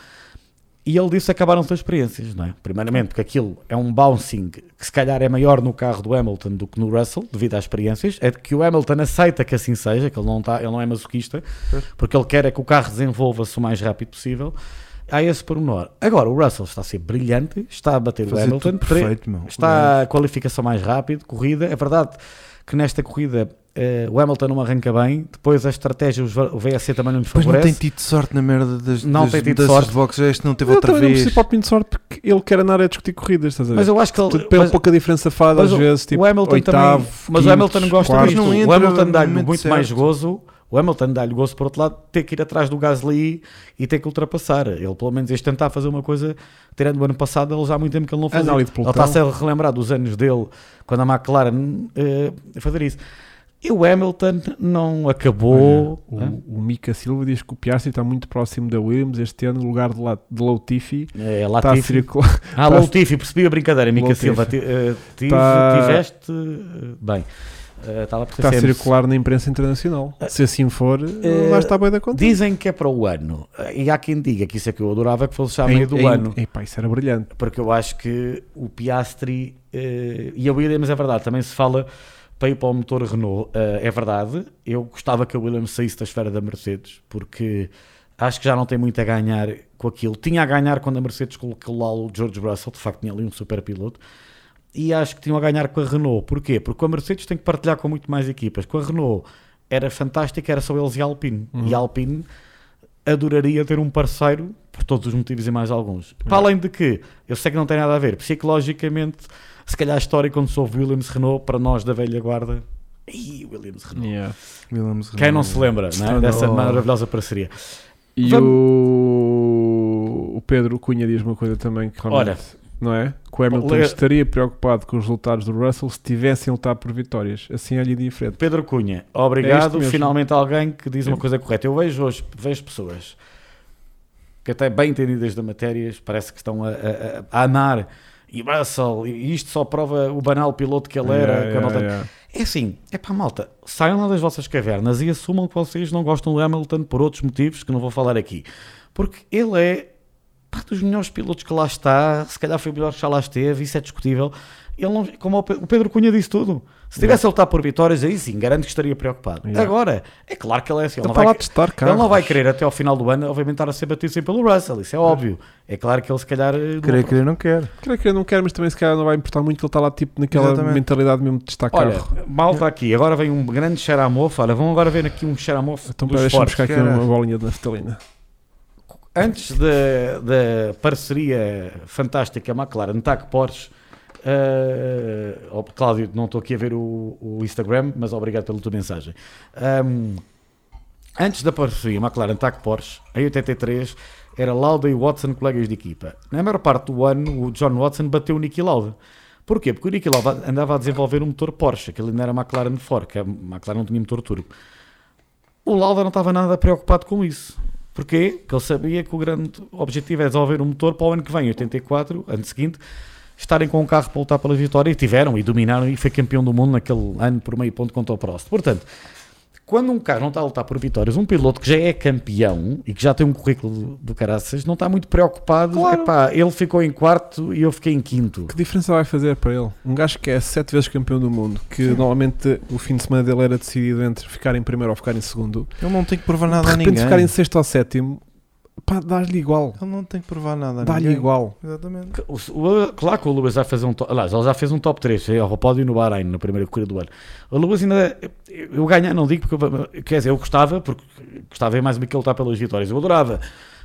Speaker 3: E ele disse que acabaram-se as experiências, não é? Primeiramente, porque aquilo é um bouncing que se calhar é maior no carro do Hamilton do que no Russell, devido às experiências. É que o Hamilton aceita que assim seja, que ele não, tá, ele não é masoquista,
Speaker 2: Pois.
Speaker 3: porque ele quer é que o carro desenvolva-se o mais rápido possível. Há esse pormenor. Agora, o Russell está a ser brilhante, está a bater o
Speaker 2: Fazer
Speaker 3: Hamilton,
Speaker 2: tudo perfeito, meu.
Speaker 3: Está a qualificação mais rápido, corrida. É verdade que nesta corrida eh, o Hamilton não arranca bem, depois a estratégia, os va- o VSC também não lhe
Speaker 2: Pois não tem
Speaker 3: favorece.
Speaker 2: tido sorte na merda das,
Speaker 3: Não
Speaker 2: das
Speaker 3: tem tido
Speaker 2: mudanças
Speaker 3: sorte.
Speaker 2: de boxe. Este não teve
Speaker 1: Ele
Speaker 2: outra
Speaker 1: também não
Speaker 2: vez.
Speaker 1: precisa para o Pinho de Sorte porque ele quer andar a discutir corridas, estás a ver?
Speaker 3: mas eu acho que ele,
Speaker 1: Tudo pela
Speaker 3: mas-
Speaker 1: pouca diferença faz
Speaker 3: mas
Speaker 1: às
Speaker 3: o-
Speaker 1: vezes, tipo,
Speaker 3: o Hamilton
Speaker 1: oitavo,
Speaker 3: também, mas o Hamilton
Speaker 1: quinto,
Speaker 3: gosta
Speaker 1: quarto.
Speaker 2: mas
Speaker 3: disto.
Speaker 2: não
Speaker 3: o
Speaker 2: entra
Speaker 3: Hamilton
Speaker 2: no
Speaker 3: dá-lhe
Speaker 2: momento
Speaker 3: muito mais
Speaker 2: certo.
Speaker 3: gozo. O Hamilton dá-lhe gozo por outro lado, ter que ir atrás do Gasly e ter que ultrapassar. Ele pelo menos este tentar fazer uma coisa, tirando o ano passado, ele já há muito tempo que ele não fazia.
Speaker 1: Análise Ah, de
Speaker 3: Ele
Speaker 1: pelotão.
Speaker 3: está a ser relembrado dos anos dele quando a McLaren eh, a fazer isso. E o Hamilton não acabou.
Speaker 1: Olha,
Speaker 3: Hã?
Speaker 1: o, o Mika Silva diz que o Piastri está muito próximo da Williams este ano, no lugar de, La, de Latifi.
Speaker 3: É,
Speaker 1: (laughs) Está Tá a
Speaker 3: Latifi.
Speaker 1: circular.
Speaker 3: Ah,
Speaker 1: Tá-
Speaker 3: Loutifi, percebi a brincadeira, Mica
Speaker 1: Latifi.
Speaker 3: Silva. Ti- eh, tive-
Speaker 1: Tá-
Speaker 3: Tiveste. eh, Bem, eh, estava a
Speaker 1: Está a
Speaker 3: perceber.
Speaker 1: circular na imprensa internacional. Se assim for,
Speaker 3: eh,
Speaker 1: vai estar bem da conta.
Speaker 3: Dizem que é para o ano. E há quem diga que isso é que eu adorava que fosse já a meio do
Speaker 1: Em- em-
Speaker 3: ano.
Speaker 1: Epá, isso era brilhante.
Speaker 3: Porque eu acho que o Piastri eh, e a Williams é verdade, também se fala para ir para o motor Renault, eh, é verdade. Eu gostava que a Williams saísse da esfera da Mercedes, porque acho que já não tem muito a ganhar com aquilo. Tinha a ganhar quando a Mercedes colocou lá o George Russell, de facto tinha ali um super piloto. E acho que tinham a ganhar com a Renault. Porquê? Porque com a Mercedes tem que partilhar com muito mais equipas. Com a Renault era fantástica, era só eles e a Alpine. E a Alpine adoraria ter um parceiro por todos os motivos e mais alguns. Para além de que, eu sei que não tem nada a ver, psicologicamente, se calhar a história quando soube Williams Renault, para nós da velha guarda, Ih, Williams Renault.
Speaker 2: Williams
Speaker 3: Quem não
Speaker 2: Uhum. Renault.
Speaker 3: se lembra não é?
Speaker 1: Oh,
Speaker 3: dessa
Speaker 1: não.
Speaker 3: maravilhosa parceria?
Speaker 1: E
Speaker 3: Vamos-
Speaker 1: o... o Pedro Cunha diz uma coisa também que realmente.
Speaker 3: Ora.
Speaker 1: Não é? Que o Hamilton
Speaker 3: Ler-
Speaker 1: estaria preocupado com os resultados do Russell se tivessem lutado por vitórias. Assim é-lhe diferente.
Speaker 3: Pedro Cunha,
Speaker 1: É
Speaker 3: obrigado.
Speaker 1: isto mesmo.
Speaker 3: Finalmente alguém que diz uma
Speaker 1: É.
Speaker 3: coisa correta. Eu vejo hoje, vejo pessoas que até bem entendidas da matéria, parece que estão a, a- a- a amar e Russell, e isto só prova o banal piloto que ele era.
Speaker 1: Yeah,
Speaker 3: que a
Speaker 1: yeah,
Speaker 3: malta-
Speaker 1: yeah.
Speaker 3: É assim, é para malta, saiam lá das vossas cavernas e assumam que vocês não gostam do Hamilton por outros motivos que não vou falar aqui. Porque ele é pá, dos melhores pilotos que lá está, se calhar foi o melhor que já lá esteve, isso é discutível. Ele não, como o Pe- o Pedro Cunha disse tudo, se tivesse a lutar por vitórias, aí sim, garanto que estaria preocupado.
Speaker 1: Yeah.
Speaker 3: Agora, é claro que ele é assim, ele
Speaker 1: Ele está Então
Speaker 3: não
Speaker 1: tá lá a
Speaker 3: vai,
Speaker 1: testar carros.
Speaker 3: ele não vai querer até ao final do ano, obviamente, estar a ser batido sempre pelo Russell, isso é óbvio. É claro que ele se calhar. eh, não-
Speaker 2: Querer, querer, não quer.
Speaker 1: Creio que ele não quer, mas também se calhar não vai importar muito. Ele está lá tipo naquela
Speaker 2: Exatamente.
Speaker 1: mentalidade mesmo de testar
Speaker 3: Olha,
Speaker 1: carro.
Speaker 3: malta aqui, agora vem um grande xaramofo. Olha, vão agora ver aqui um xaramofo.
Speaker 1: Então
Speaker 3: dos
Speaker 1: para deixa-me
Speaker 3: fortes.
Speaker 1: buscar aqui
Speaker 2: Caralho.
Speaker 1: uma bolinha de naftalina.
Speaker 3: Antes da, da parceria fantástica McLaren TAC Porsche, eh, oh, Cláudio, não estou aqui a ver o, o Instagram, mas obrigado pela tua mensagem. Ahm, antes da parceria McLaren TAC Porsche, em 83, era Lauda e Watson colegas de equipa. Na maior parte do ano, o John Watson bateu o Niki Lauda. Porquê? Porque o Niki Lauda andava a desenvolver um motor Porsche, aquele não era McLaren Ford, que a McLaren não tinha motor turbo. O Lauda não estava nada preocupado com isso. Porquê? Porque ele sabia que o grande objetivo é desenvolver um motor para o ano que vem, 84, ano seguinte, estarem com um carro para lutar pela vitória e tiveram e dominaram e foi campeão do mundo naquele ano por meio ponto contra o Prost. Portanto, quando um carro não está a lutar por vitórias, um piloto que já é campeão e que já tem um currículo do, do caraças, não está muito preocupado.
Speaker 1: Claro.
Speaker 3: Epá, ele ficou em quarto e eu fiquei em quinto.
Speaker 1: Que diferença vai fazer para ele? Um gajo que é sete vezes campeão do mundo, que normalmente o fim de semana dele era decidido entre ficar em primeiro ou ficar em segundo.
Speaker 2: Ele não tem que provar nada
Speaker 1: de
Speaker 2: a
Speaker 1: repente
Speaker 2: ninguém.
Speaker 1: ficar em sexto ou sétimo, pá, dá-lhe igual.
Speaker 2: Ele não tem que provar nada a
Speaker 1: Dá-lhe
Speaker 2: ninguém.
Speaker 1: igual.
Speaker 2: Exatamente.
Speaker 3: Que o- o- claro que o Lewis vai fazer um top. Aliás, ele já fez um top 3 eh, ao pódio no Bahrein, na primeira corrida do ano. O Lewis ainda. Eu eu ganhar, não digo, porque. eu- Quer dizer, eu gostava, porque gostava de ver mais do que ele está pelas vitórias. Eu adorava.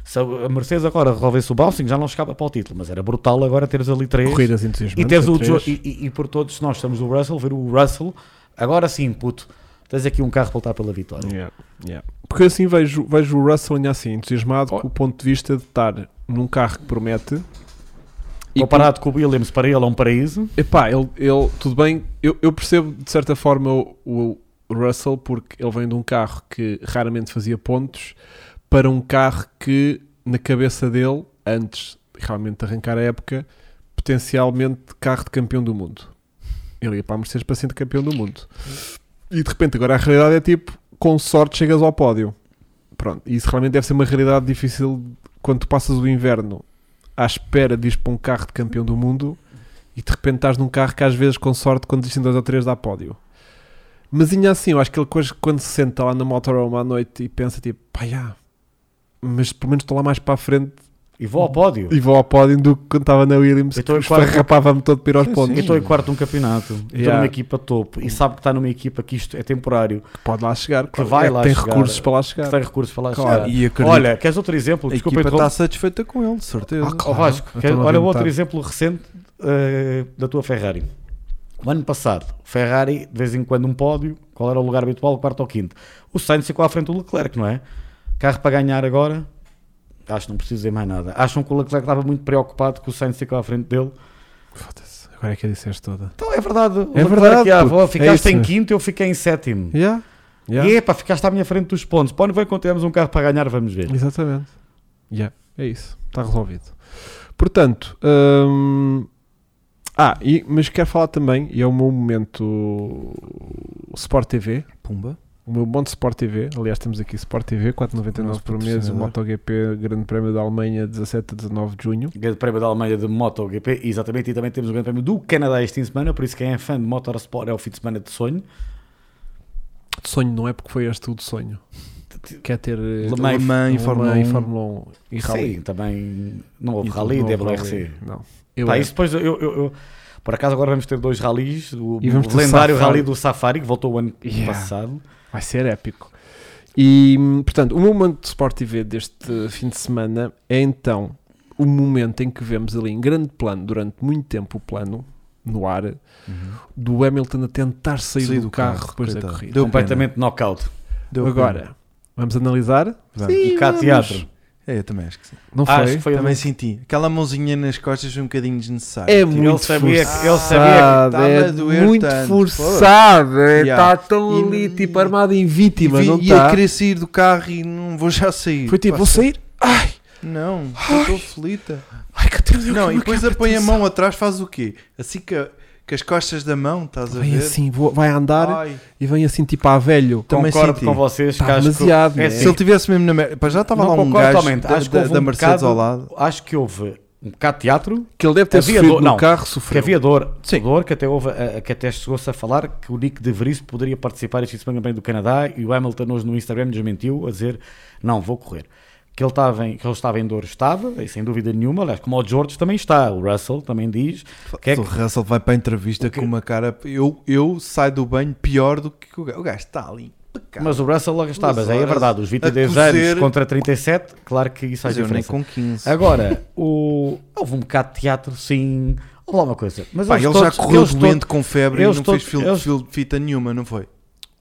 Speaker 3: Se a Mercedes agora resolvesse o Bouncing, já não chegava para o título, mas era brutal agora teres ali 3.
Speaker 1: Corridas entusiasmantes.
Speaker 3: E, tens o
Speaker 1: a três.
Speaker 3: Jo- e, e- e por todos nós estamos o Russell, ver o Russell, agora sim, puto, tens aqui um carro para lutar pela vitória.
Speaker 1: Yeah, yeah. Porque assim vejo, vejo o Russell ainda assim entusiasmado com o ponto de vista de estar num carro que promete. E
Speaker 3: Comparado com o Williams, para ele é um paraíso.
Speaker 1: que- epá, ele, ele, tudo bem, eu, eu percebo de certa forma o, o Russell porque ele vem de um carro que raramente fazia pontos para um carro que na cabeça dele, antes de realmente arrancar a época, potencialmente carro de campeão do mundo. Ele ia para a Mercedes para ser campeão do mundo. E de repente agora a realidade é tipo, com sorte chegas ao pódio. Pronto, isso realmente deve ser uma realidade difícil quando tu passas o inverno à espera de ir para um carro de campeão do mundo e de repente estás num carro que às vezes com sorte quando existem dois ou três dá pódio. Mas ainda assim, eu acho que ele depois, quando se senta lá na motorhome à noite e pensa tipo, pá, já, mas pelo menos estou lá mais para a frente
Speaker 3: E vou ao pódio.
Speaker 1: e vou ao pódio do que quando estava na Williams
Speaker 3: Eu estou
Speaker 1: que
Speaker 3: em quarto-
Speaker 1: esfarrapava-me todo para ir aos
Speaker 2: Sim,
Speaker 1: pontos.
Speaker 3: Eu estou em quarto de um campeonato, estou
Speaker 1: Hum. Yeah.
Speaker 3: numa equipa topo e sabe que está numa equipa que tá isto é temporário,
Speaker 1: Que pode lá chegar, claro,
Speaker 3: vai
Speaker 1: é
Speaker 3: lá
Speaker 1: tem
Speaker 3: chegar.
Speaker 1: recursos para lá
Speaker 3: que
Speaker 1: chegar.
Speaker 3: tem recursos para lá
Speaker 1: Claro,
Speaker 3: chegar.
Speaker 2: E acredito
Speaker 3: "Ah, Olha, queres outro exemplo?
Speaker 2: a
Speaker 3: Desculpa,
Speaker 2: equipa
Speaker 3: interromper.
Speaker 2: está satisfeita com ele, de certeza.
Speaker 1: tá Ah,
Speaker 3: Ó
Speaker 1: claro,
Speaker 3: Vasco,
Speaker 1: eu
Speaker 3: que-
Speaker 1: estou a
Speaker 3: olha outro
Speaker 1: inventar.
Speaker 3: exemplo recente eh, da tua Ferrari. O ano passado, Ferrari, de vez em quando um pódio, qual era o lugar habitual, quarto ou quinto? O Sainz ficou à frente do Leclerc, não é? Carro para ganhar agora, acho que não preciso dizer mais nada. Acham que o Leclerc estava muito preocupado que o Sainz ficou à frente dele?
Speaker 1: Foda-se, agora é que a disseste toda.
Speaker 3: Então é verdade. O
Speaker 1: É
Speaker 3: Leclerc,
Speaker 1: verdade,
Speaker 3: ah,
Speaker 1: puto,
Speaker 3: vó,
Speaker 1: é
Speaker 3: ficaste
Speaker 1: isso
Speaker 3: em
Speaker 1: mesmo.
Speaker 3: quinto, eu fiquei em sétimo.
Speaker 1: Yeah. Yeah.
Speaker 3: E epá, ficaste à minha frente dos pontos. Pô, não vem quando temos um carro para ganhar, vamos ver.
Speaker 1: Exatamente. Yeah, é isso. Está resolvido. Portanto, hum, ah, e, mas quero falar também, e é o meu momento Sport TV,
Speaker 2: Pumba.
Speaker 1: o meu bom de Sport TV. Aliás, temos aqui Sport TV, 4,99
Speaker 2: Nosso
Speaker 1: por mês, o
Speaker 2: patrocinador.
Speaker 1: MotoGP, Grande Prémio da Alemanha, 17 a 19 de junho.
Speaker 3: Grande Prémio da Alemanha de MotoGP, exatamente, e também temos o Grande Prémio do Canadá este fim de semana, por isso quem é fã de Motorsport é o fim de semana de sonho.
Speaker 1: De sonho não é porque foi este o de sonho. Quer ter eh,
Speaker 3: Le Mans,
Speaker 1: Le
Speaker 2: Alemanha,
Speaker 1: Mans
Speaker 2: Fórmula 1.
Speaker 1: e Fórmula 1 e Rally.
Speaker 3: Sim, também não
Speaker 1: E
Speaker 3: houve
Speaker 1: tudo,
Speaker 3: rally,
Speaker 1: não
Speaker 3: deve
Speaker 1: houve
Speaker 3: RC.
Speaker 1: rally. Não. Eu
Speaker 3: Pá,
Speaker 1: é.
Speaker 3: isso depois eu, eu- eu- Por acaso agora vamos ter dois rallies, o
Speaker 1: E vamos ter
Speaker 3: lendário
Speaker 1: Safari.
Speaker 3: rally do Safari, que voltou o ano
Speaker 1: Yeah.
Speaker 3: passado.
Speaker 1: Vai ser épico. E, portanto, o meu momento de Sport TV deste fim de semana é então o momento em que vemos ali em grande plano, durante muito tempo, o plano no ar
Speaker 2: Uhum.
Speaker 1: do Hamilton a tentar sair, do, carro, depois da
Speaker 2: coitado.
Speaker 1: corrida.
Speaker 2: Deu
Speaker 3: Completamente knockout.
Speaker 2: pena. Deu
Speaker 1: Agora,
Speaker 2: pena.
Speaker 1: vamos analisar?
Speaker 2: Vamos.
Speaker 1: Sim,
Speaker 3: E cá
Speaker 1: vamos.
Speaker 3: teatro.
Speaker 2: É, eu também acho que sim.
Speaker 1: Não
Speaker 3: Ah,
Speaker 1: foi?
Speaker 3: Acho que foi
Speaker 2: Também
Speaker 3: também...
Speaker 2: senti. Aquela mãozinha nas costas foi um bocadinho desnecessária.
Speaker 1: É
Speaker 2: Tipo,
Speaker 1: muito
Speaker 3: sabia que- ele sabia
Speaker 1: forçado,
Speaker 2: que estava a
Speaker 1: é
Speaker 2: doer
Speaker 1: muito
Speaker 2: tanto.
Speaker 1: forçado, está
Speaker 2: Yeah.
Speaker 1: tão
Speaker 2: E-
Speaker 1: ali, tipo, armado em
Speaker 2: E
Speaker 1: vítima,
Speaker 2: vi-
Speaker 1: não
Speaker 2: ia
Speaker 1: está?
Speaker 2: querer sair do carro e não vou já sair.
Speaker 1: Foi tipo,
Speaker 2: Pá,
Speaker 1: vou sair, ai,
Speaker 2: Não, eu estou aflita.
Speaker 1: ai que é Deus, eu
Speaker 2: Não, e
Speaker 1: quero-
Speaker 2: depois
Speaker 1: quero
Speaker 2: apanha a
Speaker 1: atenção.
Speaker 2: mão atrás, faz o quê? Assim que, a- que as costas da mão, estás a
Speaker 1: Vem
Speaker 2: ver?
Speaker 1: assim, vou- vai andar
Speaker 2: Ai.
Speaker 1: e vem assim tipo a velho.
Speaker 2: Também
Speaker 3: Concordo
Speaker 2: senti.
Speaker 3: com vocês,
Speaker 1: Está
Speaker 3: que acho que-
Speaker 1: demasiado,
Speaker 3: é
Speaker 1: né?
Speaker 2: Se
Speaker 3: assim,
Speaker 2: ele tivesse mesmo na merda. Já estava
Speaker 3: Não
Speaker 2: lá um
Speaker 3: concordo
Speaker 2: gajo
Speaker 3: totalmente.
Speaker 2: da,
Speaker 3: Acho que
Speaker 2: da-
Speaker 3: houve
Speaker 2: da
Speaker 3: um
Speaker 2: Mercedes
Speaker 3: bocado-
Speaker 2: ao lado.
Speaker 3: acho que houve um bocado de teatro,
Speaker 1: Que ele deve ter
Speaker 3: Havia
Speaker 1: sofrido
Speaker 3: dor-
Speaker 1: no
Speaker 3: não,
Speaker 1: carro,
Speaker 3: que
Speaker 1: sofreu.
Speaker 3: havia
Speaker 2: um
Speaker 3: dor,
Speaker 1: Sim.
Speaker 3: dor que até, houve, a- a- que até chegou-se a falar que o Nick de Vries poderia participar este fim de semana também do Canadá e o Hamilton hoje no Instagram desmentiu a dizer não, vou correr. Que ele, estava em, que ele estava em dor, estava, e sem dúvida nenhuma, aliás, como o George também está, o Russell também diz, que é
Speaker 2: o
Speaker 3: que
Speaker 2: Russell vai para a entrevista
Speaker 3: O quê?
Speaker 2: com uma cara. Eu, eu saio do banho pior do que o gajo. O gajo está ali impecável.
Speaker 3: Mas o Russell logo está,
Speaker 2: Duas
Speaker 3: mas aí é
Speaker 2: horas
Speaker 3: verdade, os 22
Speaker 2: a cozer.
Speaker 3: anos contra 37, claro que isso faz
Speaker 2: Mas eu nem
Speaker 3: diferença.
Speaker 2: com 15.
Speaker 3: Agora, o, houve um bocado de teatro, sim, houve lá uma coisa. Mas
Speaker 2: Pá,
Speaker 3: eles
Speaker 2: ele já
Speaker 3: todos-
Speaker 2: correu
Speaker 3: eles
Speaker 2: doente
Speaker 3: todos-
Speaker 2: com febre e
Speaker 3: eles
Speaker 2: não fez
Speaker 3: todos-
Speaker 2: fil,
Speaker 3: eles-
Speaker 2: fil- fita nenhuma, não foi?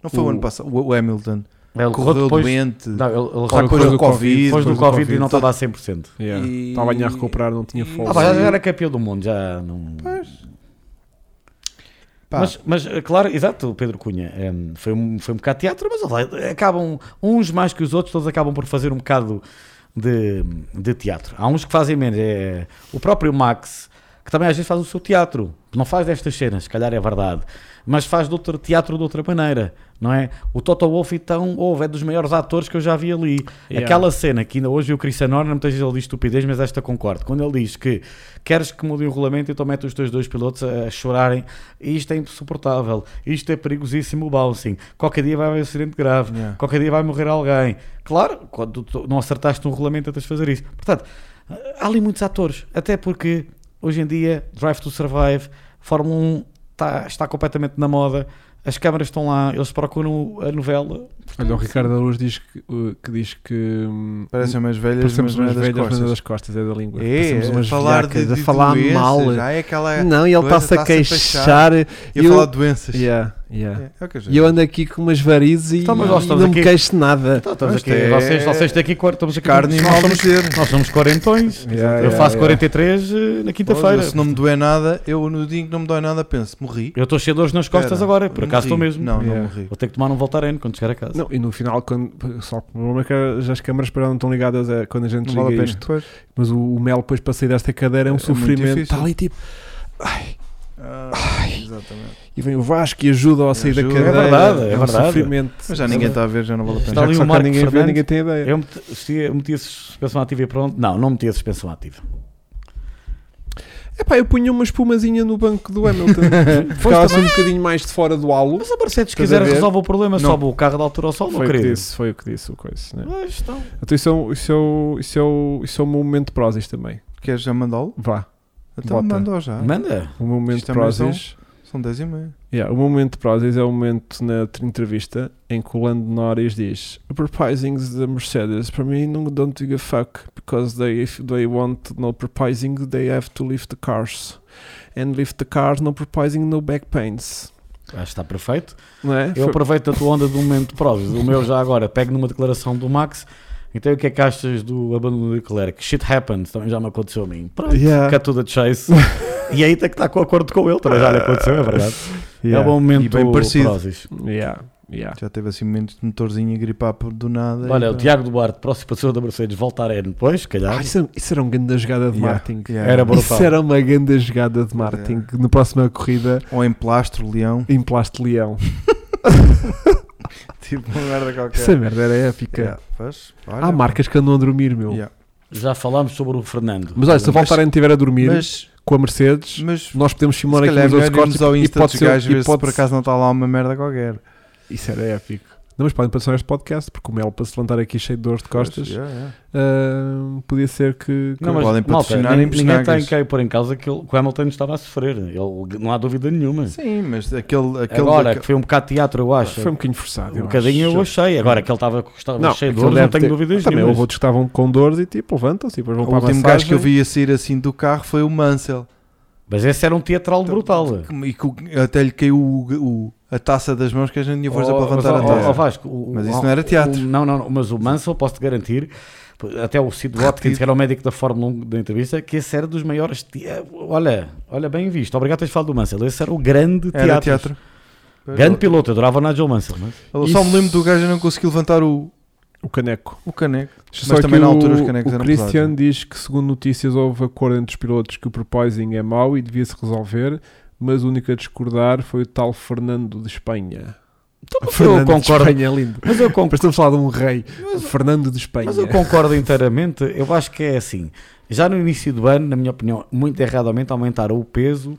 Speaker 2: Não foi
Speaker 3: O-
Speaker 2: o ano passado. O, o Hamilton
Speaker 3: ele
Speaker 2: correu
Speaker 3: depois-
Speaker 2: doente.
Speaker 3: Não, ele, ele
Speaker 2: Claro,
Speaker 1: depois
Speaker 2: depois
Speaker 1: do
Speaker 2: do Covid.
Speaker 3: depois do
Speaker 1: do
Speaker 3: Covid,
Speaker 1: Covid.
Speaker 3: e não estava a 100%.
Speaker 1: Yeah.
Speaker 2: E-
Speaker 1: Estava a recuperar, não tinha fome.
Speaker 3: Ah, pá, já, já era campeão do mundo, já não.
Speaker 2: Pá,
Speaker 3: Mas, mas, é claro, exato, o Pedro Cunha hum, foi, um, foi um bocado de teatro, mas olha, acabam uns mais que os outros, todos acabam por fazer um bocado de, de teatro. Há uns que fazem menos. É, o próprio Max, que também às vezes faz o seu teatro, não faz destas cenas, se calhar é verdade, mas faz de outro teatro de outra maneira, não é? O Toto Wolff, então, houve, é dos maiores atores que eu já vi ali.
Speaker 1: Yeah.
Speaker 3: Aquela cena que ainda hoje o Cristiano Horner, muitas vezes ele diz estupidez, mas esta concordo. Quando ele diz que queres que mude o regulamento, então mete os teus dois pilotos a a chorarem. Isto é insuportável, isto é perigosíssimo o bouncing. Qualquer dia vai haver um acidente grave,
Speaker 2: Yeah.
Speaker 3: qualquer dia vai morrer alguém. Claro, quando tu não acertaste um regulamento, tens de fazer isso. Portanto, há ali muitos atores, até porque hoje em dia Drive to Survive, Fórmula 1 está, está completamente na moda. As câmaras estão lá, eles procuram a novela.
Speaker 1: Olha, o Ricardo Aruz diz que, uh, que diz que hum,
Speaker 2: parecem umas velhas, mas
Speaker 1: parecemos
Speaker 2: não é
Speaker 1: umas
Speaker 2: das
Speaker 1: velhas, mas não é
Speaker 2: costas.
Speaker 1: das costas, é da língua.
Speaker 2: É,
Speaker 1: parecemos umas
Speaker 2: falar
Speaker 1: velhacas
Speaker 2: de, de
Speaker 1: a falar
Speaker 2: doenças,
Speaker 1: mal.
Speaker 2: já é aquela
Speaker 1: Não, e ele
Speaker 2: coisa,
Speaker 1: está-se a
Speaker 2: está-se a
Speaker 1: queixar.
Speaker 2: E a
Speaker 1: eu-
Speaker 2: falar de doenças.
Speaker 1: Yeah. Yeah.
Speaker 2: É, é o que
Speaker 1: E eu ando aqui com umas varizes e,
Speaker 3: Então, mas
Speaker 1: e
Speaker 3: nós estamos
Speaker 1: não me
Speaker 3: aqui-
Speaker 1: queixo de nada.
Speaker 3: Então, estamos
Speaker 2: Mas
Speaker 3: aqui,
Speaker 2: é-
Speaker 3: vocês, vocês daqui, quar- estamos aqui
Speaker 2: Carne e
Speaker 3: nós
Speaker 2: mal
Speaker 3: somos-
Speaker 2: dizer.
Speaker 3: Nós somos quarentões.
Speaker 1: Yeah,
Speaker 3: eu
Speaker 1: yeah,
Speaker 3: faço
Speaker 1: yeah.
Speaker 3: 43 eh, na quinta-feira.
Speaker 2: Olha, se não me doer nada, eu no dia em que não me dói nada penso, morri.
Speaker 3: Eu estou cheio de dores nas costas
Speaker 2: Espera,
Speaker 3: agora, por acaso
Speaker 2: morri.
Speaker 3: estou mesmo.
Speaker 2: Não,
Speaker 1: Yeah.
Speaker 2: não morri.
Speaker 3: Vou ter que tomar um Voltaren quando chegar a casa.
Speaker 1: Não, e no final, quando, só que o problema é que já as câmaras para não estão ligadas a, quando a gente liga
Speaker 2: Não vale a pena.
Speaker 1: isto. Mas o, o Mel, depois para sair desta cadeira, é um
Speaker 2: É muito
Speaker 1: sofrimento.
Speaker 2: difícil.
Speaker 1: Está ali tipo.
Speaker 2: Ah, exatamente.
Speaker 1: E vem o Vasco e ajuda ao sair da
Speaker 2: ajuda.
Speaker 1: cadeira.
Speaker 2: É
Speaker 3: verdade, é
Speaker 1: um
Speaker 3: verdade.
Speaker 1: sofrimento.
Speaker 2: Mas já ninguém tá- está a ver, já não vale a
Speaker 3: Está
Speaker 2: pena.
Speaker 1: Já
Speaker 3: ali
Speaker 1: que
Speaker 3: o
Speaker 1: só
Speaker 3: Marco
Speaker 1: cá ninguém vê,
Speaker 3: Fernandes.
Speaker 1: ninguém tem ideia.
Speaker 3: Eu meti, se eu meti a suspensão ativa e pronto. Não, não meti a suspensão ativa.
Speaker 1: Epá, eu punha uma espumazinha no banco do (laughs) Hamilton. Ficava-se um bocadinho mais de fora do halo.
Speaker 3: Mas a Mercedes, se
Speaker 1: Estás a
Speaker 3: quiser,
Speaker 1: ver?
Speaker 3: resolve o problema,
Speaker 2: Não.
Speaker 3: sobe o carro da altura ao sol, meu
Speaker 1: Foi o que
Speaker 3: querido.
Speaker 1: disse, foi o que disse o coisa. Né?
Speaker 3: Mas, então,
Speaker 1: Então isso é, um- isso, é, o- isso, é, o- isso é o meu momento de prósis também.
Speaker 2: Queres já mandá-lo?
Speaker 1: Vá,
Speaker 2: Então
Speaker 1: Bota.
Speaker 2: manda já.
Speaker 3: Manda.
Speaker 1: o meu momento
Speaker 2: Isto
Speaker 1: de
Speaker 2: também são-
Speaker 1: prósis.
Speaker 2: São 10 e meia.
Speaker 1: Yeah, o meu momento de prósis é o momento na t- entrevista em que o Lando Norris diz Proposings the Mercedes, para mim não don't give a fuck, because they, if they want no proposing, they have to leave the cars. And leave the cars, no proposing, no back pains.
Speaker 3: Acho que está perfeito.
Speaker 1: Não é?
Speaker 3: Eu
Speaker 1: Foi-
Speaker 3: aproveito a tua onda do momento de provas. O meu já agora. Pego numa declaração do Max. Então, o que é que achas do abandono do Leclerc? Shit happens. Também já me aconteceu a mim. Pronto.
Speaker 1: Yeah,
Speaker 3: Cut to the chase. (laughs) e aí tem que estar com acordo com ele. Também já lhe aconteceu, é verdade.
Speaker 1: yeah,
Speaker 3: É um bom momento
Speaker 2: E bem parecido.
Speaker 3: Prozis.
Speaker 1: yeah, yeah.
Speaker 2: Já teve assim momentos de motorzinho a gripar por- do nada. e
Speaker 3: Olha, o
Speaker 2: pá.
Speaker 3: Tiago Duarte, próximo parceiro da Mercedes, voltar é depois, se calhar.
Speaker 1: Ah, isso, era- isso era uma grande jogada de
Speaker 2: Yeah,
Speaker 1: marketing.
Speaker 2: yeah.
Speaker 3: Era brutal.
Speaker 1: Isso era uma grande jogada de marketing. Na próxima corrida,
Speaker 2: Ou em plastro, leão.
Speaker 1: em Plasto Leão.
Speaker 2: (laughs) tipo uma merda qualquer.
Speaker 1: Essa merda era épica.
Speaker 2: Yeah, pois, olha.
Speaker 1: Há marcas que andam a dormir, meu.
Speaker 2: Yeah.
Speaker 3: Já falámos sobre o Fernando.
Speaker 1: Mas olha, se a Voltaren estiver a dormir
Speaker 2: Mas,
Speaker 1: com a Mercedes,
Speaker 2: mas
Speaker 1: nós podemos simular
Speaker 2: se
Speaker 1: aqui
Speaker 2: calhar é
Speaker 1: nos outros
Speaker 2: melhor
Speaker 1: cortes
Speaker 2: irmos ao
Speaker 1: e
Speaker 2: Insta
Speaker 1: pode
Speaker 2: dos
Speaker 1: ser. um-
Speaker 2: gajos
Speaker 1: e
Speaker 2: ver se
Speaker 1: pode
Speaker 2: por acaso não está lá uma merda qualquer.
Speaker 1: Isso era épico. Não, mas podem passar este podcast, porque o Mel, para se levantar aqui cheio de dores de costas,
Speaker 2: Pois, é. yeah, yeah.
Speaker 1: ah, podia ser que. que-
Speaker 3: Não, mas,
Speaker 2: Podem
Speaker 3: malta,
Speaker 2: patrocinar
Speaker 3: nin-
Speaker 2: em
Speaker 3: ninguém tem
Speaker 2: personagens.
Speaker 3: que pôr em causa que, ele, que o Hamilton estava a sofrer. Ele, não há dúvida nenhuma.
Speaker 2: Sim, mas aquele. aquele
Speaker 3: Agora,
Speaker 2: aquele-
Speaker 3: que foi um bocado teatro, eu acho.
Speaker 1: Foi um bocadinho forçado.
Speaker 3: um
Speaker 1: eu
Speaker 3: bocadinho
Speaker 1: acho.
Speaker 3: eu achei. Agora que ele estava, estava
Speaker 1: aquilo
Speaker 3: cheio de dores, não
Speaker 1: deve
Speaker 3: tenho
Speaker 1: ter-
Speaker 3: dúvidas
Speaker 1: Também
Speaker 3: nenhumas.
Speaker 1: houve outros que estavam com dores e tipo, levantam-se e depois vão
Speaker 2: o
Speaker 1: para a
Speaker 2: último
Speaker 1: massagem.
Speaker 2: gajo que eu vi a sair assim do carro foi o Mansell.
Speaker 3: Mas esse era um teatral brutal.
Speaker 2: E que o- até lhe caiu o- o- a taça das mãos que a gente tinha força
Speaker 3: Oh,
Speaker 2: para levantar
Speaker 3: mas,
Speaker 2: a
Speaker 3: oh,
Speaker 2: taça.
Speaker 3: oh, Vasco, o-
Speaker 2: Mas
Speaker 3: o-
Speaker 2: isso não era teatro.
Speaker 3: o- não, não, não, mas o Mansell, posso-te garantir, até o Sid Watkins, que era o médico da Fórmula 1 da entrevista, que esse era dos maiores. te- Olha, olha, bem visto. Obrigado por teres falado do Mansell. Esse era o grande teatro.
Speaker 2: Era teatro.
Speaker 3: Grande piloto, eu adorava o Nigel Mansell. Mas...
Speaker 2: Eu só me
Speaker 1: Isso-
Speaker 2: lembro do gajo não conseguir levantar o,
Speaker 1: O caneco.
Speaker 2: o caneco.
Speaker 1: Mas
Speaker 2: Mas também
Speaker 1: que
Speaker 2: na
Speaker 1: o-
Speaker 2: altura os canecos
Speaker 1: o
Speaker 2: eram
Speaker 1: Christian
Speaker 2: pesados, né?
Speaker 1: diz que, segundo notícias, houve acordo entre os pilotos que o proposing é mau e devia-se resolver, mas o único a discordar foi o tal Fernando de (laughs) Espanha.
Speaker 3: Então, eu
Speaker 1: Fernando
Speaker 3: concordo.
Speaker 1: de Espanha é lindo.
Speaker 3: Mas eu, con-
Speaker 1: Mas estamos a falar de um rei, Fernando de Espanha.
Speaker 3: mas eu concordo inteiramente. Eu acho que é assim. Já no início do ano, na minha opinião, muito erradamente aumentaram o peso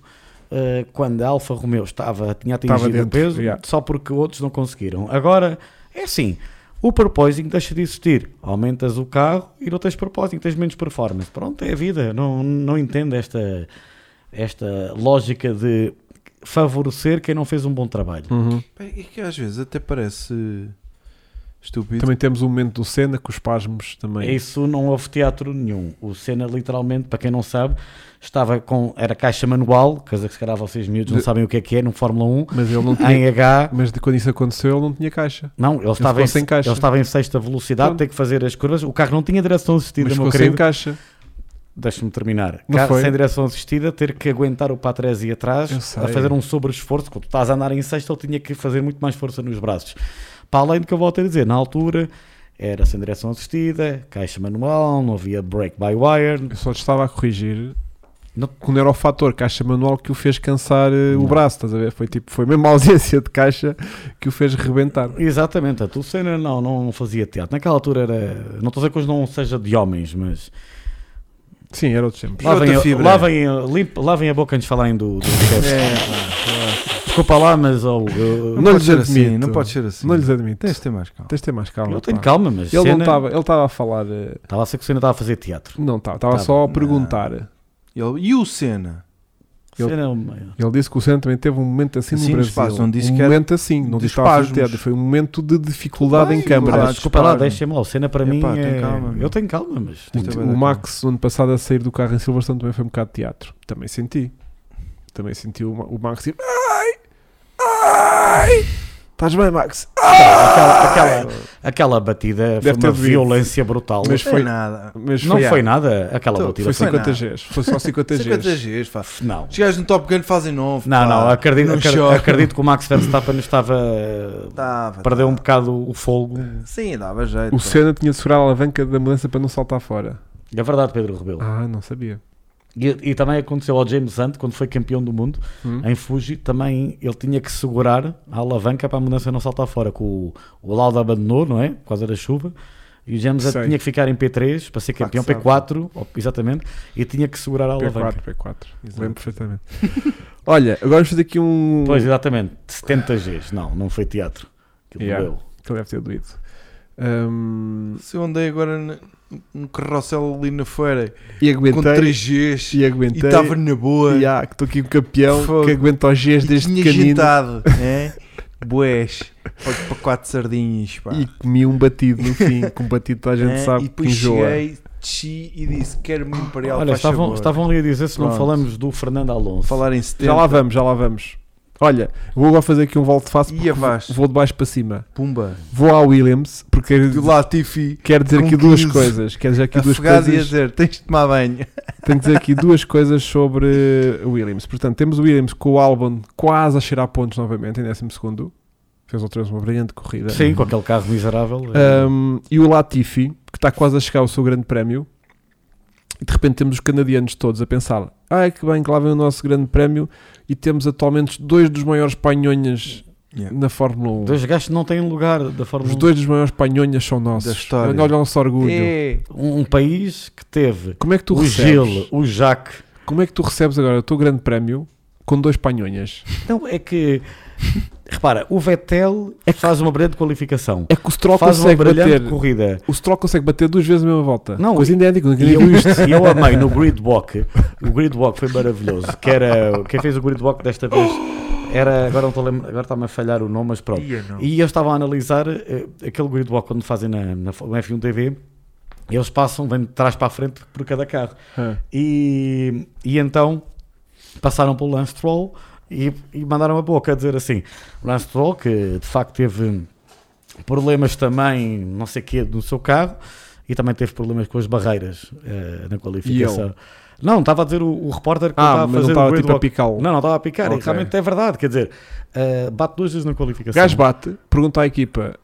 Speaker 3: eh, quando a Alfa Romeo estava, tinha atingido
Speaker 1: Estava dentro,
Speaker 3: o peso,
Speaker 1: yeah.
Speaker 3: só porque outros não conseguiram. Agora, é assim. O proposing deixa de existir. Aumentas o carro e não tens proposing, tens menos performance. Pronto, é a vida. Não, não entendo esta, esta lógica de favorecer quem não fez um bom trabalho.
Speaker 1: Uhum.
Speaker 2: Bem, E é que às vezes até parece estúpido.
Speaker 1: Também temos o momento do Senna com os pasmos também.
Speaker 3: Isso não houve teatro nenhum. O Senna, literalmente, para quem não sabe, estava com. Era caixa manual, coisa que se calhar vocês miúdos não
Speaker 1: De-
Speaker 3: sabem o que é que é, no Fórmula 1,
Speaker 1: Mas ele não
Speaker 3: em
Speaker 1: tinha.
Speaker 3: H.
Speaker 1: Mas de quando isso aconteceu, ele não tinha caixa.
Speaker 3: Não, ele estava,
Speaker 1: ficou
Speaker 3: em,
Speaker 1: sem caixa.
Speaker 3: ele estava em sexta velocidade,
Speaker 1: Pronto.
Speaker 3: tem que fazer as curvas. O carro não tinha direção assistida,
Speaker 1: Mas
Speaker 3: meu
Speaker 1: ficou sem
Speaker 3: querido.
Speaker 1: caixa.
Speaker 3: Deixa-me terminar.
Speaker 1: Não
Speaker 3: Carro
Speaker 1: foi.
Speaker 3: sem direção assistida, ter que aguentar o Patrese atrás,
Speaker 1: Eu
Speaker 3: a
Speaker 1: sei.
Speaker 3: fazer um sobre-esforço. Quando tu estás a andar em sexta, ele tinha que fazer muito mais força nos braços. Para além do que eu volto a dizer, na altura era sem direção assistida, caixa manual, não havia brake-by-wire,
Speaker 1: Eu só te estava a corrigir.
Speaker 3: Não-
Speaker 1: Quando era o fator caixa manual que o fez cansar eh, o
Speaker 3: Não.
Speaker 1: braço, estás a ver? Foi tipo, foi mesmo a (laughs) ausência de caixa que o fez rebentar.
Speaker 3: Exatamente, a tua cena não, não fazia teatro. Naquela altura era. Não estou a dizer que hoje não seja de homens, mas.
Speaker 1: Sim, era outro sempre.
Speaker 2: E outra
Speaker 3: Lavem, a-
Speaker 2: fibra?
Speaker 3: lavem, a- limp- lavem a boca antes de falarem do, do chefe.
Speaker 2: É,
Speaker 3: Desculpa lá, mas oh, eu,
Speaker 1: Não
Speaker 2: pode
Speaker 1: lhes
Speaker 2: ser assim,
Speaker 1: admito.
Speaker 2: Não pode ser assim.
Speaker 1: Não lhes admito.
Speaker 2: Tens
Speaker 1: Tens,
Speaker 2: de ter mais calma.
Speaker 1: tens de ter mais calma.
Speaker 3: eu tenho
Speaker 1: pá.
Speaker 3: calma, mas.
Speaker 1: Ele não
Speaker 3: cena-
Speaker 1: estava, ele estava a falar, eh,
Speaker 3: Estava a ser que o Senna estava a fazer teatro.
Speaker 1: não estava, estava
Speaker 3: Tava.
Speaker 1: só a
Speaker 2: Não.
Speaker 1: perguntar.
Speaker 2: Ele- E o Senna?
Speaker 1: Ele-
Speaker 3: Senna é uma-
Speaker 1: Ele disse que o Senna também teve um momento assim,
Speaker 2: Assim,
Speaker 1: no
Speaker 2: nos
Speaker 1: Brasil.
Speaker 2: passos, não disse
Speaker 1: um
Speaker 2: que era
Speaker 1: momento assim, não
Speaker 2: de
Speaker 1: disse que estava a fazer
Speaker 2: espasmos.
Speaker 1: teatro, foi um momento de dificuldade
Speaker 2: Tudo
Speaker 1: em
Speaker 2: bem,
Speaker 3: Ah,
Speaker 1: câmara.
Speaker 2: mas-
Speaker 3: desculpa lá,
Speaker 2: disparo.
Speaker 3: deixem-me lá. O Senna para
Speaker 2: Epá,
Speaker 3: mim.
Speaker 2: tem
Speaker 3: é-
Speaker 2: calma, meu.
Speaker 3: eu tenho calma, mas.
Speaker 2: Tens de ter
Speaker 1: O,
Speaker 2: bem da
Speaker 1: o
Speaker 2: calma.
Speaker 1: Max, ano passado, a sair do carro em Silverstone também foi um bocado de teatro. Também senti. Também senti o, Ma- o Max tipo, ai, Ai! Estás bem, Max?
Speaker 3: Aquela, aquela, aquela batida
Speaker 1: Deve
Speaker 3: foi uma
Speaker 1: ter doído.
Speaker 3: violência brutal.
Speaker 1: Mas
Speaker 2: Foi
Speaker 1: foi-
Speaker 2: nada.
Speaker 1: Mas
Speaker 3: não
Speaker 1: foi,
Speaker 3: foi nada aquela
Speaker 2: Então,
Speaker 3: batida.
Speaker 1: foi
Speaker 3: Foi,
Speaker 2: foi
Speaker 1: 50
Speaker 2: nada.
Speaker 1: Gs. Foi só 50 Gs.
Speaker 2: 50 Gs, pá.
Speaker 3: não.
Speaker 2: Os gajos no Top Gun fazem novo.
Speaker 3: Não,
Speaker 2: pá.
Speaker 3: não, acredito,
Speaker 2: Não
Speaker 3: acre-
Speaker 2: chocam.
Speaker 3: acredito que o Max Verstappen estava.
Speaker 2: Dava,
Speaker 3: perdeu um
Speaker 2: dava.
Speaker 3: bocado o fogo.
Speaker 2: Sim, dava jeito.
Speaker 1: O
Speaker 2: pá.
Speaker 1: Senna tinha de segurar a alavanca da mudança para não saltar fora.
Speaker 3: É verdade, Pedro Rebelo.
Speaker 1: Ah, não sabia.
Speaker 3: E, e também aconteceu ao James Hunt, quando foi campeão do mundo,
Speaker 1: Hum.
Speaker 3: em Fuji, também ele tinha que segurar a alavanca para a mudança não saltar fora, que o, o Lauda abandonou, não é? Por causa da chuva. E o James Hunt
Speaker 1: Sei. Ah,
Speaker 3: tinha que ficar em P3 para ser
Speaker 2: Pá, que
Speaker 3: campeão,
Speaker 2: sabe.
Speaker 3: P4, ou- exatamente, e tinha que segurar a alavanca.
Speaker 1: P4, P4. Lembro perfeitamente. (laughs) Olha, agora vamos fazer aqui um.
Speaker 3: Pois, exatamente, 70 Gs. Não, não foi teatro. Aquilo
Speaker 1: Yeah.
Speaker 3: doeu.
Speaker 1: Que deve ter doído. Hum, Ahm,
Speaker 2: Se eu andei agora no, no carrossel ali na feira
Speaker 1: e
Speaker 2: com
Speaker 1: aguentei.
Speaker 2: 3 Gs
Speaker 1: E
Speaker 2: e
Speaker 1: aguentei.
Speaker 2: estava na boa.
Speaker 1: E há, que estou aqui com o campeão
Speaker 2: Fogo.
Speaker 1: que aguenta os Gs
Speaker 2: e
Speaker 1: desde
Speaker 2: tinha
Speaker 1: canino (laughs)
Speaker 2: jantado, né? Boés. Para para quatro sardinhas, pá.
Speaker 1: e comi um batido no fim, com um batido que toda a gente
Speaker 2: Né?
Speaker 1: sabe
Speaker 2: e
Speaker 1: que
Speaker 2: depois
Speaker 1: enjoa.
Speaker 2: cheguei, desci e disse: Quero-me um Imperial.
Speaker 3: Olha,
Speaker 2: faz
Speaker 3: estavam,
Speaker 2: favor."
Speaker 3: estavam ali a dizer se não
Speaker 2: Pronto.
Speaker 3: falamos do Fernando Alonso.
Speaker 2: falar em 70.
Speaker 1: Já lá vamos, já lá vamos. Olha, vou agora fazer aqui um volto fácil
Speaker 2: Ia
Speaker 1: porque
Speaker 2: abaixo.
Speaker 1: vou de baixo para cima.
Speaker 2: Pumba.
Speaker 1: Vou à Williams, porque
Speaker 2: E o Latifi.
Speaker 1: quero dizer
Speaker 2: com
Speaker 1: aqui duas
Speaker 2: 15.
Speaker 1: coisas. Quero dizer aqui duas
Speaker 2: Afogado e a
Speaker 1: coisas.
Speaker 2: dizer: Tens de tomar banho.
Speaker 1: Tenho que dizer aqui duas coisas sobre o Williams. Portanto, temos o Williams com o álbum quase a cheirar pontos novamente, em 12 segundo. Fez outra vez uma brilhante corrida.
Speaker 3: Sim, com aquele carro miserável.
Speaker 1: Um, e o Latifi, que está quase a chegar ao seu grande prémio, e de repente temos os canadianos todos a pensar: ai que bem que lá vem o nosso grande prémio, e temos atualmente dois dos maiores panhonhas na Fórmula 1.
Speaker 3: Dois gajos que não têm lugar da Fórmula
Speaker 1: Os
Speaker 3: 1.
Speaker 1: dois dos maiores panhonhas são nossos.
Speaker 2: Da história.
Speaker 1: Olha o nosso orgulho.
Speaker 2: É.
Speaker 3: Um, um país que teve
Speaker 1: Como é que tu
Speaker 3: o
Speaker 1: recebes?
Speaker 3: Gil, o Jacques.
Speaker 1: Como é que tu recebes agora o teu grande prémio com dois panhonhas?
Speaker 3: Então é que. Repara, o Vettel faz uma brilhante qualificação.
Speaker 1: É que o Stroll
Speaker 3: faz uma
Speaker 1: consegue
Speaker 3: brilhante
Speaker 1: bater.
Speaker 3: corrida.
Speaker 1: (laughs) O Stroll consegue bater duas vezes a mesma volta.
Speaker 3: Não,
Speaker 1: Coisa
Speaker 3: e-
Speaker 1: idêntica. ninguém
Speaker 3: E eu,
Speaker 1: viu isto.
Speaker 3: e eu amei no gridwalk. O gridwalk foi maravilhoso. Que era, quem fez o gridwalk desta vez era. Agora não estou a lembrar, agora está-me a falhar o nome, mas pronto.
Speaker 2: Ia, não.
Speaker 3: E eu estava a analisar eh, aquele gridwalk quando fazem na, na F- no F1 TV. Eles passam, vêm de trás para a frente por cada carro. (laughs)
Speaker 1: Ah.
Speaker 3: E, e então passaram pelo Lance Troll e, e mandaram a boca a dizer assim: o Lance Troll, que de facto teve problemas também, não sei o quê, no seu carro e também teve problemas com as barreiras eh, na qualificação. Não, estava a dizer o, o repórter que
Speaker 1: Oh. Ah,
Speaker 3: estava a
Speaker 1: mas não
Speaker 3: fazer o
Speaker 1: estava tipo a
Speaker 3: gridwalk.
Speaker 1: picá-lo.
Speaker 3: Não, não estava a picar, e
Speaker 1: Ok.
Speaker 3: realmente é verdade, quer dizer, eh, bate duas vezes na
Speaker 1: O
Speaker 3: qualificação.
Speaker 1: gajo bate, pergunta à equipa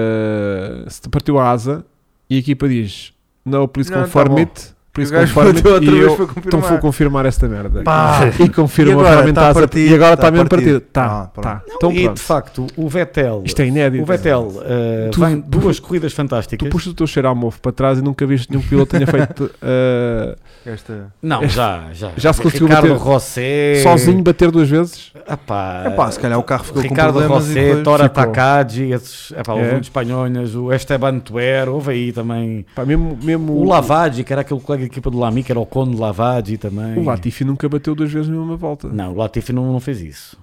Speaker 1: eh, se te partiu a asa e a equipa diz no, please
Speaker 2: Não, tá
Speaker 1: conform
Speaker 2: bom.
Speaker 1: it. Please
Speaker 2: o gajo
Speaker 1: conform it.
Speaker 2: bateu outra
Speaker 1: E
Speaker 2: vez
Speaker 1: eu,
Speaker 2: para
Speaker 1: então vou
Speaker 2: confirmar.
Speaker 1: confirmar esta merda.
Speaker 3: Pá!
Speaker 1: (laughs) E confirma
Speaker 2: E agora?
Speaker 1: realmente
Speaker 2: Tá
Speaker 1: a asa.
Speaker 2: partido,
Speaker 1: E agora
Speaker 2: tá
Speaker 1: está mesmo
Speaker 2: partido.
Speaker 1: partido. Tá,
Speaker 2: Ah, pronto.
Speaker 1: tá.
Speaker 3: Não,
Speaker 1: Então
Speaker 3: e de
Speaker 1: pronto.
Speaker 3: facto, o Vettel,
Speaker 1: Isto é inédito.
Speaker 3: o Vettel eh,
Speaker 1: Tu-
Speaker 3: vem duas corridas
Speaker 1: Tu
Speaker 3: fantásticas.
Speaker 1: puxas o teu cheiro ao mofo para trás e nunca viste nenhum piloto
Speaker 2: (laughs)
Speaker 1: tenha feito eh,
Speaker 2: Esta.
Speaker 3: Não,
Speaker 1: Este-
Speaker 3: já, já.
Speaker 1: É. já se conseguiu
Speaker 3: Ricardo
Speaker 1: bater
Speaker 2: É.
Speaker 3: Rosset.
Speaker 1: sozinho É bater duas vezes.
Speaker 3: Epá,
Speaker 2: Epá, É se calhar o carro ficou
Speaker 3: Ricardo
Speaker 2: com problemas e
Speaker 3: Rosset,
Speaker 2: depois...
Speaker 3: Tora
Speaker 1: ficou.
Speaker 3: Takagi, esses, epá, houve
Speaker 1: É.
Speaker 3: muitos espanhóis, o Esteban Tuero, houve aí também.
Speaker 1: Pá, mesmo, mesmo
Speaker 3: O Lavaggi, que era aquele colega de equipa do Lami, que era o Conde Lavaggi também.
Speaker 1: o Latifi nunca bateu duas vezes na mesma volta.
Speaker 3: Não, o Latifi não, não fez isso.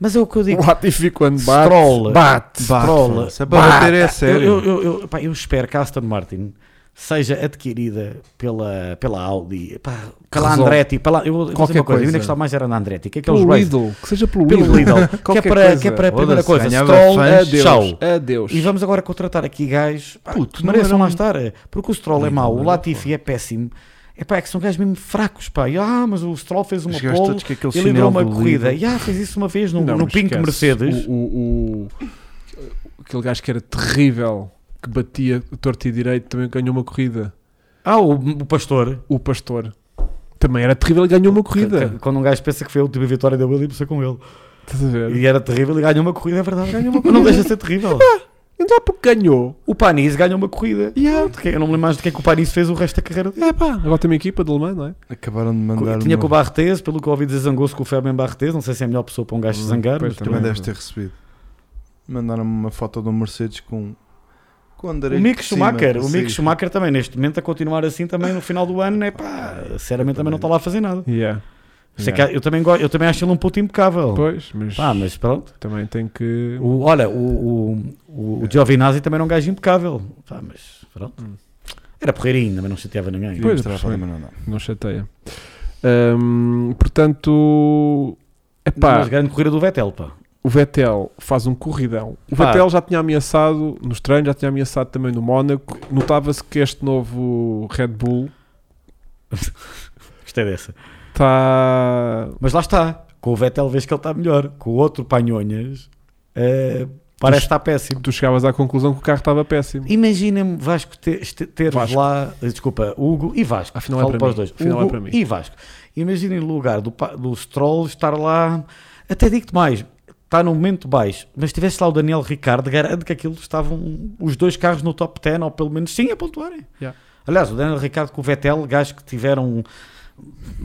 Speaker 3: Mas é o que eu digo.
Speaker 1: O Latifi quando bate,
Speaker 3: Stroll.
Speaker 1: bate.
Speaker 2: Bate,
Speaker 3: Stroll.
Speaker 2: foda-se. É para
Speaker 1: Bate.
Speaker 2: bater é
Speaker 3: Eu,
Speaker 2: sério.
Speaker 3: eu, eu, eu- epá, eu espero que a Aston Martin seja adquirida pela, pela Audi, epá, pela
Speaker 1: Resolve.
Speaker 3: Andretti, pela, eu vou dizer
Speaker 1: Qualquer
Speaker 3: uma coisa, eu
Speaker 1: coisa.
Speaker 3: ainda gostava mais era na Andretti, que é aqueles
Speaker 1: Pelo
Speaker 3: races-
Speaker 1: Lidl, que seja pelo
Speaker 3: pelo Lidl,
Speaker 1: (laughs)
Speaker 3: que, é
Speaker 1: Qualquer
Speaker 3: para,
Speaker 1: coisa.
Speaker 3: que é para a primeira
Speaker 2: Foda-se,
Speaker 3: coisa,
Speaker 2: ganhava
Speaker 3: Stroll,
Speaker 2: fãs.
Speaker 3: eh, tchau.
Speaker 1: Adeus.
Speaker 3: E vamos agora contratar aqui gajos pá,
Speaker 2: Puto,
Speaker 3: que
Speaker 2: não
Speaker 3: mereçam
Speaker 2: era
Speaker 3: lá
Speaker 2: um-
Speaker 3: estar. eh, Porque o Stroll é
Speaker 2: Lidl,
Speaker 3: mau, o
Speaker 2: era,
Speaker 3: Latifi é péssimo. É pá, é que são gajos mesmo fracos, pá. E, ah, mas o Stroll fez uma
Speaker 2: Os gajos
Speaker 3: pole
Speaker 2: todos com aquele
Speaker 3: e
Speaker 2: chinelo
Speaker 3: liderou uma
Speaker 2: do
Speaker 3: corrida.
Speaker 2: Lidl.
Speaker 3: E ah, fez isso uma vez no,
Speaker 1: Não,
Speaker 3: no
Speaker 1: mas
Speaker 3: Pink
Speaker 1: esquece.
Speaker 3: Mercedes.
Speaker 1: O, o- o- aquele gajo que era terrível, que batia torto e direito, também ganhou uma corrida.
Speaker 3: Ah, o, o Pastor.
Speaker 1: O Pastor também era terrível, ganhou uma
Speaker 3: Que-
Speaker 1: corrida.
Speaker 3: que- Quando um gajo pensa que foi a última vitória da Williams, foi com ele.
Speaker 1: Estás a ver?
Speaker 3: E era terrível e ganhou uma corrida, é verdade.
Speaker 1: Ganhou uma
Speaker 3: Mas Não deixa de ser
Speaker 1: (laughs)
Speaker 3: terrível.
Speaker 1: Então há pouco ganhou.
Speaker 3: O Panis ganhou uma corrida.
Speaker 1: Yeah.
Speaker 3: De quem- Eu não me lembro mais de que é que o Panis fez o resto da carreira dele.
Speaker 1: É pá, agora tem uma equipa de alemã, não é?
Speaker 2: Acabaram de mandar
Speaker 3: Tinha
Speaker 2: uma-
Speaker 3: com o Barthez, pelo que ouvi dizer, zangou-se com o Fabian Barthez. Não sei se é a melhor pessoa para um gajo se
Speaker 1: Hum,
Speaker 3: zangar.
Speaker 1: pois,
Speaker 3: mas
Speaker 1: também
Speaker 2: Também
Speaker 3: pronto.
Speaker 2: deves ter recebido. Mandaram-me uma foto do Mercedes com... com
Speaker 3: O
Speaker 2: André
Speaker 3: Mick
Speaker 2: de cima,
Speaker 3: Schumacher, o
Speaker 2: assim.
Speaker 3: Mick Schumacher também, neste momento, a continuar assim também no final do ano, é pá, sinceramente também não está lá a fazer nada.
Speaker 1: Yeah.
Speaker 3: Sei que eu, também go- eu também acho ele um puto impecável.
Speaker 1: É. Pois, mas,
Speaker 3: Pá, mas pronto.
Speaker 1: também tem que.
Speaker 3: O- olha, o, o, o, o Giovinazzi também era um gajo impecável. Pá, mas pronto.
Speaker 1: É. Hum.
Speaker 3: Era porreirinho, também não chateava ninguém.
Speaker 1: Pois,
Speaker 2: Queria mostrar a foto,
Speaker 1: sim.
Speaker 2: mas não dá.
Speaker 1: Não chateia. Hum, portanto, é
Speaker 3: Mas
Speaker 1: pá.
Speaker 3: grande corrida do Vettel, pá.
Speaker 1: o Vettel faz um corridão. O
Speaker 3: Pá.
Speaker 1: Vettel já tinha ameaçado nos treinos, já tinha ameaçado também no Mónaco. Notava-se que este novo Red Bull
Speaker 3: Gostei dessa.
Speaker 1: está.
Speaker 3: Mas lá está. Com o Vettel vês que ele está melhor. Com o outro Panhonhas eh, parece que está péssimo.
Speaker 1: Tu chegavas à conclusão que o carro estava péssimo.
Speaker 3: Imagina-me Vasco ter, este- teres
Speaker 1: Vasco.
Speaker 3: lá, eh, desculpa, Hugo e Vasco.
Speaker 1: Afinal é para
Speaker 3: Falo para
Speaker 1: mim.
Speaker 3: os dois.
Speaker 1: Afinal é
Speaker 3: Hugo
Speaker 1: para mim.
Speaker 3: E Vasco. Imaginem o lugar do, pa- do Stroll estar lá, até digo-te mais, está num momento baixo, mas se tivesse lá o Daniel Ricardo, garanto que aquilo estavam os dois carros no top 10, ou pelo menos sim a pontuarem.
Speaker 1: Yeah.
Speaker 3: Aliás, o Daniel Ricardo com o Vettel, gajos que tiveram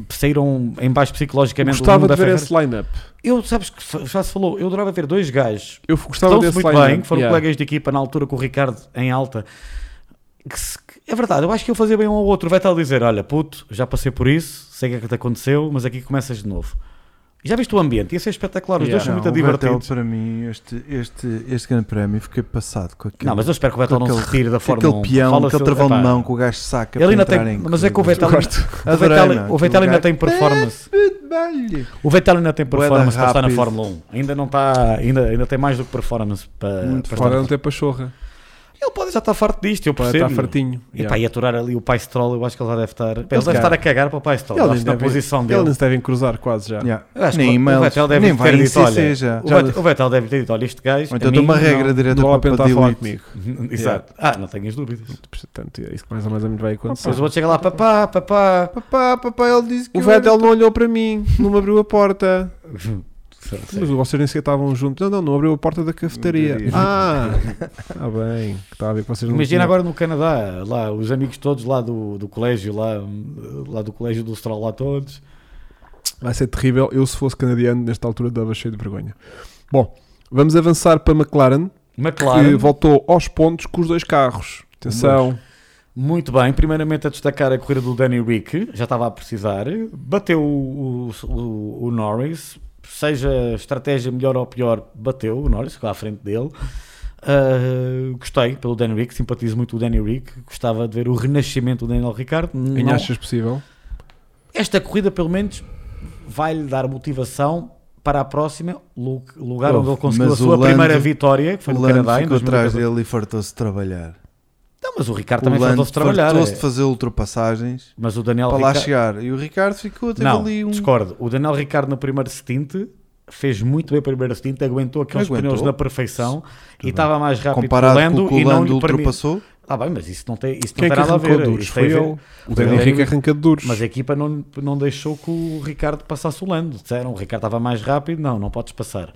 Speaker 3: saíram em baixo psicologicamente do
Speaker 1: Gostava
Speaker 3: é
Speaker 1: de
Speaker 3: mundo da
Speaker 1: ver
Speaker 3: Ferrari.
Speaker 1: esse line-up.
Speaker 3: Eu, sabes que fa- já se falou, eu adorava ver dois gajos
Speaker 1: Eu gostava
Speaker 3: estão-se
Speaker 1: desse
Speaker 3: muito
Speaker 1: line-up.
Speaker 3: bem, que foram
Speaker 1: yeah.
Speaker 3: colegas de equipa na altura com o Ricardo em alta. Que se- que- é verdade, eu acho que ele fazia bem um ao outro. Vai estar a dizer: Olha, puto, já passei por isso, sei o que é que te aconteceu, mas aqui começas de novo. E Já viste o ambiente? Ia ser espetacular, os
Speaker 1: Yeah.
Speaker 3: dois são
Speaker 2: Não,
Speaker 3: muito
Speaker 2: o Vettel,
Speaker 3: divertidos.
Speaker 2: para mim, este, este, este grande prémio, fiquei passado com aquele.
Speaker 3: Não, mas eu espero que o Vettel não se
Speaker 2: aquele-
Speaker 3: retire da Fórmula 1.
Speaker 2: Aquele peão,
Speaker 3: Fala-se-
Speaker 2: aquele travão
Speaker 3: epá,
Speaker 2: de mão que o gajo saca.
Speaker 3: Ele
Speaker 2: para
Speaker 3: ainda
Speaker 2: entrar
Speaker 3: tem-
Speaker 2: em
Speaker 3: mas é que o
Speaker 2: coisas.
Speaker 1: Eu
Speaker 3: Vettel-
Speaker 1: gosto.
Speaker 3: O
Speaker 2: Adorei,
Speaker 3: Vettel,
Speaker 2: meu,
Speaker 3: o Vettel
Speaker 2: aquele
Speaker 3: ainda
Speaker 2: gajo-
Speaker 3: tem performance.
Speaker 2: Velho.
Speaker 3: O Vettel ainda tem
Speaker 2: Bué da
Speaker 3: performance para estar na
Speaker 2: rápido.
Speaker 3: Fórmula 1. Ainda não está, ainda, ainda tem mais do que performance para,
Speaker 2: Muito
Speaker 3: para estar
Speaker 1: Fora
Speaker 3: na
Speaker 1: não ter pachorra.
Speaker 3: Ele pode já estar farto disto, eu
Speaker 1: Pá,
Speaker 3: percebo.
Speaker 1: Está fartinho.
Speaker 3: E pá,
Speaker 1: Yeah.
Speaker 3: e aturar ali o Pai Stroll, eu acho que ele já deve estar. Ele deve
Speaker 1: cara-
Speaker 3: estar a cagar para o Pai Stroll. Ele
Speaker 1: nem
Speaker 3: na
Speaker 1: deve-
Speaker 3: posição
Speaker 1: eles nem
Speaker 3: dele.
Speaker 1: se devem cruzar quase já.
Speaker 2: Yeah.
Speaker 3: Eu acho que
Speaker 2: Nem
Speaker 3: o- o
Speaker 2: e-mails,
Speaker 3: Vettel deve
Speaker 2: nem
Speaker 3: ter
Speaker 2: vai em
Speaker 3: dito,
Speaker 2: CC
Speaker 3: olha,
Speaker 2: já.
Speaker 3: O
Speaker 2: Já-
Speaker 3: Vettel- O Vettel deve ter dito: olha, este gajo.
Speaker 2: Ou então
Speaker 3: a
Speaker 2: tem
Speaker 3: mim
Speaker 2: uma
Speaker 3: não-
Speaker 2: regra direta
Speaker 1: Não vale a
Speaker 2: para
Speaker 1: pena estar a falar
Speaker 2: delete.
Speaker 1: comigo.
Speaker 2: (laughs)
Speaker 3: Exato. Ah, não tenho as dúvidas.
Speaker 2: Então
Speaker 1: Portanto, é isso que mais ou menos a mim vai acontecer.
Speaker 3: Mas o outro chega lá, papá, papá.
Speaker 2: Papá, papá, ele disse que
Speaker 1: O
Speaker 2: eu
Speaker 1: Vettel não olhou para mim, não me abriu a porta.
Speaker 3: Sei, sei.
Speaker 1: Mas vocês nem sequer estavam juntos. Não, não, não abriu a porta da cafetaria.
Speaker 2: Cafeteria.
Speaker 1: Ah, está bem. Estava a ver que vocês não
Speaker 3: Imagina
Speaker 1: tinham-
Speaker 3: agora no Canadá, lá, os amigos todos lá do, do colégio, lá, hum, lá do colégio do Stroll, lá todos.
Speaker 1: Vai ser terrível. Eu, se fosse canadiano, nesta altura, dava cheio de vergonha. Bom, vamos avançar para McLaren, que
Speaker 3: McLaren,
Speaker 1: voltou aos pontos com os dois carros. Atenção.
Speaker 3: Muito bem, primeiramente a destacar a corrida do Danny Rick, já estava a precisar, bateu o, o- o Norris, seja estratégia melhor ou pior, bateu o Norris, ficou à frente dele. Ah, gostei pelo Danny Rick, simpatizo muito o Danny Rick, gostava de ver o renascimento do Daniel Ricardo.
Speaker 1: Em
Speaker 3: Não-
Speaker 1: achas possível?
Speaker 3: Esta corrida, pelo menos, vai-lhe dar motivação para a próxima, lu- lugar
Speaker 2: Oh,
Speaker 3: onde ele conseguiu a
Speaker 2: mas o
Speaker 3: sua
Speaker 2: Lando-
Speaker 3: primeira vitória, que foi
Speaker 2: O
Speaker 3: no
Speaker 2: Lando
Speaker 3: Canadá, em
Speaker 2: ficou atrás
Speaker 3: 2014.
Speaker 2: dele e fartou-se de trabalhar.
Speaker 3: Não, mas o Ricardo
Speaker 2: O
Speaker 3: Ah, também
Speaker 2: Lando
Speaker 3: faltou-se trabalhar.
Speaker 2: fartou-se de
Speaker 3: é.
Speaker 2: fazer ultrapassagens
Speaker 3: Mas o Daniel
Speaker 2: para lá
Speaker 3: Ricciardo-
Speaker 2: chegar. E o Ricardo ficou, teve
Speaker 3: Não,
Speaker 2: ali um...
Speaker 3: discordo. O Daniel Ricardo no primeiro stint fez muito bem o primeiro stint, aguentou aqueles
Speaker 2: Aguentou.
Speaker 3: pneus na perfeição e estava mais rápido
Speaker 2: Comparado
Speaker 3: que o Lando
Speaker 2: com o que
Speaker 3: e
Speaker 2: o
Speaker 3: não
Speaker 2: Lando
Speaker 3: lhe permite.
Speaker 2: ultrapassou.
Speaker 3: Ah, bem, mas isso não tem, isso
Speaker 1: Quem é
Speaker 3: não
Speaker 1: que
Speaker 3: tem nada a
Speaker 1: arrancou
Speaker 3: ver.
Speaker 1: duros?
Speaker 3: Isso tem
Speaker 1: Foi
Speaker 3: a ver-
Speaker 1: ele. O
Speaker 3: Daniel
Speaker 1: Daniel Henrique
Speaker 3: Henrique.
Speaker 1: arranca de duros.
Speaker 3: Mas é a equipa não, não deixou que o Ricardo passasse o Lando. Disseram, o Ricardo estava mais rápido, não, não podes passar.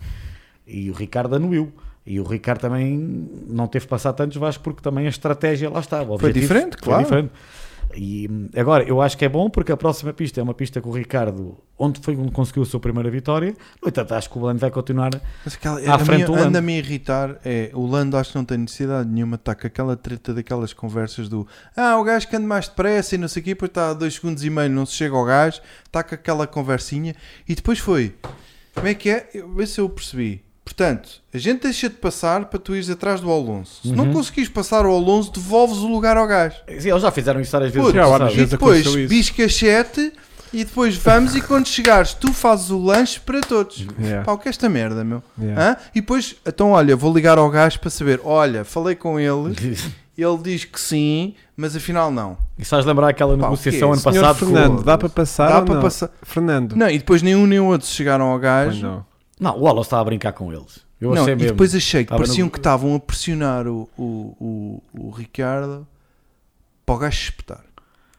Speaker 3: E o Ricardo anuiu. E o Ricardo também não teve passar tantos Vasco porque também a estratégia lá estava. O objetivo
Speaker 2: diferente, claro.
Speaker 3: E hum, agora, eu acho que é bom porque a próxima pista é uma pista com o Ricardo, onde foi onde conseguiu a sua primeira vitória. No entanto, acho que o Lando vai continuar.
Speaker 2: Mas aquela,
Speaker 3: À
Speaker 2: a
Speaker 3: frente do
Speaker 2: minha,
Speaker 3: Lando.
Speaker 2: anda-me a irritar é o Lando acho que não tem necessidade nenhuma de estar com aquela treta daquelas conversas do ah, o gajo que anda mais depressa e não sei o quê, depois está a 2 segundos e meio, não se chega ao gajo, está com aquela conversinha e depois foi. Como é que é? Eu, vê se eu percebi. Portanto, a gente deixa de passar para tu ires atrás do Alonso. Se
Speaker 3: Uhum.
Speaker 2: não conseguires passar o Alonso, devolves o lugar ao gajo.
Speaker 3: Sim, eles já fizeram isso várias vezes.
Speaker 2: Putz,
Speaker 1: já,
Speaker 3: sabe?
Speaker 1: várias Às
Speaker 2: E
Speaker 1: vezes
Speaker 2: depois
Speaker 1: aconteceu isso.
Speaker 2: bisca 7 e depois vamos e quando chegares tu fazes o lanche para todos.
Speaker 1: Yeah.
Speaker 2: Pá, o que é esta merda, meu?
Speaker 1: Yeah.
Speaker 2: Hã? E depois, então olha, vou ligar ao gajo para saber. Olha, falei com ele, ele diz que sim, mas afinal não.
Speaker 3: Isso faz lembrar aquela
Speaker 2: Pá, o quê?
Speaker 3: negociação ano
Speaker 1: Senhor
Speaker 3: passado. com o-
Speaker 1: Fernando, dá para passar
Speaker 2: Dá
Speaker 1: ou
Speaker 2: para
Speaker 1: não?
Speaker 2: passar.
Speaker 1: Fernando.
Speaker 2: Não, e depois nenhum nem o outro chegaram ao
Speaker 1: Pois
Speaker 2: gajo.
Speaker 1: não.
Speaker 3: Não, o Alonso estava a brincar com eles. Eu
Speaker 2: Não,
Speaker 3: achei
Speaker 2: e
Speaker 3: mesmo.
Speaker 2: depois achei que
Speaker 3: Estava
Speaker 2: pareciam
Speaker 3: no-
Speaker 2: que estavam a pressionar o, o, o, o Ricardo para o gajo espetar.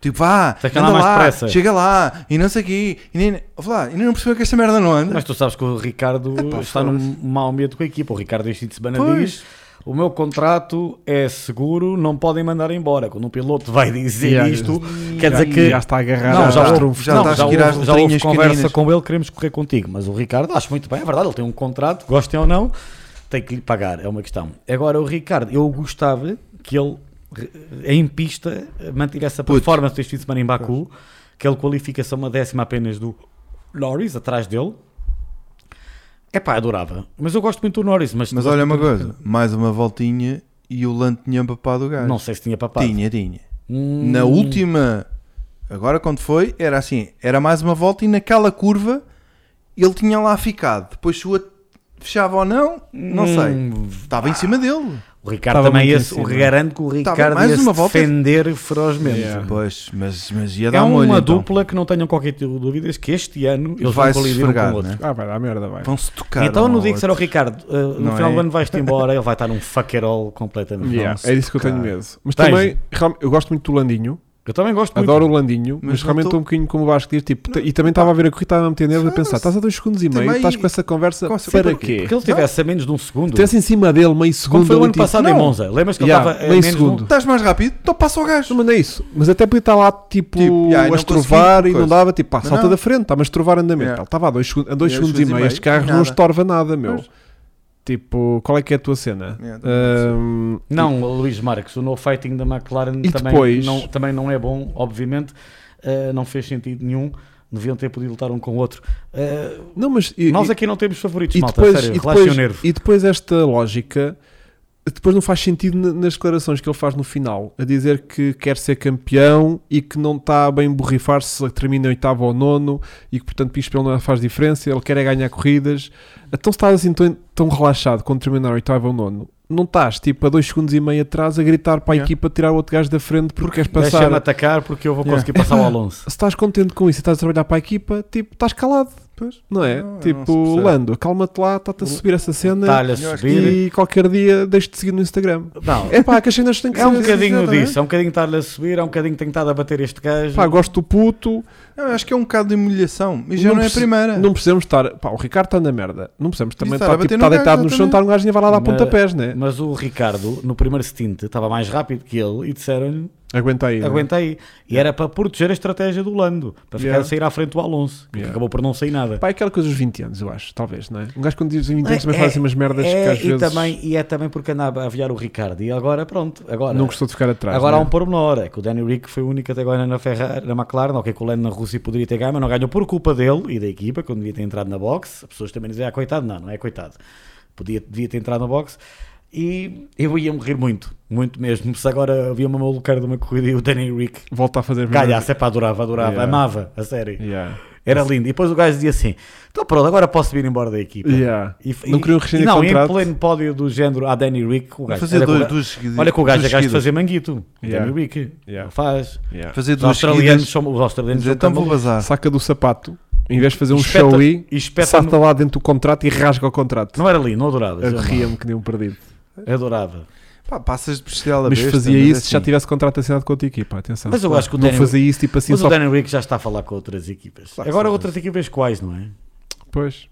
Speaker 2: Tipo, vá,
Speaker 3: Tem que
Speaker 2: anda
Speaker 3: andar mais
Speaker 2: lá,
Speaker 3: depressa.
Speaker 2: chega lá, e não sei o quê, e nem, ouve lá, ainda não percebeu que esta merda não anda.
Speaker 3: Mas tu sabes que o Ricardo
Speaker 2: Epá,
Speaker 3: está num mau ambiente com a equipa. O Ricardo este fim de semana diz: o meu contrato é seguro, não podem mandar embora. Quando um piloto vai dizer
Speaker 1: Yeah,
Speaker 3: isto, quer dizer
Speaker 1: Já-
Speaker 3: que.
Speaker 1: Já está agarrado.
Speaker 3: Não,
Speaker 1: aos
Speaker 3: já,
Speaker 2: está-
Speaker 1: trunfos.
Speaker 3: houve,
Speaker 2: já
Speaker 3: não,
Speaker 2: está a
Speaker 3: já,
Speaker 2: seguir às
Speaker 3: houve, já houve
Speaker 2: letrinhas
Speaker 3: conversa
Speaker 2: pequeninas.
Speaker 3: com ele, queremos correr contigo. Mas o Ricardo, acho muito bem, é verdade, ele tem um contrato, gostem ou não, tem que lhe pagar, é uma questão. Agora, o Ricardo, eu gostava que ele, eh, em pista, mantivesse a
Speaker 2: Puto.
Speaker 3: performance deste fim de semana em Baku, que ele qualifica-se a uma décima apenas do Norris, atrás dele. É pá, adorava. Mas eu gosto muito do Norris, mas,
Speaker 2: Mas olha uma coisa, mais uma voltinha e o Lante tinha empapado o gajo.
Speaker 3: não sei se tinha papado.
Speaker 2: tinha, tinha.
Speaker 3: Hum,
Speaker 2: Na última, agora quando foi, era assim, era mais uma volta e naquela curva ele tinha lá ficado. Depois o outro fechava ou não, não sei.
Speaker 3: Hum,
Speaker 2: Estava em cima dele.
Speaker 3: O Ricardo
Speaker 1: Estava
Speaker 3: também
Speaker 1: muito
Speaker 3: ia
Speaker 1: em
Speaker 3: se- o
Speaker 1: cima.
Speaker 3: garanto que o
Speaker 2: Estava
Speaker 3: Ricardo
Speaker 2: mais
Speaker 3: ia se
Speaker 2: uma volta.
Speaker 3: defender ferozmente.
Speaker 1: Yeah.
Speaker 2: Pois, mas, mas ia
Speaker 3: É
Speaker 2: dar um olho.
Speaker 3: uma
Speaker 2: então.
Speaker 3: dupla que não tenham qualquer tipo de dúvidas que este ano eles vão
Speaker 2: Vai-se
Speaker 3: colidir um com
Speaker 2: esfregar,
Speaker 3: o outro.
Speaker 2: né?
Speaker 1: Ah, vai dar merda, vai.
Speaker 2: Vão-se tocar.
Speaker 3: então
Speaker 2: um
Speaker 3: no
Speaker 2: ao
Speaker 3: dia que disser ao
Speaker 2: outro.
Speaker 3: Ricardo, uh, no
Speaker 2: Não
Speaker 3: final
Speaker 2: é?
Speaker 3: do ano vais-te embora, ele vai estar num fuckerol completamente.
Speaker 1: Yeah,
Speaker 2: Vão-se
Speaker 1: é isso que eu tenho
Speaker 2: tocar.
Speaker 1: medo. Mas
Speaker 3: Tens.
Speaker 1: também, realmente, eu gosto muito do Landinho,
Speaker 3: Eu também gosto muito.
Speaker 1: adoro o Landinho, mas,
Speaker 2: Mas não
Speaker 1: realmente
Speaker 2: tô-
Speaker 1: estou um bocadinho como o Vasco diz, tipo, e também estava a ver a corrida, estava a meter nervos a pensar, estás a dois segundos e
Speaker 2: Também-
Speaker 1: meio, estás com essa conversa,
Speaker 2: Com essa-
Speaker 1: para
Speaker 2: Porque-
Speaker 1: quê?
Speaker 3: Porque ele tivesse a menos de um segundo.
Speaker 1: Tens em cima dele meio segundo.
Speaker 3: Como foi o
Speaker 1: ali,
Speaker 3: ano
Speaker 1: tipo,
Speaker 3: passado em
Speaker 1: não.
Speaker 3: Monza. Lembras que
Speaker 1: Yeah,
Speaker 3: ele estava a
Speaker 1: meio
Speaker 3: menos
Speaker 1: segundo.
Speaker 3: de um...
Speaker 2: Estás mais rápido, então passa o gajo.
Speaker 1: Não, mas não é isso. Mas até podia estar lá, tipo,
Speaker 2: Tipo, yeah, e
Speaker 1: a
Speaker 2: não
Speaker 1: estrovar
Speaker 2: consegui,
Speaker 1: e não
Speaker 2: coisa.
Speaker 1: dava, tipo, pá,
Speaker 2: Mas
Speaker 1: salta
Speaker 2: não.
Speaker 1: da frente, está-me a estrovar andamento.
Speaker 2: Yeah.
Speaker 1: Ele estava a dois, segun- a dois
Speaker 2: Yeah,
Speaker 1: segundos e meio. Este carro não
Speaker 2: nada.
Speaker 1: estorva nada, meu.
Speaker 2: Pois.
Speaker 1: Tipo, qual é que é a tua cena?
Speaker 2: Yeah, também
Speaker 1: Ahm,
Speaker 3: Não, o Luís Marques, o no fighting da McLaren
Speaker 1: E
Speaker 3: também,
Speaker 1: depois?
Speaker 3: não, também não é bom, obviamente. Uh, não fez sentido nenhum. Deviam ter podido lutar um com o outro. Uh,
Speaker 1: não, mas. E,
Speaker 3: Nós
Speaker 1: e-
Speaker 3: aqui não temos favoritos,
Speaker 1: e
Speaker 3: malta.
Speaker 1: depois,
Speaker 3: sério,
Speaker 1: e,
Speaker 3: relaxem
Speaker 1: depois,
Speaker 3: o nervo.
Speaker 1: e depois esta lógica depois não faz sentido na- nas declarações que ele faz no final, a dizer que quer ser campeão e que não está bem borrifar se termina em oitavo ou nono e que portanto isso para ele não faz diferença, ele quer é ganhar corridas. Então se estás assim tão, tão relaxado quando terminar oitavo ou nono, não estás tipo a dois segundos e meio atrás a gritar para a
Speaker 2: Yeah.
Speaker 1: equipa tirar o outro gajo da frente porque queres passar.
Speaker 3: Deixa-me atacar porque eu vou
Speaker 1: Yeah.
Speaker 3: conseguir passar o
Speaker 1: (laughs)
Speaker 3: Alonso.
Speaker 1: Se estás contente com isso e estás a trabalhar para a equipa, tipo, estás calado, não é?
Speaker 2: Não, não se
Speaker 1: tipo,
Speaker 2: percebe.
Speaker 1: Lando, calma-te lá, está-te a subir essa cena.
Speaker 3: Talha
Speaker 2: Eu acho
Speaker 3: subir.
Speaker 1: E qualquer dia deixo-te seguir no Instagram.
Speaker 3: Não,
Speaker 1: É pá, que as cenas têm que
Speaker 3: é
Speaker 1: ser
Speaker 3: um
Speaker 1: assim,
Speaker 3: bocadinho
Speaker 1: exatamente.
Speaker 3: disso. É um bocadinho estar-lhe a subir, é um bocadinho tentar a bater este gajo.
Speaker 1: Pá, gosto do puto,
Speaker 2: Eu acho que é um bocado de humilhação. E já
Speaker 1: Não
Speaker 2: não, é a
Speaker 1: preci-
Speaker 2: primeira.
Speaker 1: não precisamos estar. Pá, o Ricardo está na merda. Não precisamos também
Speaker 2: Isso,
Speaker 1: estar
Speaker 2: era
Speaker 1: tipo,
Speaker 2: bater
Speaker 1: está
Speaker 2: no
Speaker 1: deitado
Speaker 2: gajo,
Speaker 1: no chão, está um gajo e vai lá dar
Speaker 3: Na-
Speaker 1: pontapés, né?
Speaker 3: Mas o Ricardo, no primeiro stint, estava mais rápido que ele e disseram-lhe
Speaker 1: Aguenta aí. né?
Speaker 3: aguenta aí. E era para proteger a estratégia do Lando, para ficar
Speaker 1: Yeah.
Speaker 3: a sair à frente do Alonso, que
Speaker 1: Yeah.
Speaker 3: acabou por não sair nada.
Speaker 1: Pá, é aquela coisa dos 20 anos, eu acho, talvez, não é? Um gajo quando diz 20 anos também
Speaker 3: É-
Speaker 1: faz assim umas merdas
Speaker 3: é,
Speaker 1: que às
Speaker 3: e,
Speaker 1: vezes
Speaker 3: também, e é também porque andava a aviar o Ricardo. E agora, pronto, agora.
Speaker 1: não gostou de ficar atrás.
Speaker 3: Agora há
Speaker 1: né?
Speaker 3: um pormenor, é que o Danny Rick foi o único até agora na Ferrari, na McLaren, ok, que o Lando na Rússia poderia ter ganho, mas não ganhou por culpa dele e da equipa, quando devia ter entrado na box. As pessoas também dizem, ah, coitado, não, não é coitado. Podia, devia ter entrado na box. E eu ia morrer muito, muito mesmo. Se agora havia uma malucara de uma corrida e o Danny Rick
Speaker 1: Volta a fazer.
Speaker 3: calhasse, é pá, adorava, adorava,
Speaker 1: Yeah.
Speaker 3: amava, a sério.
Speaker 1: Yeah.
Speaker 3: Era lindo. E depois o gajo dizia assim: então pronto, agora posso vir embora da equipa.
Speaker 1: Yeah.
Speaker 3: E,
Speaker 1: Não queriam
Speaker 3: e,
Speaker 1: rescindir
Speaker 3: não, em
Speaker 1: contrato.
Speaker 3: pleno pódio do género a Danny Rick, o
Speaker 2: Vai
Speaker 3: gajo.
Speaker 2: fazer
Speaker 3: olha que o
Speaker 2: dois,
Speaker 3: gajo-
Speaker 2: duas seguidas.
Speaker 3: Olha que o gajo é
Speaker 2: duas
Speaker 3: gajo de
Speaker 2: seguidas.
Speaker 3: fazer manguito.
Speaker 1: Yeah.
Speaker 3: Danny Rick.
Speaker 1: Yeah.
Speaker 3: Não faz.
Speaker 1: Yeah.
Speaker 2: Fazer
Speaker 3: Os
Speaker 2: duas
Speaker 3: australianos,
Speaker 2: seguidas.
Speaker 3: são, os australianos
Speaker 2: Dizer,
Speaker 3: são
Speaker 2: Então vou
Speaker 3: camaleões.
Speaker 2: vazar.
Speaker 1: Saca do sapato, em vez de fazer um
Speaker 3: Espeta-
Speaker 1: showy,
Speaker 3: E espeta
Speaker 1: salta lá dentro do contrato e rasga o contrato.
Speaker 3: Não era ali, não adorava.
Speaker 1: Eu
Speaker 3: eu
Speaker 1: ria-me que nem um perdido.
Speaker 3: não, Adorava.
Speaker 2: Pá, passas de bestial a
Speaker 1: Mas
Speaker 2: besta,
Speaker 1: fazia
Speaker 2: mas é
Speaker 1: isso se já
Speaker 2: assim.
Speaker 1: tivesse contrato assinado com outra equipa, atenção.
Speaker 3: Mas eu acho que o
Speaker 1: Não
Speaker 3: Danny-
Speaker 1: fazia isso tipo assim
Speaker 3: Mas
Speaker 1: só
Speaker 3: o Danny Rick já está a falar com outras equipas.
Speaker 2: Claro que
Speaker 3: Agora
Speaker 2: sim.
Speaker 3: outras equipas quais, não é?
Speaker 1: depois.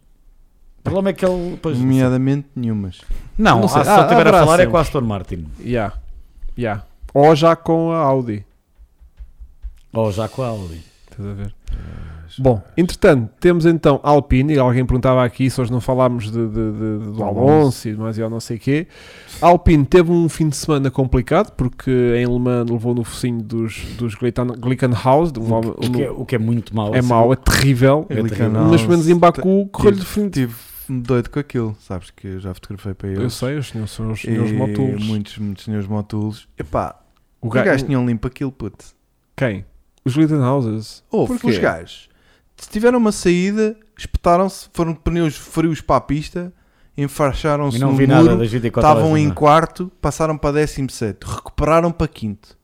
Speaker 3: O problema é que ele. Pois,
Speaker 2: Nomeadamente nenhumas.
Speaker 3: não,
Speaker 1: Não sei.
Speaker 3: ah, se
Speaker 1: Ah,
Speaker 3: ele estiver a
Speaker 1: haverá
Speaker 3: falar é
Speaker 1: sempre.
Speaker 3: com a Aston Martin.
Speaker 1: Yeah. Yeah. Ou já com a Audi.
Speaker 3: Ou já com a Audi.
Speaker 1: Estás a ver? Bom, entretanto, temos então a Alpine, e alguém perguntava aqui se hoje não falámos de, de- de- do
Speaker 3: Alonso.
Speaker 1: Alonso e mais e ao não sei quê. A Alpine teve um fim de semana complicado porque em Le Mans levou no focinho dos, dos Glickan- Glickenhaus, de um homem-
Speaker 3: O que, é, o que é muito mau.
Speaker 1: é
Speaker 3: assim.
Speaker 1: mau, é terrível.
Speaker 3: É
Speaker 1: Mas pelo menos em Baku correu-lhe
Speaker 2: tive-
Speaker 1: definitivo.
Speaker 2: Tive doido com aquilo. Sabes que eu já fotografei para
Speaker 1: Eu
Speaker 2: eles.
Speaker 1: sei, os senhores são os
Speaker 2: E
Speaker 1: senhores motulos.
Speaker 2: Muitos, muitos senhores motulos. Epá,
Speaker 1: O
Speaker 2: os gajos
Speaker 1: gajo
Speaker 2: tinham limpo aquilo, puto.
Speaker 1: Quem? Os Glittenhouses.
Speaker 2: Houve,
Speaker 1: Porquê?
Speaker 2: os gajos tiveram uma saída, espetaram-se, foram pneus frios para a pista,
Speaker 3: E
Speaker 2: enfaixaram-se
Speaker 3: não
Speaker 2: no
Speaker 1: um
Speaker 3: vi
Speaker 2: muro,
Speaker 3: nada das 24
Speaker 2: estavam
Speaker 3: horas,
Speaker 2: em
Speaker 3: não é?
Speaker 2: quarto, passaram para 17, recuperaram para quinto.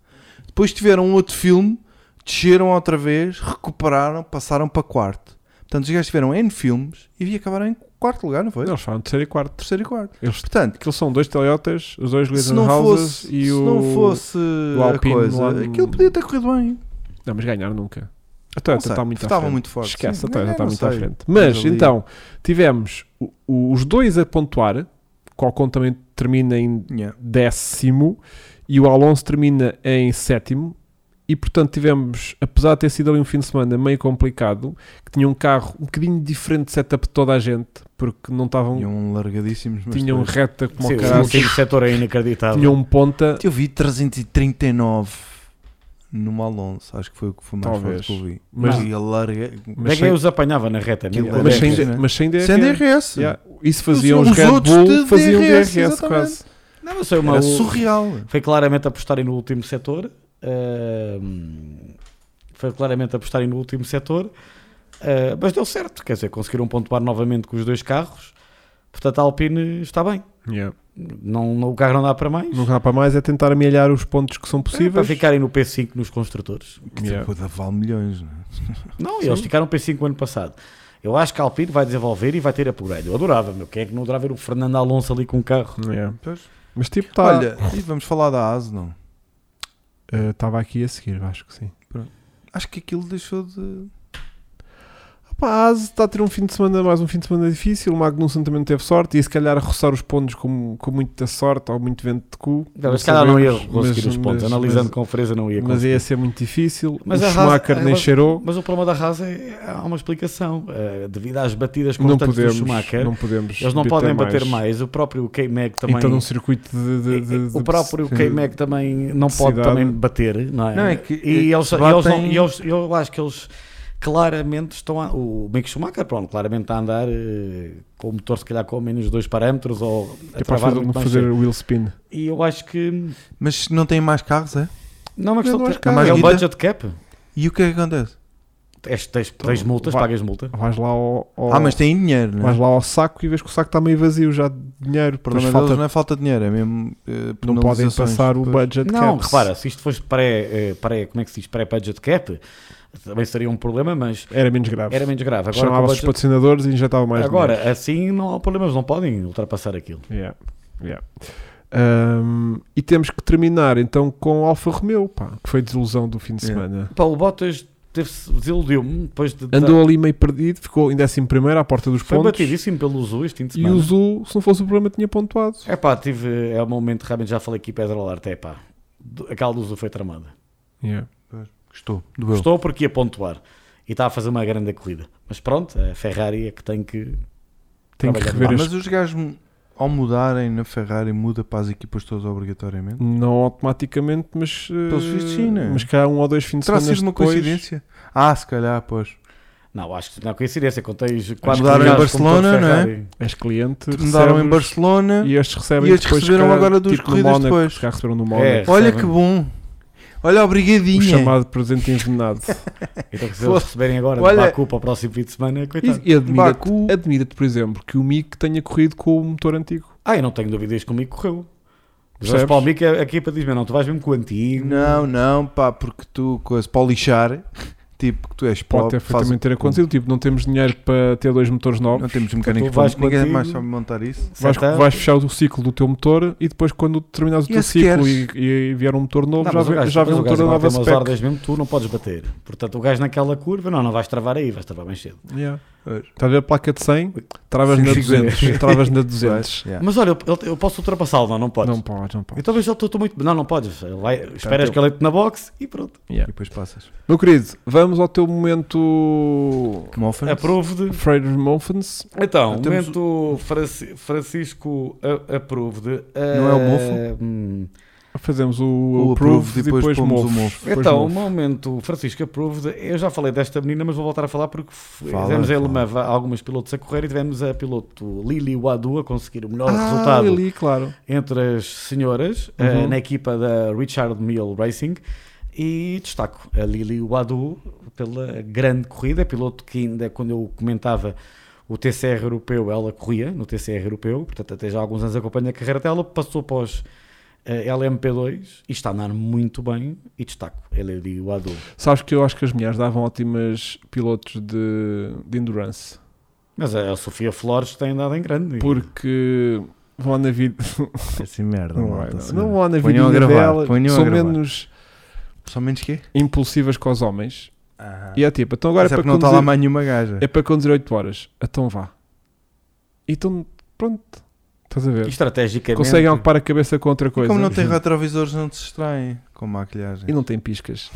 Speaker 2: Depois tiveram um outro filme, desceram outra vez, recuperaram, passaram para quarto. Portanto, os gajos tiveram N filmes e acabaram em quarto lugar, não foi?
Speaker 1: Eles falam terceiro e quarto.
Speaker 2: Terceiro e quarto.
Speaker 1: Eles,
Speaker 2: Portanto,
Speaker 1: aqueles são dois Toyotas, os dois
Speaker 2: se não
Speaker 1: Glittenhouses
Speaker 2: fosse,
Speaker 1: e
Speaker 2: se
Speaker 1: o.
Speaker 2: não fosse a
Speaker 1: Alpine lá
Speaker 2: coisa,
Speaker 1: no-
Speaker 2: aquilo podia ter corrido bem.
Speaker 1: Não, mas ganhar nunca. A
Speaker 2: Não
Speaker 1: Toyota
Speaker 2: sei,
Speaker 1: está Tá, muito à
Speaker 2: estavam
Speaker 1: frente.
Speaker 2: muito fortes.
Speaker 1: Esquece,
Speaker 2: Sim,
Speaker 1: a Toyota
Speaker 2: não
Speaker 1: está muito à
Speaker 2: sei.
Speaker 1: frente. Mas,
Speaker 2: Mas ali-
Speaker 1: então, tivemos o- o- os dois a pontuar, Qualcomm também termina em
Speaker 2: Yeah.
Speaker 1: décimo e o Alonso termina em sétimo. E portanto tivemos, apesar de ter sido ali um fim de semana meio complicado, que tinha um carro um bocadinho diferente de setup de toda a gente, porque não estavam.
Speaker 2: Tinham um largadíssimos. mas
Speaker 1: tinham um
Speaker 2: depois-
Speaker 1: reta como
Speaker 3: Sim,
Speaker 1: o
Speaker 3: o
Speaker 1: caralho,
Speaker 3: último setor é inacreditável.
Speaker 1: tinham assim. um ponta.
Speaker 2: Eu vi 339 numa Alonso. Acho que foi o que foi mais
Speaker 1: Talvez.
Speaker 2: forte que eu vi.
Speaker 1: Mas-
Speaker 2: Mas e a larga.
Speaker 1: Mas
Speaker 3: Mas é que
Speaker 1: sem-
Speaker 3: eu os apanhava na reta. né? mil
Speaker 1: Mas sem,
Speaker 3: vezes.
Speaker 1: mas sem DRS.
Speaker 2: Sem DRS.
Speaker 1: é- Yeah. Isso faziam os,
Speaker 2: Os
Speaker 1: Red
Speaker 2: outros
Speaker 1: Bull,
Speaker 2: de
Speaker 1: faziam
Speaker 2: DRS,
Speaker 1: DRS, quase.
Speaker 3: Não, mas foi uma.
Speaker 2: Era surreal.
Speaker 3: Foi claramente apostarem no último setor. ahm, foi claramente apostarem no último setor. ah, mas deu certo, quer dizer, conseguiram pontuar novamente com os dois carros. Portanto, a Alpine está bem.
Speaker 1: Yeah.
Speaker 3: Não, não- o carro não dá para mais.
Speaker 1: Não dá para mais é tentar amelhar os pontos que são
Speaker 3: É, para
Speaker 1: possíveis.
Speaker 3: ficarem no P5 nos construtores.
Speaker 2: Que
Speaker 1: Yeah.
Speaker 2: tipo, dá- vale milhões, não é?
Speaker 3: Não, eles ficaram P5 o ano passado. Eu acho que a Alpine vai desenvolver e vai ter upgrade. Eu adorava, meu. Quem é que não adorava ver o Fernando Alonso ali com o carro?
Speaker 1: Yeah.
Speaker 2: Pois.
Speaker 1: Mas tipo, tá,
Speaker 2: Olha, e vamos falar da ASO, não?
Speaker 1: eh, estava aqui a seguir, acho que sim.
Speaker 2: Acho que aquilo deixou de.
Speaker 1: Pá, a ASE está a ter um fim de semana, mais um fim de semana difícil. O Magnussen também não teve sorte e se calhar a roçar os pontos com, com muita sorte ou muito vento de cu.
Speaker 3: Não, se calhar não ia
Speaker 1: sabemos,
Speaker 3: conseguir os pontos.
Speaker 1: mas-
Speaker 3: Analisando
Speaker 1: mas-
Speaker 3: conferência não ia
Speaker 1: Mas
Speaker 3: conseguir.
Speaker 1: ia ser muito difícil.
Speaker 3: Mas a
Speaker 1: o
Speaker 3: Haas-
Speaker 1: Schumacher
Speaker 3: a
Speaker 1: nem
Speaker 3: Haas-
Speaker 1: cheirou.
Speaker 3: Mas o problema da Haas é, é- há uma explicação. Eh, devido às batidas
Speaker 1: Não
Speaker 3: constantes
Speaker 1: podemos,
Speaker 3: do Schumacher,
Speaker 1: não podemos.
Speaker 3: eles não podem bater mais. O próprio K-Mag também. É,
Speaker 1: Então, num circuito de. de- de- de-
Speaker 3: o próprio
Speaker 1: de-
Speaker 3: K-Mag também não pode
Speaker 1: cidade.
Speaker 3: também bater, não é?
Speaker 2: Não, é que,
Speaker 3: e
Speaker 2: é,
Speaker 3: eles,
Speaker 2: se
Speaker 3: e eles não-
Speaker 2: batem-
Speaker 3: e eles- eu acho que eles claramente estão a, o Mick Schumacher, pronto, claramente está a andar eh, com o motor se calhar com menos dois parâmetros ou a
Speaker 1: É para
Speaker 3: travar
Speaker 1: fazer,
Speaker 3: muito mais
Speaker 1: fazer
Speaker 3: cedo.
Speaker 1: wheel spin.
Speaker 3: E eu acho que
Speaker 2: Mas não tem mais carros, é?
Speaker 3: não é uma questão
Speaker 1: não
Speaker 3: de
Speaker 1: acho
Speaker 3: ter-
Speaker 1: que
Speaker 2: há
Speaker 3: é
Speaker 2: mais
Speaker 3: um
Speaker 2: vida.
Speaker 3: budget cap.
Speaker 2: E o que é que acontece?
Speaker 3: Tens, tens, tens multas,
Speaker 1: vai.
Speaker 3: pagas multa.
Speaker 1: Vais lá ao, ao-
Speaker 2: Ah, mas tem dinheiro, não é?
Speaker 1: vais lá ao saco e vês que o saco está meio vazio já de dinheiro.
Speaker 2: O problema
Speaker 1: Mas
Speaker 2: deles
Speaker 1: falta,
Speaker 2: não é falta de dinheiro, é mesmo. eh,
Speaker 1: não podem
Speaker 2: penalizações.
Speaker 1: passar o
Speaker 2: Pois.
Speaker 1: budget
Speaker 3: é Não,
Speaker 1: caps.
Speaker 3: repara, se isto fosse pré, eh, pré, como é que se diz, pré-budget cap, também seria um problema, mas
Speaker 1: Era menos grave.
Speaker 3: era menos grave. Agora, com o
Speaker 1: Chamava-se os
Speaker 3: budget-
Speaker 1: patrocinadores e injetava mais
Speaker 3: agora
Speaker 1: dinheiro.
Speaker 3: assim não há problemas, não podem ultrapassar aquilo.
Speaker 1: Yeah, yeah. Um, e temos que terminar então com o Alfa Romeo, pá, que foi desilusão do fim de
Speaker 2: Yeah.
Speaker 1: semana.
Speaker 3: Pá, o Bottas teve-se- desiludiu-me depois de.
Speaker 1: Andou ali meio perdido, ficou em 11 primeiro à porta dos
Speaker 3: Tá. foi
Speaker 1: pontos.
Speaker 3: batidíssimo pelo Zul este fim
Speaker 1: E
Speaker 3: de semana.
Speaker 1: o Zu, se não fosse o problema, tinha pontuado.
Speaker 3: É pá, tive. É um momento, realmente já falei aqui Pedra Alarte, é pá. do- Aquela do Zul foi tramada.
Speaker 1: Yeah.
Speaker 2: Gostou, doeu.
Speaker 3: Estou porque ia pontuar. E está a fazer uma grande corrida. Mas pronto, a Ferrari é que tem que.
Speaker 1: Tem que
Speaker 3: Trabalhar
Speaker 1: rever
Speaker 2: Ah,
Speaker 1: este
Speaker 2: mas os gajos, ao mudarem na Ferrari, muda para as equipas todas obrigatoriamente?
Speaker 1: Não automaticamente, mas.
Speaker 2: Pelos
Speaker 1: eh,
Speaker 2: vistos, sim, né?
Speaker 1: Mas cá um ou dois fins de
Speaker 2: Terá
Speaker 1: semana.
Speaker 2: sido uma
Speaker 1: depois,
Speaker 2: coincidência? Ah, se calhar, pois.
Speaker 3: Não, acho que não é coincidência. Contei quatro
Speaker 2: mudaram em
Speaker 3: lugares como todo
Speaker 2: Barcelona, não é?
Speaker 3: Ferrari.
Speaker 1: És cliente.
Speaker 2: Mudaram em
Speaker 1: recebes,
Speaker 2: Barcelona.
Speaker 1: E estes recebem
Speaker 2: e estes
Speaker 1: depois
Speaker 2: receberam
Speaker 1: cá,
Speaker 2: agora duas
Speaker 1: tipo, no
Speaker 2: corridas
Speaker 1: Mónaco,
Speaker 2: depois.
Speaker 1: se cá receberam no
Speaker 3: É,
Speaker 1: Mónaco.
Speaker 2: Olha
Speaker 3: recebem
Speaker 2: que bom. Olha,
Speaker 1: o
Speaker 2: obrigadinha.
Speaker 1: chamado presente envenenado.
Speaker 3: Então, se eles receberem agora de
Speaker 2: Olha-
Speaker 3: Baku para o próximo fim de semana, coitado.
Speaker 1: e e admira-te,
Speaker 2: Baku.
Speaker 1: admira-te, por exemplo, que o Mick tenha corrido com o motor antigo.
Speaker 3: Ah, eu não tenho dúvidas que o Mico correu. Mas
Speaker 1: Percebes?
Speaker 3: para o Mico, a a equipa diz-me: não, tu vais mesmo com o antigo.
Speaker 2: Não, não, pá, porque tu, coisa, para o lixar, tipo, que tu és
Speaker 1: Pode
Speaker 2: pobre,
Speaker 1: até
Speaker 2: faz o
Speaker 1: perfeitamente ter
Speaker 2: cu.
Speaker 1: acontecido. Tipo, não temos dinheiro para ter dois motores novos.
Speaker 2: Não temos mecânicos
Speaker 3: Tu Então vais
Speaker 2: para ninguém
Speaker 3: contigo.
Speaker 2: mais sabe montar isso.
Speaker 1: Vais,
Speaker 3: Certo?
Speaker 1: vais fechar o ciclo do teu motor e depois, quando terminares o
Speaker 2: E
Speaker 1: teu
Speaker 2: se
Speaker 1: ciclo e,
Speaker 2: queres?
Speaker 1: e vier um motor novo,
Speaker 3: Não,
Speaker 1: já
Speaker 3: mas o
Speaker 1: vem
Speaker 3: gajo-
Speaker 1: já vem
Speaker 3: mas
Speaker 1: um
Speaker 3: o
Speaker 1: motor
Speaker 3: gajo
Speaker 1: da
Speaker 3: agora
Speaker 1: nova
Speaker 3: tem umas
Speaker 1: spec.
Speaker 3: ordens mesmo, tu não podes bater. Portanto, o gajo naquela curva, não, não vais travar aí, vais travar mais cedo.
Speaker 1: Yeah.
Speaker 2: Pois.
Speaker 1: Estás a ver a placa de 100, travas na 200. (laughs) travas na 200.
Speaker 2: Yeah.
Speaker 3: Mas olha, eu, eu- eu posso ultrapassá-lo, não, não podes.
Speaker 1: Não pode, não pode.
Speaker 3: Então, mas eu estou estou muito. Não, não podes. Ele vai- esperas
Speaker 2: eu-
Speaker 3: que ele entre na box e pronto.
Speaker 2: E depois passas.
Speaker 1: Meu querido, vamos ao teu momento.
Speaker 2: Mofans.
Speaker 3: É Approve de.
Speaker 1: Freitas Muffins.
Speaker 3: Então,
Speaker 2: Ah, Temos-
Speaker 3: momento Franci- Francisco a- approve de.
Speaker 2: Não é o mofo?
Speaker 3: Hum,
Speaker 1: Fazemos o, approve
Speaker 2: O approve,
Speaker 1: e depois,
Speaker 2: depois pomos
Speaker 1: mofos.
Speaker 2: o mofo.
Speaker 1: Depois
Speaker 3: então, o
Speaker 1: mofo.
Speaker 3: momento Francisco approve de. Eu já falei desta menina, mas vou voltar a falar porque f-
Speaker 2: Fala,
Speaker 3: fizemos em
Speaker 2: fala.
Speaker 3: Lemava algumas pilotos a correr e tivemos a piloto Lili Wadu a conseguir o melhor
Speaker 1: ah,
Speaker 3: resultado.
Speaker 1: ali, claro.
Speaker 3: entre as senhoras
Speaker 1: Uhum.
Speaker 3: eh, na equipa da Richard Mill Racing e destaco a Lili Wadu pela grande corrida, piloto que ainda quando eu comentava o TCR europeu, ela corria no TCR europeu, portanto até já há alguns anos acompanha a carreira dela, passou pós eh, LMP2 e está a andar muito bem e destaco a Lili Wadu.
Speaker 1: Sabes que eu acho que as mulheres davam ótimas pilotos de, de endurance.
Speaker 3: Mas a a Sofia Flores tem andado em grande.
Speaker 1: Porque vão lá na vida.
Speaker 2: Assim, merda,
Speaker 1: Não, vai,
Speaker 2: malta,
Speaker 1: não,
Speaker 2: assim,
Speaker 1: não vão lá na vida
Speaker 2: Ponham a gravar,
Speaker 1: dela.
Speaker 2: ponham a
Speaker 1: São
Speaker 2: gravar.
Speaker 1: menos
Speaker 2: Só menos quê?
Speaker 1: impulsivas que os homens.
Speaker 3: Ah.
Speaker 2: Aham.
Speaker 1: E é tipo, então agora
Speaker 2: Agora
Speaker 1: é para
Speaker 2: não está lá
Speaker 1: conduzir,
Speaker 2: mais nenhuma gaja.
Speaker 1: é para conduzir 8 horas. Então vá. Então, pronto. Estás a ver?
Speaker 3: E estrategicamente
Speaker 1: Conseguem ocupar a cabeça com outra coisa.
Speaker 2: é Como não tem retrovisores, não se distraem com maquilhagem.
Speaker 1: E não tem piscas.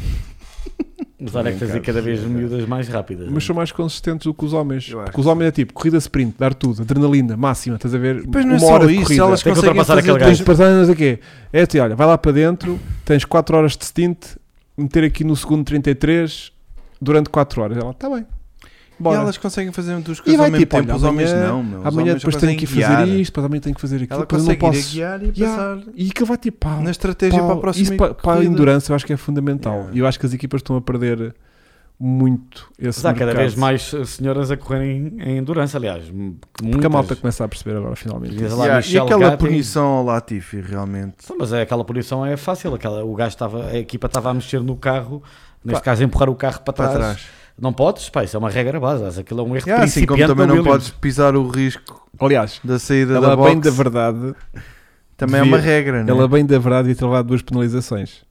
Speaker 3: mas olha que tens aí assim, cada vez miúdas mais rápidas. né?
Speaker 1: Mas são mais consistentes do que os homens.
Speaker 2: Eu acho
Speaker 1: Porque os
Speaker 2: que
Speaker 1: homens é tipo corrida sprint, dar tudo, adrenalina máxima, estás a ver?
Speaker 2: Depois não é
Speaker 1: Uma
Speaker 2: só
Speaker 1: hora de
Speaker 2: isso,
Speaker 1: corrida.
Speaker 2: elas
Speaker 3: Tem que
Speaker 2: conseguem
Speaker 3: ultrapassar
Speaker 2: fazer
Speaker 3: aquele
Speaker 1: Tens
Speaker 3: gajo.
Speaker 2: dois-
Speaker 1: de passar, não sei o quê. É assim, olha, vai lá para dentro, tens 4 horas de stint, meter aqui no segundo 33 durante 4 horas. Ela, está bem.
Speaker 2: E
Speaker 1: Bora.
Speaker 2: elas conseguem fazer duas coisas ao
Speaker 1: vai,
Speaker 2: mesmo
Speaker 1: tipo,
Speaker 2: tempo.
Speaker 1: olha,
Speaker 2: os homens
Speaker 1: amanhã-
Speaker 2: não, meu. Os
Speaker 1: amanhã
Speaker 2: homens
Speaker 1: depois
Speaker 2: conseguem
Speaker 1: tenho que
Speaker 2: guiar.
Speaker 1: fazer isto, depois amanhã tenho que fazer aquilo,
Speaker 2: Ela
Speaker 1: depois eu não
Speaker 2: consegue ir a
Speaker 1: posso.
Speaker 2: guiar e a
Speaker 1: Yeah.
Speaker 2: passar
Speaker 1: E aquilo vai tipo, pá,
Speaker 2: na estratégia
Speaker 1: pá,
Speaker 2: para a próxima
Speaker 1: isso para, para a
Speaker 2: corrida.
Speaker 1: endurance eu acho que é fundamental.
Speaker 2: Yeah.
Speaker 1: E eu acho que as equipas estão a perder muito esse
Speaker 3: Mas há cada
Speaker 1: mercado.
Speaker 3: vez mais eh, senhoras a correrem em endurance, aliás. m- que
Speaker 1: Porque a
Speaker 3: muitas-
Speaker 1: malta começa a perceber agora, finalmente.
Speaker 3: Diz lá,
Speaker 2: Yeah, e
Speaker 3: Michel
Speaker 2: aquela
Speaker 3: Gatti.
Speaker 2: punição ao Latifi, realmente.
Speaker 3: Sim, Mas é, aquela punição é fácil. Aquela, o gajo estava, a equipa estava a mexer no carro, neste
Speaker 2: Pá.
Speaker 3: caso a empurrar o carro para trás.
Speaker 2: Para trás.
Speaker 3: Não podes, pá, isso é uma regra base. Aquilo é um erro
Speaker 2: Yeah, assim como
Speaker 3: principiante
Speaker 2: também
Speaker 3: da
Speaker 2: não
Speaker 3: Williams.
Speaker 2: podes pisar o risco
Speaker 1: Aliás,
Speaker 2: da saída
Speaker 1: ela é
Speaker 2: da
Speaker 1: bem
Speaker 2: box.
Speaker 1: da verdade,
Speaker 2: Também
Speaker 1: devia-
Speaker 2: é uma regra, né?
Speaker 1: ela bem da verdade devia ter levado duas penalizações.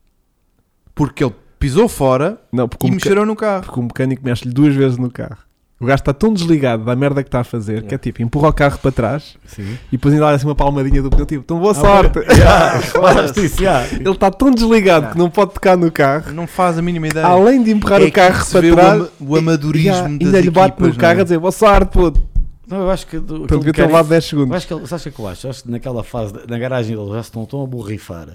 Speaker 2: Porque ele pisou fora
Speaker 1: Não, porque o,
Speaker 2: e
Speaker 1: meca-
Speaker 2: mexeram no carro.
Speaker 1: porque o mecânico mexe-lhe duas vezes no carro. O gajo está tão desligado da merda que está a fazer que é tipo, empurra o carro para trás
Speaker 3: Sim. (laughs)
Speaker 1: e depois ainda dá assim uma palmadinha do pneu, tipo, então
Speaker 2: Ah,
Speaker 1: boa sorte.
Speaker 3: (laughs) Falaste isso, já.
Speaker 1: Ele está tão desligado que não pode tocar no carro.
Speaker 2: Não faz a mínima ideia.
Speaker 1: Além de empurrar
Speaker 2: É
Speaker 1: o carro
Speaker 2: que se vê
Speaker 1: para
Speaker 2: o
Speaker 1: trás,
Speaker 2: ama- o amadorismo
Speaker 1: já,
Speaker 2: das
Speaker 1: ainda lhe bate
Speaker 2: equipas,
Speaker 1: no carro
Speaker 2: não é?
Speaker 1: a dizer boa sorte, puto.
Speaker 3: Não, eu acho que. Do,
Speaker 1: Portanto,
Speaker 3: aquilo que
Speaker 1: devia ter
Speaker 3: querem-
Speaker 1: levado 10
Speaker 3: eu
Speaker 1: segundos.
Speaker 3: acho que, ele- sabes o que é que eu acho? Eu acho que naquela fase, de- na garagem eles já se estão tão a borrifar.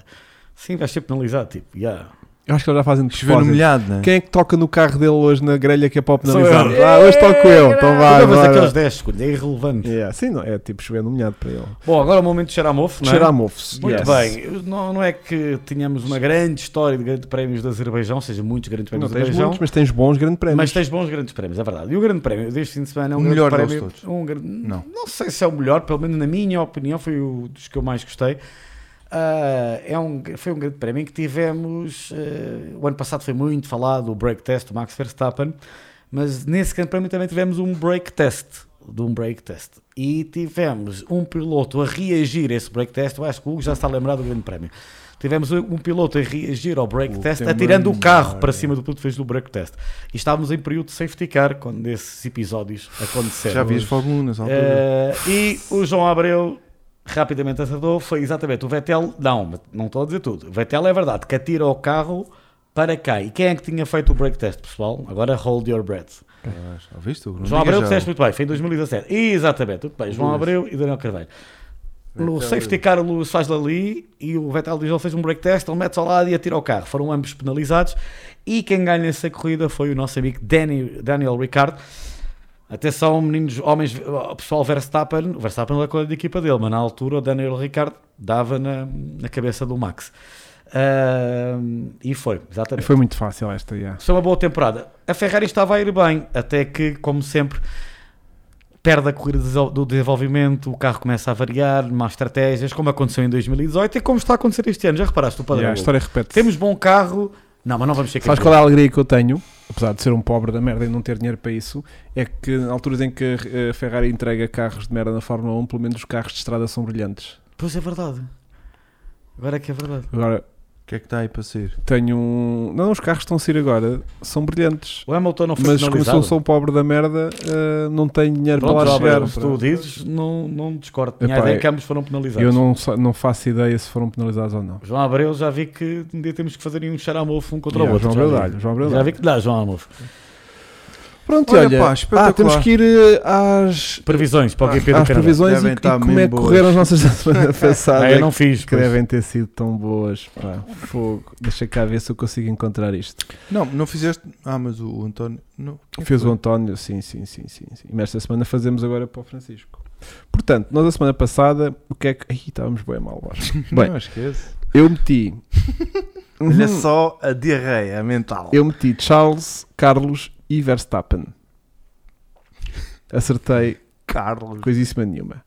Speaker 3: Sim, vais ser penalizado, tipo, já.
Speaker 1: Eu acho que eles já fazem de
Speaker 2: Choveu no
Speaker 1: propósito.
Speaker 2: molhado, né?
Speaker 1: Quem é que toca no carro dele hoje na grelha que é para o
Speaker 3: Sou
Speaker 1: penalizar?
Speaker 3: eu.
Speaker 1: Ah, hoje toco eu,
Speaker 2: é
Speaker 1: então vai,
Speaker 3: Não, mas
Speaker 1: bora.
Speaker 3: aqueles 10 segundos, é irrelevante.
Speaker 1: Yeah, sim, não, é tipo chover no molhado para ele.
Speaker 3: Bom, agora é o momento de cheirar mofo, não é?
Speaker 1: Cheira a mofos.
Speaker 3: Muito
Speaker 1: yes.
Speaker 3: bem, Eu- não, não é que tínhamos uma grande história de grandes prémios do Azerbaijão, ou seja, muitos grandes
Speaker 1: Não
Speaker 3: prémios do
Speaker 1: tens
Speaker 3: Azerbaijão,
Speaker 1: muitos, mas tens bons grandes prémios.
Speaker 3: mas tens bons grandes prémios, é verdade. E o grande prémio deste fim de semana é um
Speaker 2: O
Speaker 3: grande
Speaker 2: melhor deles
Speaker 3: prémio.
Speaker 2: todos.
Speaker 3: Um grande, não.
Speaker 2: Não.
Speaker 3: sei se é o melhor, pelo menos na minha opinião, foi o dos que eu mais gostei. Ah, é um, foi um grande prémio em que tivemos. ah, o ano passado foi muito falado o break test do Max Verstappen, mas nesse grande prémio também tivemos um break test. De um break test. E tivemos um piloto a reagir a esse break test. Eu acho que o Hugo já está lembrado do grande prémio. Tivemos um piloto a reagir ao break
Speaker 2: O
Speaker 3: test,
Speaker 2: Cameron
Speaker 3: atirando o carro para
Speaker 2: Norrie.
Speaker 3: cima do piloto que fez do break test. E estávamos em período de safety car quando esses episódios aconteceram.
Speaker 2: Já vi as Fórmula 1 nessa altura.
Speaker 3: Eh, e o João Abreu rapidamente acertou. Foi exatamente o Vettel. Não, mas não estou a dizer tudo. O Vettel é verdade que atira o carro para cá. E quem é que tinha feito o break test, pessoal? Agora hold your breath.
Speaker 2: Ah, já Ouviste? Não digas
Speaker 3: João Abreu,
Speaker 2: já.
Speaker 3: disseste muito bem, foi em 2017. Exatamente, muito bem. João Abreu e Daniel Carvalho. No
Speaker 2: Vettel.
Speaker 3: safety car, o Lewis faz ali e o Vettel diz: ele fez um break test, ele mete-se ao lado e atira o carro. Foram ambos penalizados e quem ganha essa corrida foi o nosso amigo Danny- Daniel Ricciardo. Atenção, meninos, homens, o pessoal Verstappen, o Verstappen era a coisa da equipa dele, mas na altura o Daniel Ricciardo dava na, na cabeça do Max. Ahm, e foi, exatamente.
Speaker 1: Foi muito fácil esta, yeah.
Speaker 3: Foi uma boa temporada. A Ferrari estava a ir bem, até que, como sempre, perde a corrida de- do desenvolvimento, o carro começa a variar, más estratégias, como aconteceu em 2018 e como está a acontecer este ano. Já reparaste o padrão?
Speaker 1: Yeah, a história repete
Speaker 3: Temos bom carro, não, mas não vamos ser
Speaker 1: Sabes
Speaker 3: campeões.
Speaker 1: qual é a alegria que eu tenho? Apesar de ser um pobre da merda e não ter dinheiro para isso, é que na alturas em que a Ferrari entrega carros de merda na Fórmula 1, pelo menos os carros de estrada são brilhantes.
Speaker 3: Pois é verdade. Agora é que é verdade.
Speaker 1: Agora,
Speaker 2: O que é que está aí para sair?
Speaker 1: tenho um. Não, os carros que estão a sair agora são brilhantes.
Speaker 3: O Hamilton não foi
Speaker 1: Mas como
Speaker 3: penalizado.
Speaker 1: sou, sou pobre da merda, eh, não tenho dinheiro
Speaker 3: Pronto,
Speaker 1: para lá
Speaker 3: Robert,
Speaker 1: chegar.
Speaker 3: se tu dizes, não, não discordo. Tinha a
Speaker 1: Epá,
Speaker 3: ideia
Speaker 1: eu-
Speaker 3: que ambos foram penalizados.
Speaker 1: Eu não, sa- não faço ideia se foram penalizados ou não.
Speaker 3: João Abreu já vi que um dia temos que fazer um xaramofo um contra
Speaker 1: Yeah,
Speaker 3: o
Speaker 1: João
Speaker 3: outro. já
Speaker 1: Abreu
Speaker 3: vi.
Speaker 1: dá-lhe, João Abreu
Speaker 3: Já
Speaker 1: dá-lhe.
Speaker 3: vi que dá, João Amofo.
Speaker 1: Pronto,
Speaker 2: Olha,
Speaker 1: olha,
Speaker 2: pá,
Speaker 1: ah,
Speaker 2: espetacular.
Speaker 1: temos que ir eh, às,
Speaker 3: Previsões para o GP do
Speaker 1: às
Speaker 3: Canadá.
Speaker 1: previsões e,
Speaker 2: Devem
Speaker 1: e
Speaker 2: estar
Speaker 1: como
Speaker 2: mesmo
Speaker 1: é que correram as
Speaker 2: boas.
Speaker 1: nossas (laughs) da semana passada.
Speaker 3: Ah, eu não fiz.
Speaker 1: É que
Speaker 3: pois.
Speaker 1: devem ter sido tão boas. Pá, fogo. Deixa cá ver se eu consigo encontrar isto.
Speaker 2: Não, não fizeste. Ah, mas o António. Não. Quem
Speaker 1: Fez
Speaker 2: foi?
Speaker 1: o António, sim, sim, sim, sim, sim. Mas esta semana fazemos agora para o Francisco. Portanto, nós a semana passada, o que é que. Ih, estávamos bem mal, acho. Bem,
Speaker 2: Não esquece.
Speaker 1: eu meti. (laughs)
Speaker 2: Olha
Speaker 1: Uhum.
Speaker 2: só a diarreia mental.
Speaker 1: Eu meti Charles, Carlos e Verstappen. Acertei
Speaker 2: Carlos.
Speaker 1: coisíssima nenhuma.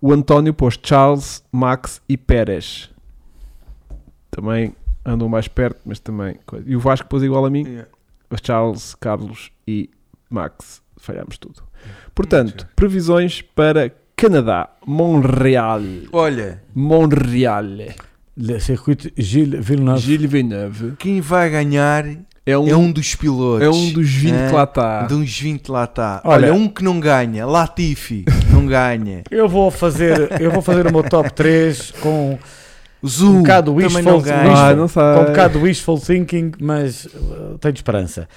Speaker 1: O António pôs Charles, Max e Pérez. Também andam mais perto, mas também. coisa. E o Vasco pôs igual a mim.
Speaker 2: Yeah.
Speaker 1: Os Charles, Carlos e Max. Falhámos tudo. Portanto, previsões para Canadá. Montreal.
Speaker 2: Olha,
Speaker 1: Montreal.
Speaker 3: Le circuito Gilles Villeneuve.
Speaker 1: Gilles Villeneuve
Speaker 2: quem vai ganhar
Speaker 1: é um,
Speaker 2: é um dos pilotos.
Speaker 1: é um dos 20
Speaker 2: É,
Speaker 1: que lá está.
Speaker 2: De uns 20 lá está.
Speaker 3: Olha.
Speaker 2: Olha, um que não ganha, Latifi, não ganha.
Speaker 3: Eu vou fazer, eu vou fazer o meu top 3 com
Speaker 2: Zu,
Speaker 3: Um bocado
Speaker 2: também
Speaker 3: wishful
Speaker 2: não
Speaker 3: thinking.
Speaker 2: ganha.
Speaker 1: Ah, não sei.
Speaker 3: com um bocado de wishful thinking, mas uh, tenho esperança.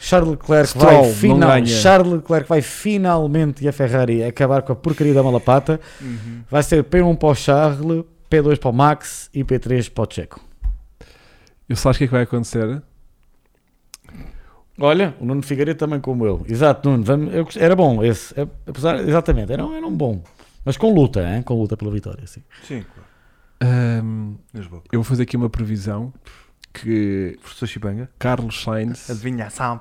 Speaker 3: Charles Leclerc
Speaker 1: Stroll,
Speaker 3: vai
Speaker 1: não
Speaker 3: final,
Speaker 1: ganha.
Speaker 3: Charles Leclerc vai finalmente e a Ferrari acabar com a porcaria da malapata.
Speaker 2: Uhum.
Speaker 3: Vai ser P1 para o Charles, P2 para o Max e P3 para o Checo.
Speaker 1: Eu sabes o que é que vai acontecer?
Speaker 3: Olha, o Nuno Figueiredo também como eu. Exato, Nuno. vamos- eu gost- era bom esse. É, Apesar, exatamente, era, um- era um bom. Mas com luta, hein? com luta pela vitória. Sim.
Speaker 2: Sim, claro.
Speaker 1: Ahm,
Speaker 2: Nas bocas.
Speaker 1: eu vou fazer aqui uma previsão que
Speaker 2: Professor Chibanga.
Speaker 1: Carlos Sainz
Speaker 2: Adivinhação.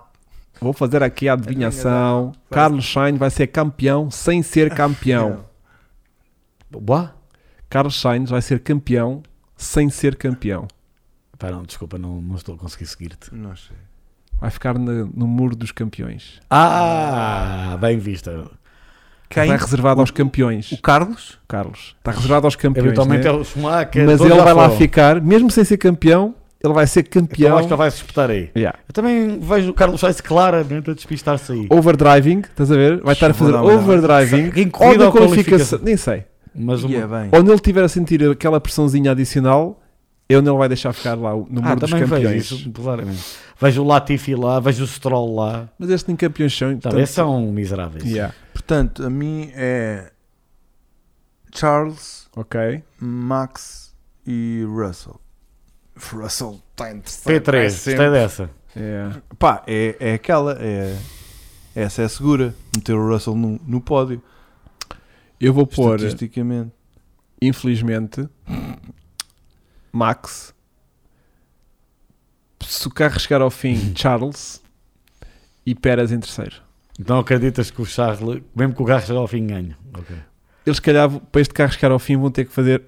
Speaker 1: Vou fazer aqui a adivinhação. Carlos Sainz vai ser campeão sem
Speaker 3: (laughs)
Speaker 1: ser campeão.
Speaker 3: Boa?
Speaker 1: Carlos Sainz vai ser campeão sem ser campeão.
Speaker 3: Pá, não, desculpa, não, não estou a conseguir seguir-te.
Speaker 2: Não sei.
Speaker 1: Vai ficar na- no muro dos campeões.
Speaker 3: Ah, bem vista.
Speaker 2: Quem?
Speaker 1: Está reservado aos campeões,
Speaker 2: O Carlos?
Speaker 1: Carlos. Está reservado aos campeões.
Speaker 3: Eventualmente
Speaker 1: né?
Speaker 3: é o Schumacher.
Speaker 1: Mas
Speaker 3: todos
Speaker 1: ele
Speaker 3: já
Speaker 1: vai lá
Speaker 3: foram.
Speaker 1: ficar, mesmo sem ser campeão, ele vai ser
Speaker 3: Então
Speaker 1: campeão.
Speaker 3: acho que ele vai se espetar aí.
Speaker 1: Yeah.
Speaker 3: Eu também vejo o Carlos Sainz claramente a despistar-se aí.
Speaker 1: Oh, Overdriving, estás a ver? Vai estar a fazer
Speaker 2: Vou dar uma olhada.
Speaker 1: overdriving.
Speaker 3: Em corrida
Speaker 1: Ou na
Speaker 3: ou
Speaker 1: qualificação,
Speaker 3: qualificação?
Speaker 1: nem sei.
Speaker 3: Mas uma...
Speaker 2: E é bem.
Speaker 1: Onde ele estiver a sentir aquela pressãozinha adicional, eu não ele vai deixar ficar lá no muro
Speaker 3: ah,
Speaker 1: dos
Speaker 3: também vejo
Speaker 1: campeões.
Speaker 3: isso, claramente. Vejo o Latifi lá, vejo o Stroll lá.
Speaker 1: Mas estes nem campeões são.
Speaker 3: Talvez
Speaker 1: portanto,
Speaker 3: são miseráveis.
Speaker 1: yeah,
Speaker 2: Portanto, a mim é Charles,
Speaker 1: ok.
Speaker 2: Max e Russell. Russell está interessante.
Speaker 3: P3,
Speaker 2: é
Speaker 3: gostei
Speaker 2: sempre-
Speaker 3: dessa.
Speaker 1: Yeah.
Speaker 2: Pá, é, é aquela. É, essa é a segura. Meter o Russell no, no pódio.
Speaker 1: Eu vou pôr, é.
Speaker 2: Estatisticamente.
Speaker 1: infelizmente, Max. Se o carro chegar ao
Speaker 3: (laughs)
Speaker 1: fim, Charles. E Pérez em terceiro.
Speaker 3: Então acreditas que o Charles, mesmo que o Garros ao fim ganhe.
Speaker 1: Eles, se calhar, para este carro chegar ao fim, vão ter que fazer.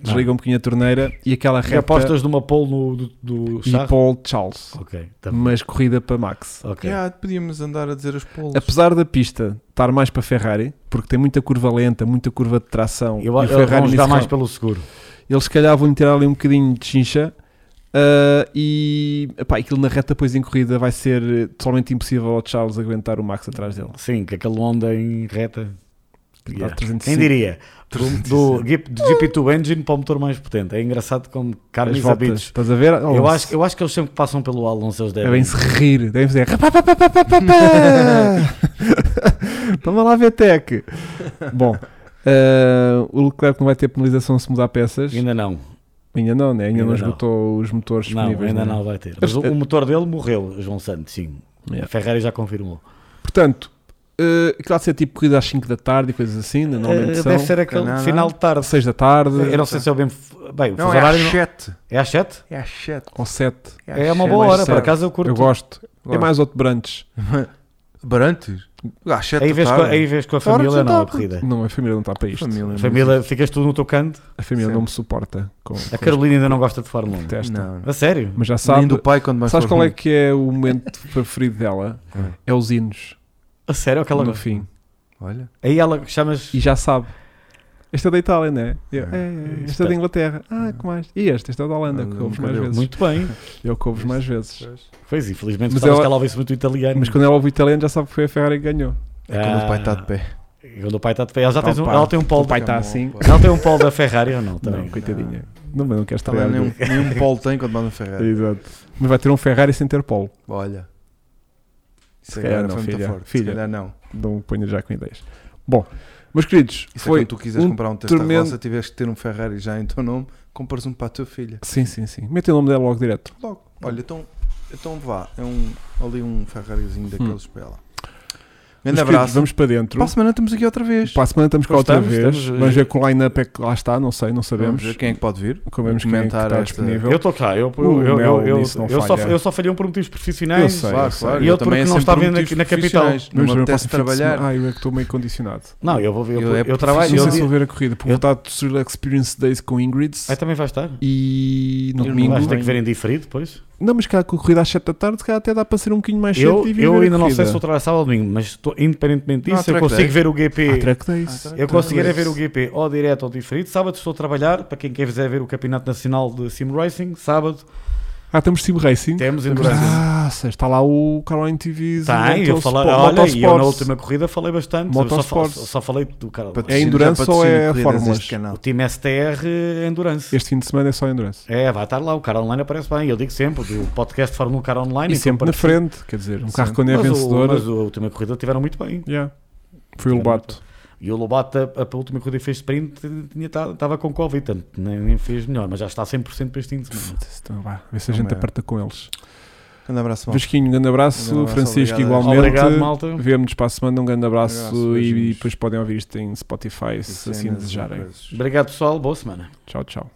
Speaker 1: Desliga um bocadinho a torneira e aquela
Speaker 3: E
Speaker 1: reta.
Speaker 3: apostas numa pole no, do, do
Speaker 1: e
Speaker 3: Charles?
Speaker 1: Paul Charles.
Speaker 3: Ok, tá bem.
Speaker 1: Mas corrida para Max.
Speaker 3: Ok.
Speaker 2: Yeah, podíamos andar a dizer as polos.
Speaker 1: Apesar da pista estar mais para Ferrari, porque tem muita curva lenta, muita curva de tração,
Speaker 3: Eu,
Speaker 1: e o
Speaker 3: eu, eu
Speaker 1: Ferrari
Speaker 3: vamos
Speaker 1: nesse
Speaker 3: dar mais
Speaker 1: ramo,
Speaker 3: pelo seguro.
Speaker 1: eles se calhar vão tirar ali um bocadinho de chincha. ah, e epá, aquilo na reta, depois em corrida, vai ser eh, totalmente impossível ao Charles aguentar o Max atrás dele.
Speaker 3: Sim, que aquele onda em reta.
Speaker 1: Dá 305.
Speaker 3: Quem diria? Do, do, do GP2 engine para o motor mais potente. É engraçado como
Speaker 1: As
Speaker 3: carnes
Speaker 1: voltas,
Speaker 3: habitos.
Speaker 1: Estás a ver?
Speaker 3: Eu acho, eu acho que eles sempre que passam pelo Alonso eles devem.
Speaker 1: Devem-se rir, devem fazer. "Rapá, pá, pá, pá, pá, pá, pá."
Speaker 3: (laughs)
Speaker 1: Toma lá, VTEC. Bom, ah, o Leclerc não vai ter penalização se mudar peças.
Speaker 3: Ainda não.
Speaker 1: Ainda não, né? Ainda,
Speaker 3: Ainda
Speaker 1: não
Speaker 3: não.
Speaker 1: esgotou os motores
Speaker 3: Não,
Speaker 1: disponíveis.
Speaker 3: ainda
Speaker 1: né?
Speaker 3: não vai ter. Mas o, o motor dele morreu, João Santos, sim.
Speaker 1: Yeah.
Speaker 3: A Ferrari já confirmou.
Speaker 1: Portanto, eh, aquilo há de ser tipo corrida às 5 da tarde e coisas assim, né? normalmente
Speaker 3: Eh,
Speaker 1: são.
Speaker 3: Deve ser aquele
Speaker 2: Não, não.
Speaker 3: final de tarde.
Speaker 1: 6 da tarde
Speaker 3: Eu não sei se é o bem. Bem, o
Speaker 2: Não, é às
Speaker 3: Ferrari.
Speaker 2: 7.
Speaker 3: É às 7?
Speaker 2: É às 7.
Speaker 1: ou 7.
Speaker 3: É uma boa
Speaker 1: mais
Speaker 3: hora, por
Speaker 1: cedo.
Speaker 3: acaso eu curto.
Speaker 1: Eu gosto. É
Speaker 2: Gosto.
Speaker 1: mais outro brunch.
Speaker 2: (laughs) Barantes? Às 7
Speaker 3: Aí vês, com, aí vês com a família, não, a
Speaker 2: jantar,
Speaker 3: corrida.
Speaker 1: Não, a família não está para isto.
Speaker 3: A família, ficas tu no teu canto.
Speaker 1: A família
Speaker 2: Sim.
Speaker 1: não me suporta com,
Speaker 3: A
Speaker 1: com
Speaker 3: Carolina ainda não gosta de Fórmula 1.
Speaker 1: este teste.
Speaker 2: Não, não.
Speaker 3: A sério?
Speaker 1: Mas já
Speaker 2: Nem
Speaker 1: sabe.
Speaker 2: do pai quando mais
Speaker 1: Sabes qual é que é o momento (laughs) preferido dela?
Speaker 2: Hum.
Speaker 1: É os hinos
Speaker 3: A sério? é Aquela...
Speaker 1: no fim.
Speaker 2: Olha.
Speaker 3: Aí ela chamas.
Speaker 1: E já sabe. Este é da Itália, não é? Eu,
Speaker 2: É.
Speaker 1: "É, Este é da Inglaterra. Ah, que mais? E este? Este é da Holanda,
Speaker 2: Ah,
Speaker 1: que
Speaker 2: não
Speaker 1: ouves mais
Speaker 2: quero eu.
Speaker 1: vezes.
Speaker 3: Muito bem.
Speaker 1: Eu que ouves mais vezes.
Speaker 3: Pois, infelizmente,
Speaker 1: Mas
Speaker 3: mas ela...
Speaker 1: ela-
Speaker 3: que ela ouvisse muito italiano.
Speaker 1: Mas quando ela ouve italiano já sabe que foi a Ferrari que ganhou.
Speaker 2: É quando o pai
Speaker 3: Ah,
Speaker 2: está de pé.
Speaker 3: Quando o pai está de pé. Ela já
Speaker 1: Então,
Speaker 3: tem um,
Speaker 1: pá,
Speaker 3: ela tem um
Speaker 1: tá O
Speaker 3: polo.
Speaker 1: pai está
Speaker 2: Tá bom,
Speaker 1: assim.
Speaker 2: pá.
Speaker 3: Ela tem um polo da Ferrari ou não? Também.
Speaker 1: Não, coitadinha. Ah. é um Não, mas não queres
Speaker 2: Tá bem,
Speaker 1: trabalhar.
Speaker 2: nenhum, nenhum polo tem quando mais no Ferrari.
Speaker 1: (laughs) Exato. Mas vai ter um Ferrari sem ter polo.
Speaker 2: Olha.
Speaker 1: Se
Speaker 2: Isso
Speaker 1: calhar
Speaker 2: agora
Speaker 1: não,
Speaker 2: foi
Speaker 1: filha.
Speaker 2: muito forte.
Speaker 1: Filha.
Speaker 2: Se calhar não.
Speaker 1: Não ponho já com ideias. Bom, meus queridos,
Speaker 2: Isso é
Speaker 1: foi.
Speaker 2: quando tu quiseres
Speaker 1: um
Speaker 2: comprar um Tesla
Speaker 1: tremendo-
Speaker 2: roça, tiveres que ter um Ferrari já em teu nome, compras um para a tua filha.
Speaker 1: Sim, sim, sim. Mete o nome dela logo direto.
Speaker 2: Logo. Olha, então, então vá. É um, ali um Ferrarizinho daqueles para ela. Grande
Speaker 1: Meus queridos,
Speaker 2: abraço.
Speaker 1: Hum. vamos para dentro.
Speaker 2: Para a semana estamos aqui outra vez.
Speaker 1: Para a semana estamos cá outra
Speaker 3: Gostamos,
Speaker 1: vez.
Speaker 3: estamos-
Speaker 1: Vamos ver qual line-up é que lá está. Não sei, não sabemos.
Speaker 2: Vamos ver quem é que pode vir.
Speaker 1: Comemos quem é que
Speaker 2: comentar
Speaker 1: está
Speaker 2: esta-
Speaker 1: disponível.
Speaker 3: Eu estou cá. Eu,
Speaker 1: O
Speaker 3: eu, eu,
Speaker 1: Mel
Speaker 3: eu, eu,
Speaker 1: nisso não
Speaker 3: eu só,
Speaker 1: falha.
Speaker 3: eu só falhei um por motivos profissionais.
Speaker 1: Eu sei.
Speaker 2: Claro, claro.
Speaker 3: E
Speaker 2: eu
Speaker 3: outro
Speaker 2: também
Speaker 3: que
Speaker 2: é
Speaker 3: não
Speaker 2: sempre
Speaker 3: estava
Speaker 2: por
Speaker 3: ainda
Speaker 2: motivos
Speaker 3: aqui na capital.
Speaker 2: profissionais.
Speaker 1: Mas
Speaker 2: Não me
Speaker 1: também
Speaker 2: apetece
Speaker 1: posso fim de semana-
Speaker 2: trabalhar.
Speaker 1: Ah, eu é que estou meio condicionado.
Speaker 3: Não, eu vou eu,
Speaker 2: Eu é
Speaker 3: eu, trabalho.
Speaker 1: não
Speaker 3: Eu,
Speaker 1: sei se vou ver a corrida, porque
Speaker 3: eu-
Speaker 1: vou estar de Surreal Experience Days com Ingrid
Speaker 3: Aí também vai estar.
Speaker 1: e no
Speaker 2: Eu não
Speaker 1: domingo.
Speaker 3: Vais ter que ver em diferido depois.
Speaker 1: Não, mas cá com a corrida às 7 da tarde, cá até dá para ser um bocadinho mais cedo
Speaker 3: Eu,
Speaker 1: e vir
Speaker 3: eu
Speaker 1: ver né? a
Speaker 3: ainda não sei
Speaker 1: corrida.
Speaker 3: se vou trabalhar sábado ou domingo, mas estou, independentemente
Speaker 2: Não há
Speaker 3: disso, eu
Speaker 2: track
Speaker 3: consigo
Speaker 2: day.
Speaker 3: ver o
Speaker 1: Há
Speaker 3: GP.
Speaker 1: track days.
Speaker 2: Ah, track
Speaker 3: Eu
Speaker 2: day.
Speaker 3: conseguirei ver o GP ou direto ou diferido. Sábado estou a trabalhar, para quem quiser ver o Campeonato Nacional de Sim Racing, sábado
Speaker 1: Ah, temos Sim Racing.
Speaker 3: temos em
Speaker 1: Ah, sei, está lá o Caroline TV.
Speaker 3: um Tem, eu falar, olha, e eu na última corrida falei bastante. Eu só, fal-
Speaker 1: Motorsports.
Speaker 3: só falei do cara.
Speaker 1: É endurance
Speaker 2: Patrocínio,
Speaker 1: ou é
Speaker 2: corridas,
Speaker 1: fórmulas?
Speaker 2: este canal.
Speaker 3: O time STR eh, Endurance.
Speaker 1: Este fim de semana é só Endurance.
Speaker 3: É, vai estar lá, o cara online aparece bem. Eu digo sempre, do podcast Fórmula 1 Cara Online.
Speaker 1: E
Speaker 3: então
Speaker 1: sempre na
Speaker 3: participo.
Speaker 1: frente, quer dizer, um carro
Speaker 2: Sim.
Speaker 1: quando é
Speaker 3: mas, o,
Speaker 1: vencedor.
Speaker 3: mas a última corrida tiveram muito bem.
Speaker 1: yeah. Foi o Lobato.
Speaker 3: E o Lobato, a, a última corrida que fez sprint, estava com Covid, portanto, nem, nem fez melhor, mas já está 100% para este fim de semana.
Speaker 1: Foda-se, Então, vá, vê se a
Speaker 2: Não
Speaker 1: gente
Speaker 2: é.
Speaker 1: aperta com eles.
Speaker 2: Grande abraço, malta.
Speaker 1: Vasquinho, um grande abraço.
Speaker 2: Um grande abraço,
Speaker 1: Francisco,
Speaker 2: obrigado.
Speaker 1: igualmente.
Speaker 3: Obrigado, malta.
Speaker 1: Vemo-nos para a semana. Um grande abraço.
Speaker 2: Abraço,
Speaker 1: e,
Speaker 2: beijinhos.
Speaker 1: depois podem ouvir isto em Spotify se assim
Speaker 2: Cenas e
Speaker 1: desejarem.
Speaker 2: coisas.
Speaker 3: Obrigado, pessoal. Boa semana.
Speaker 1: Tchau, tchau.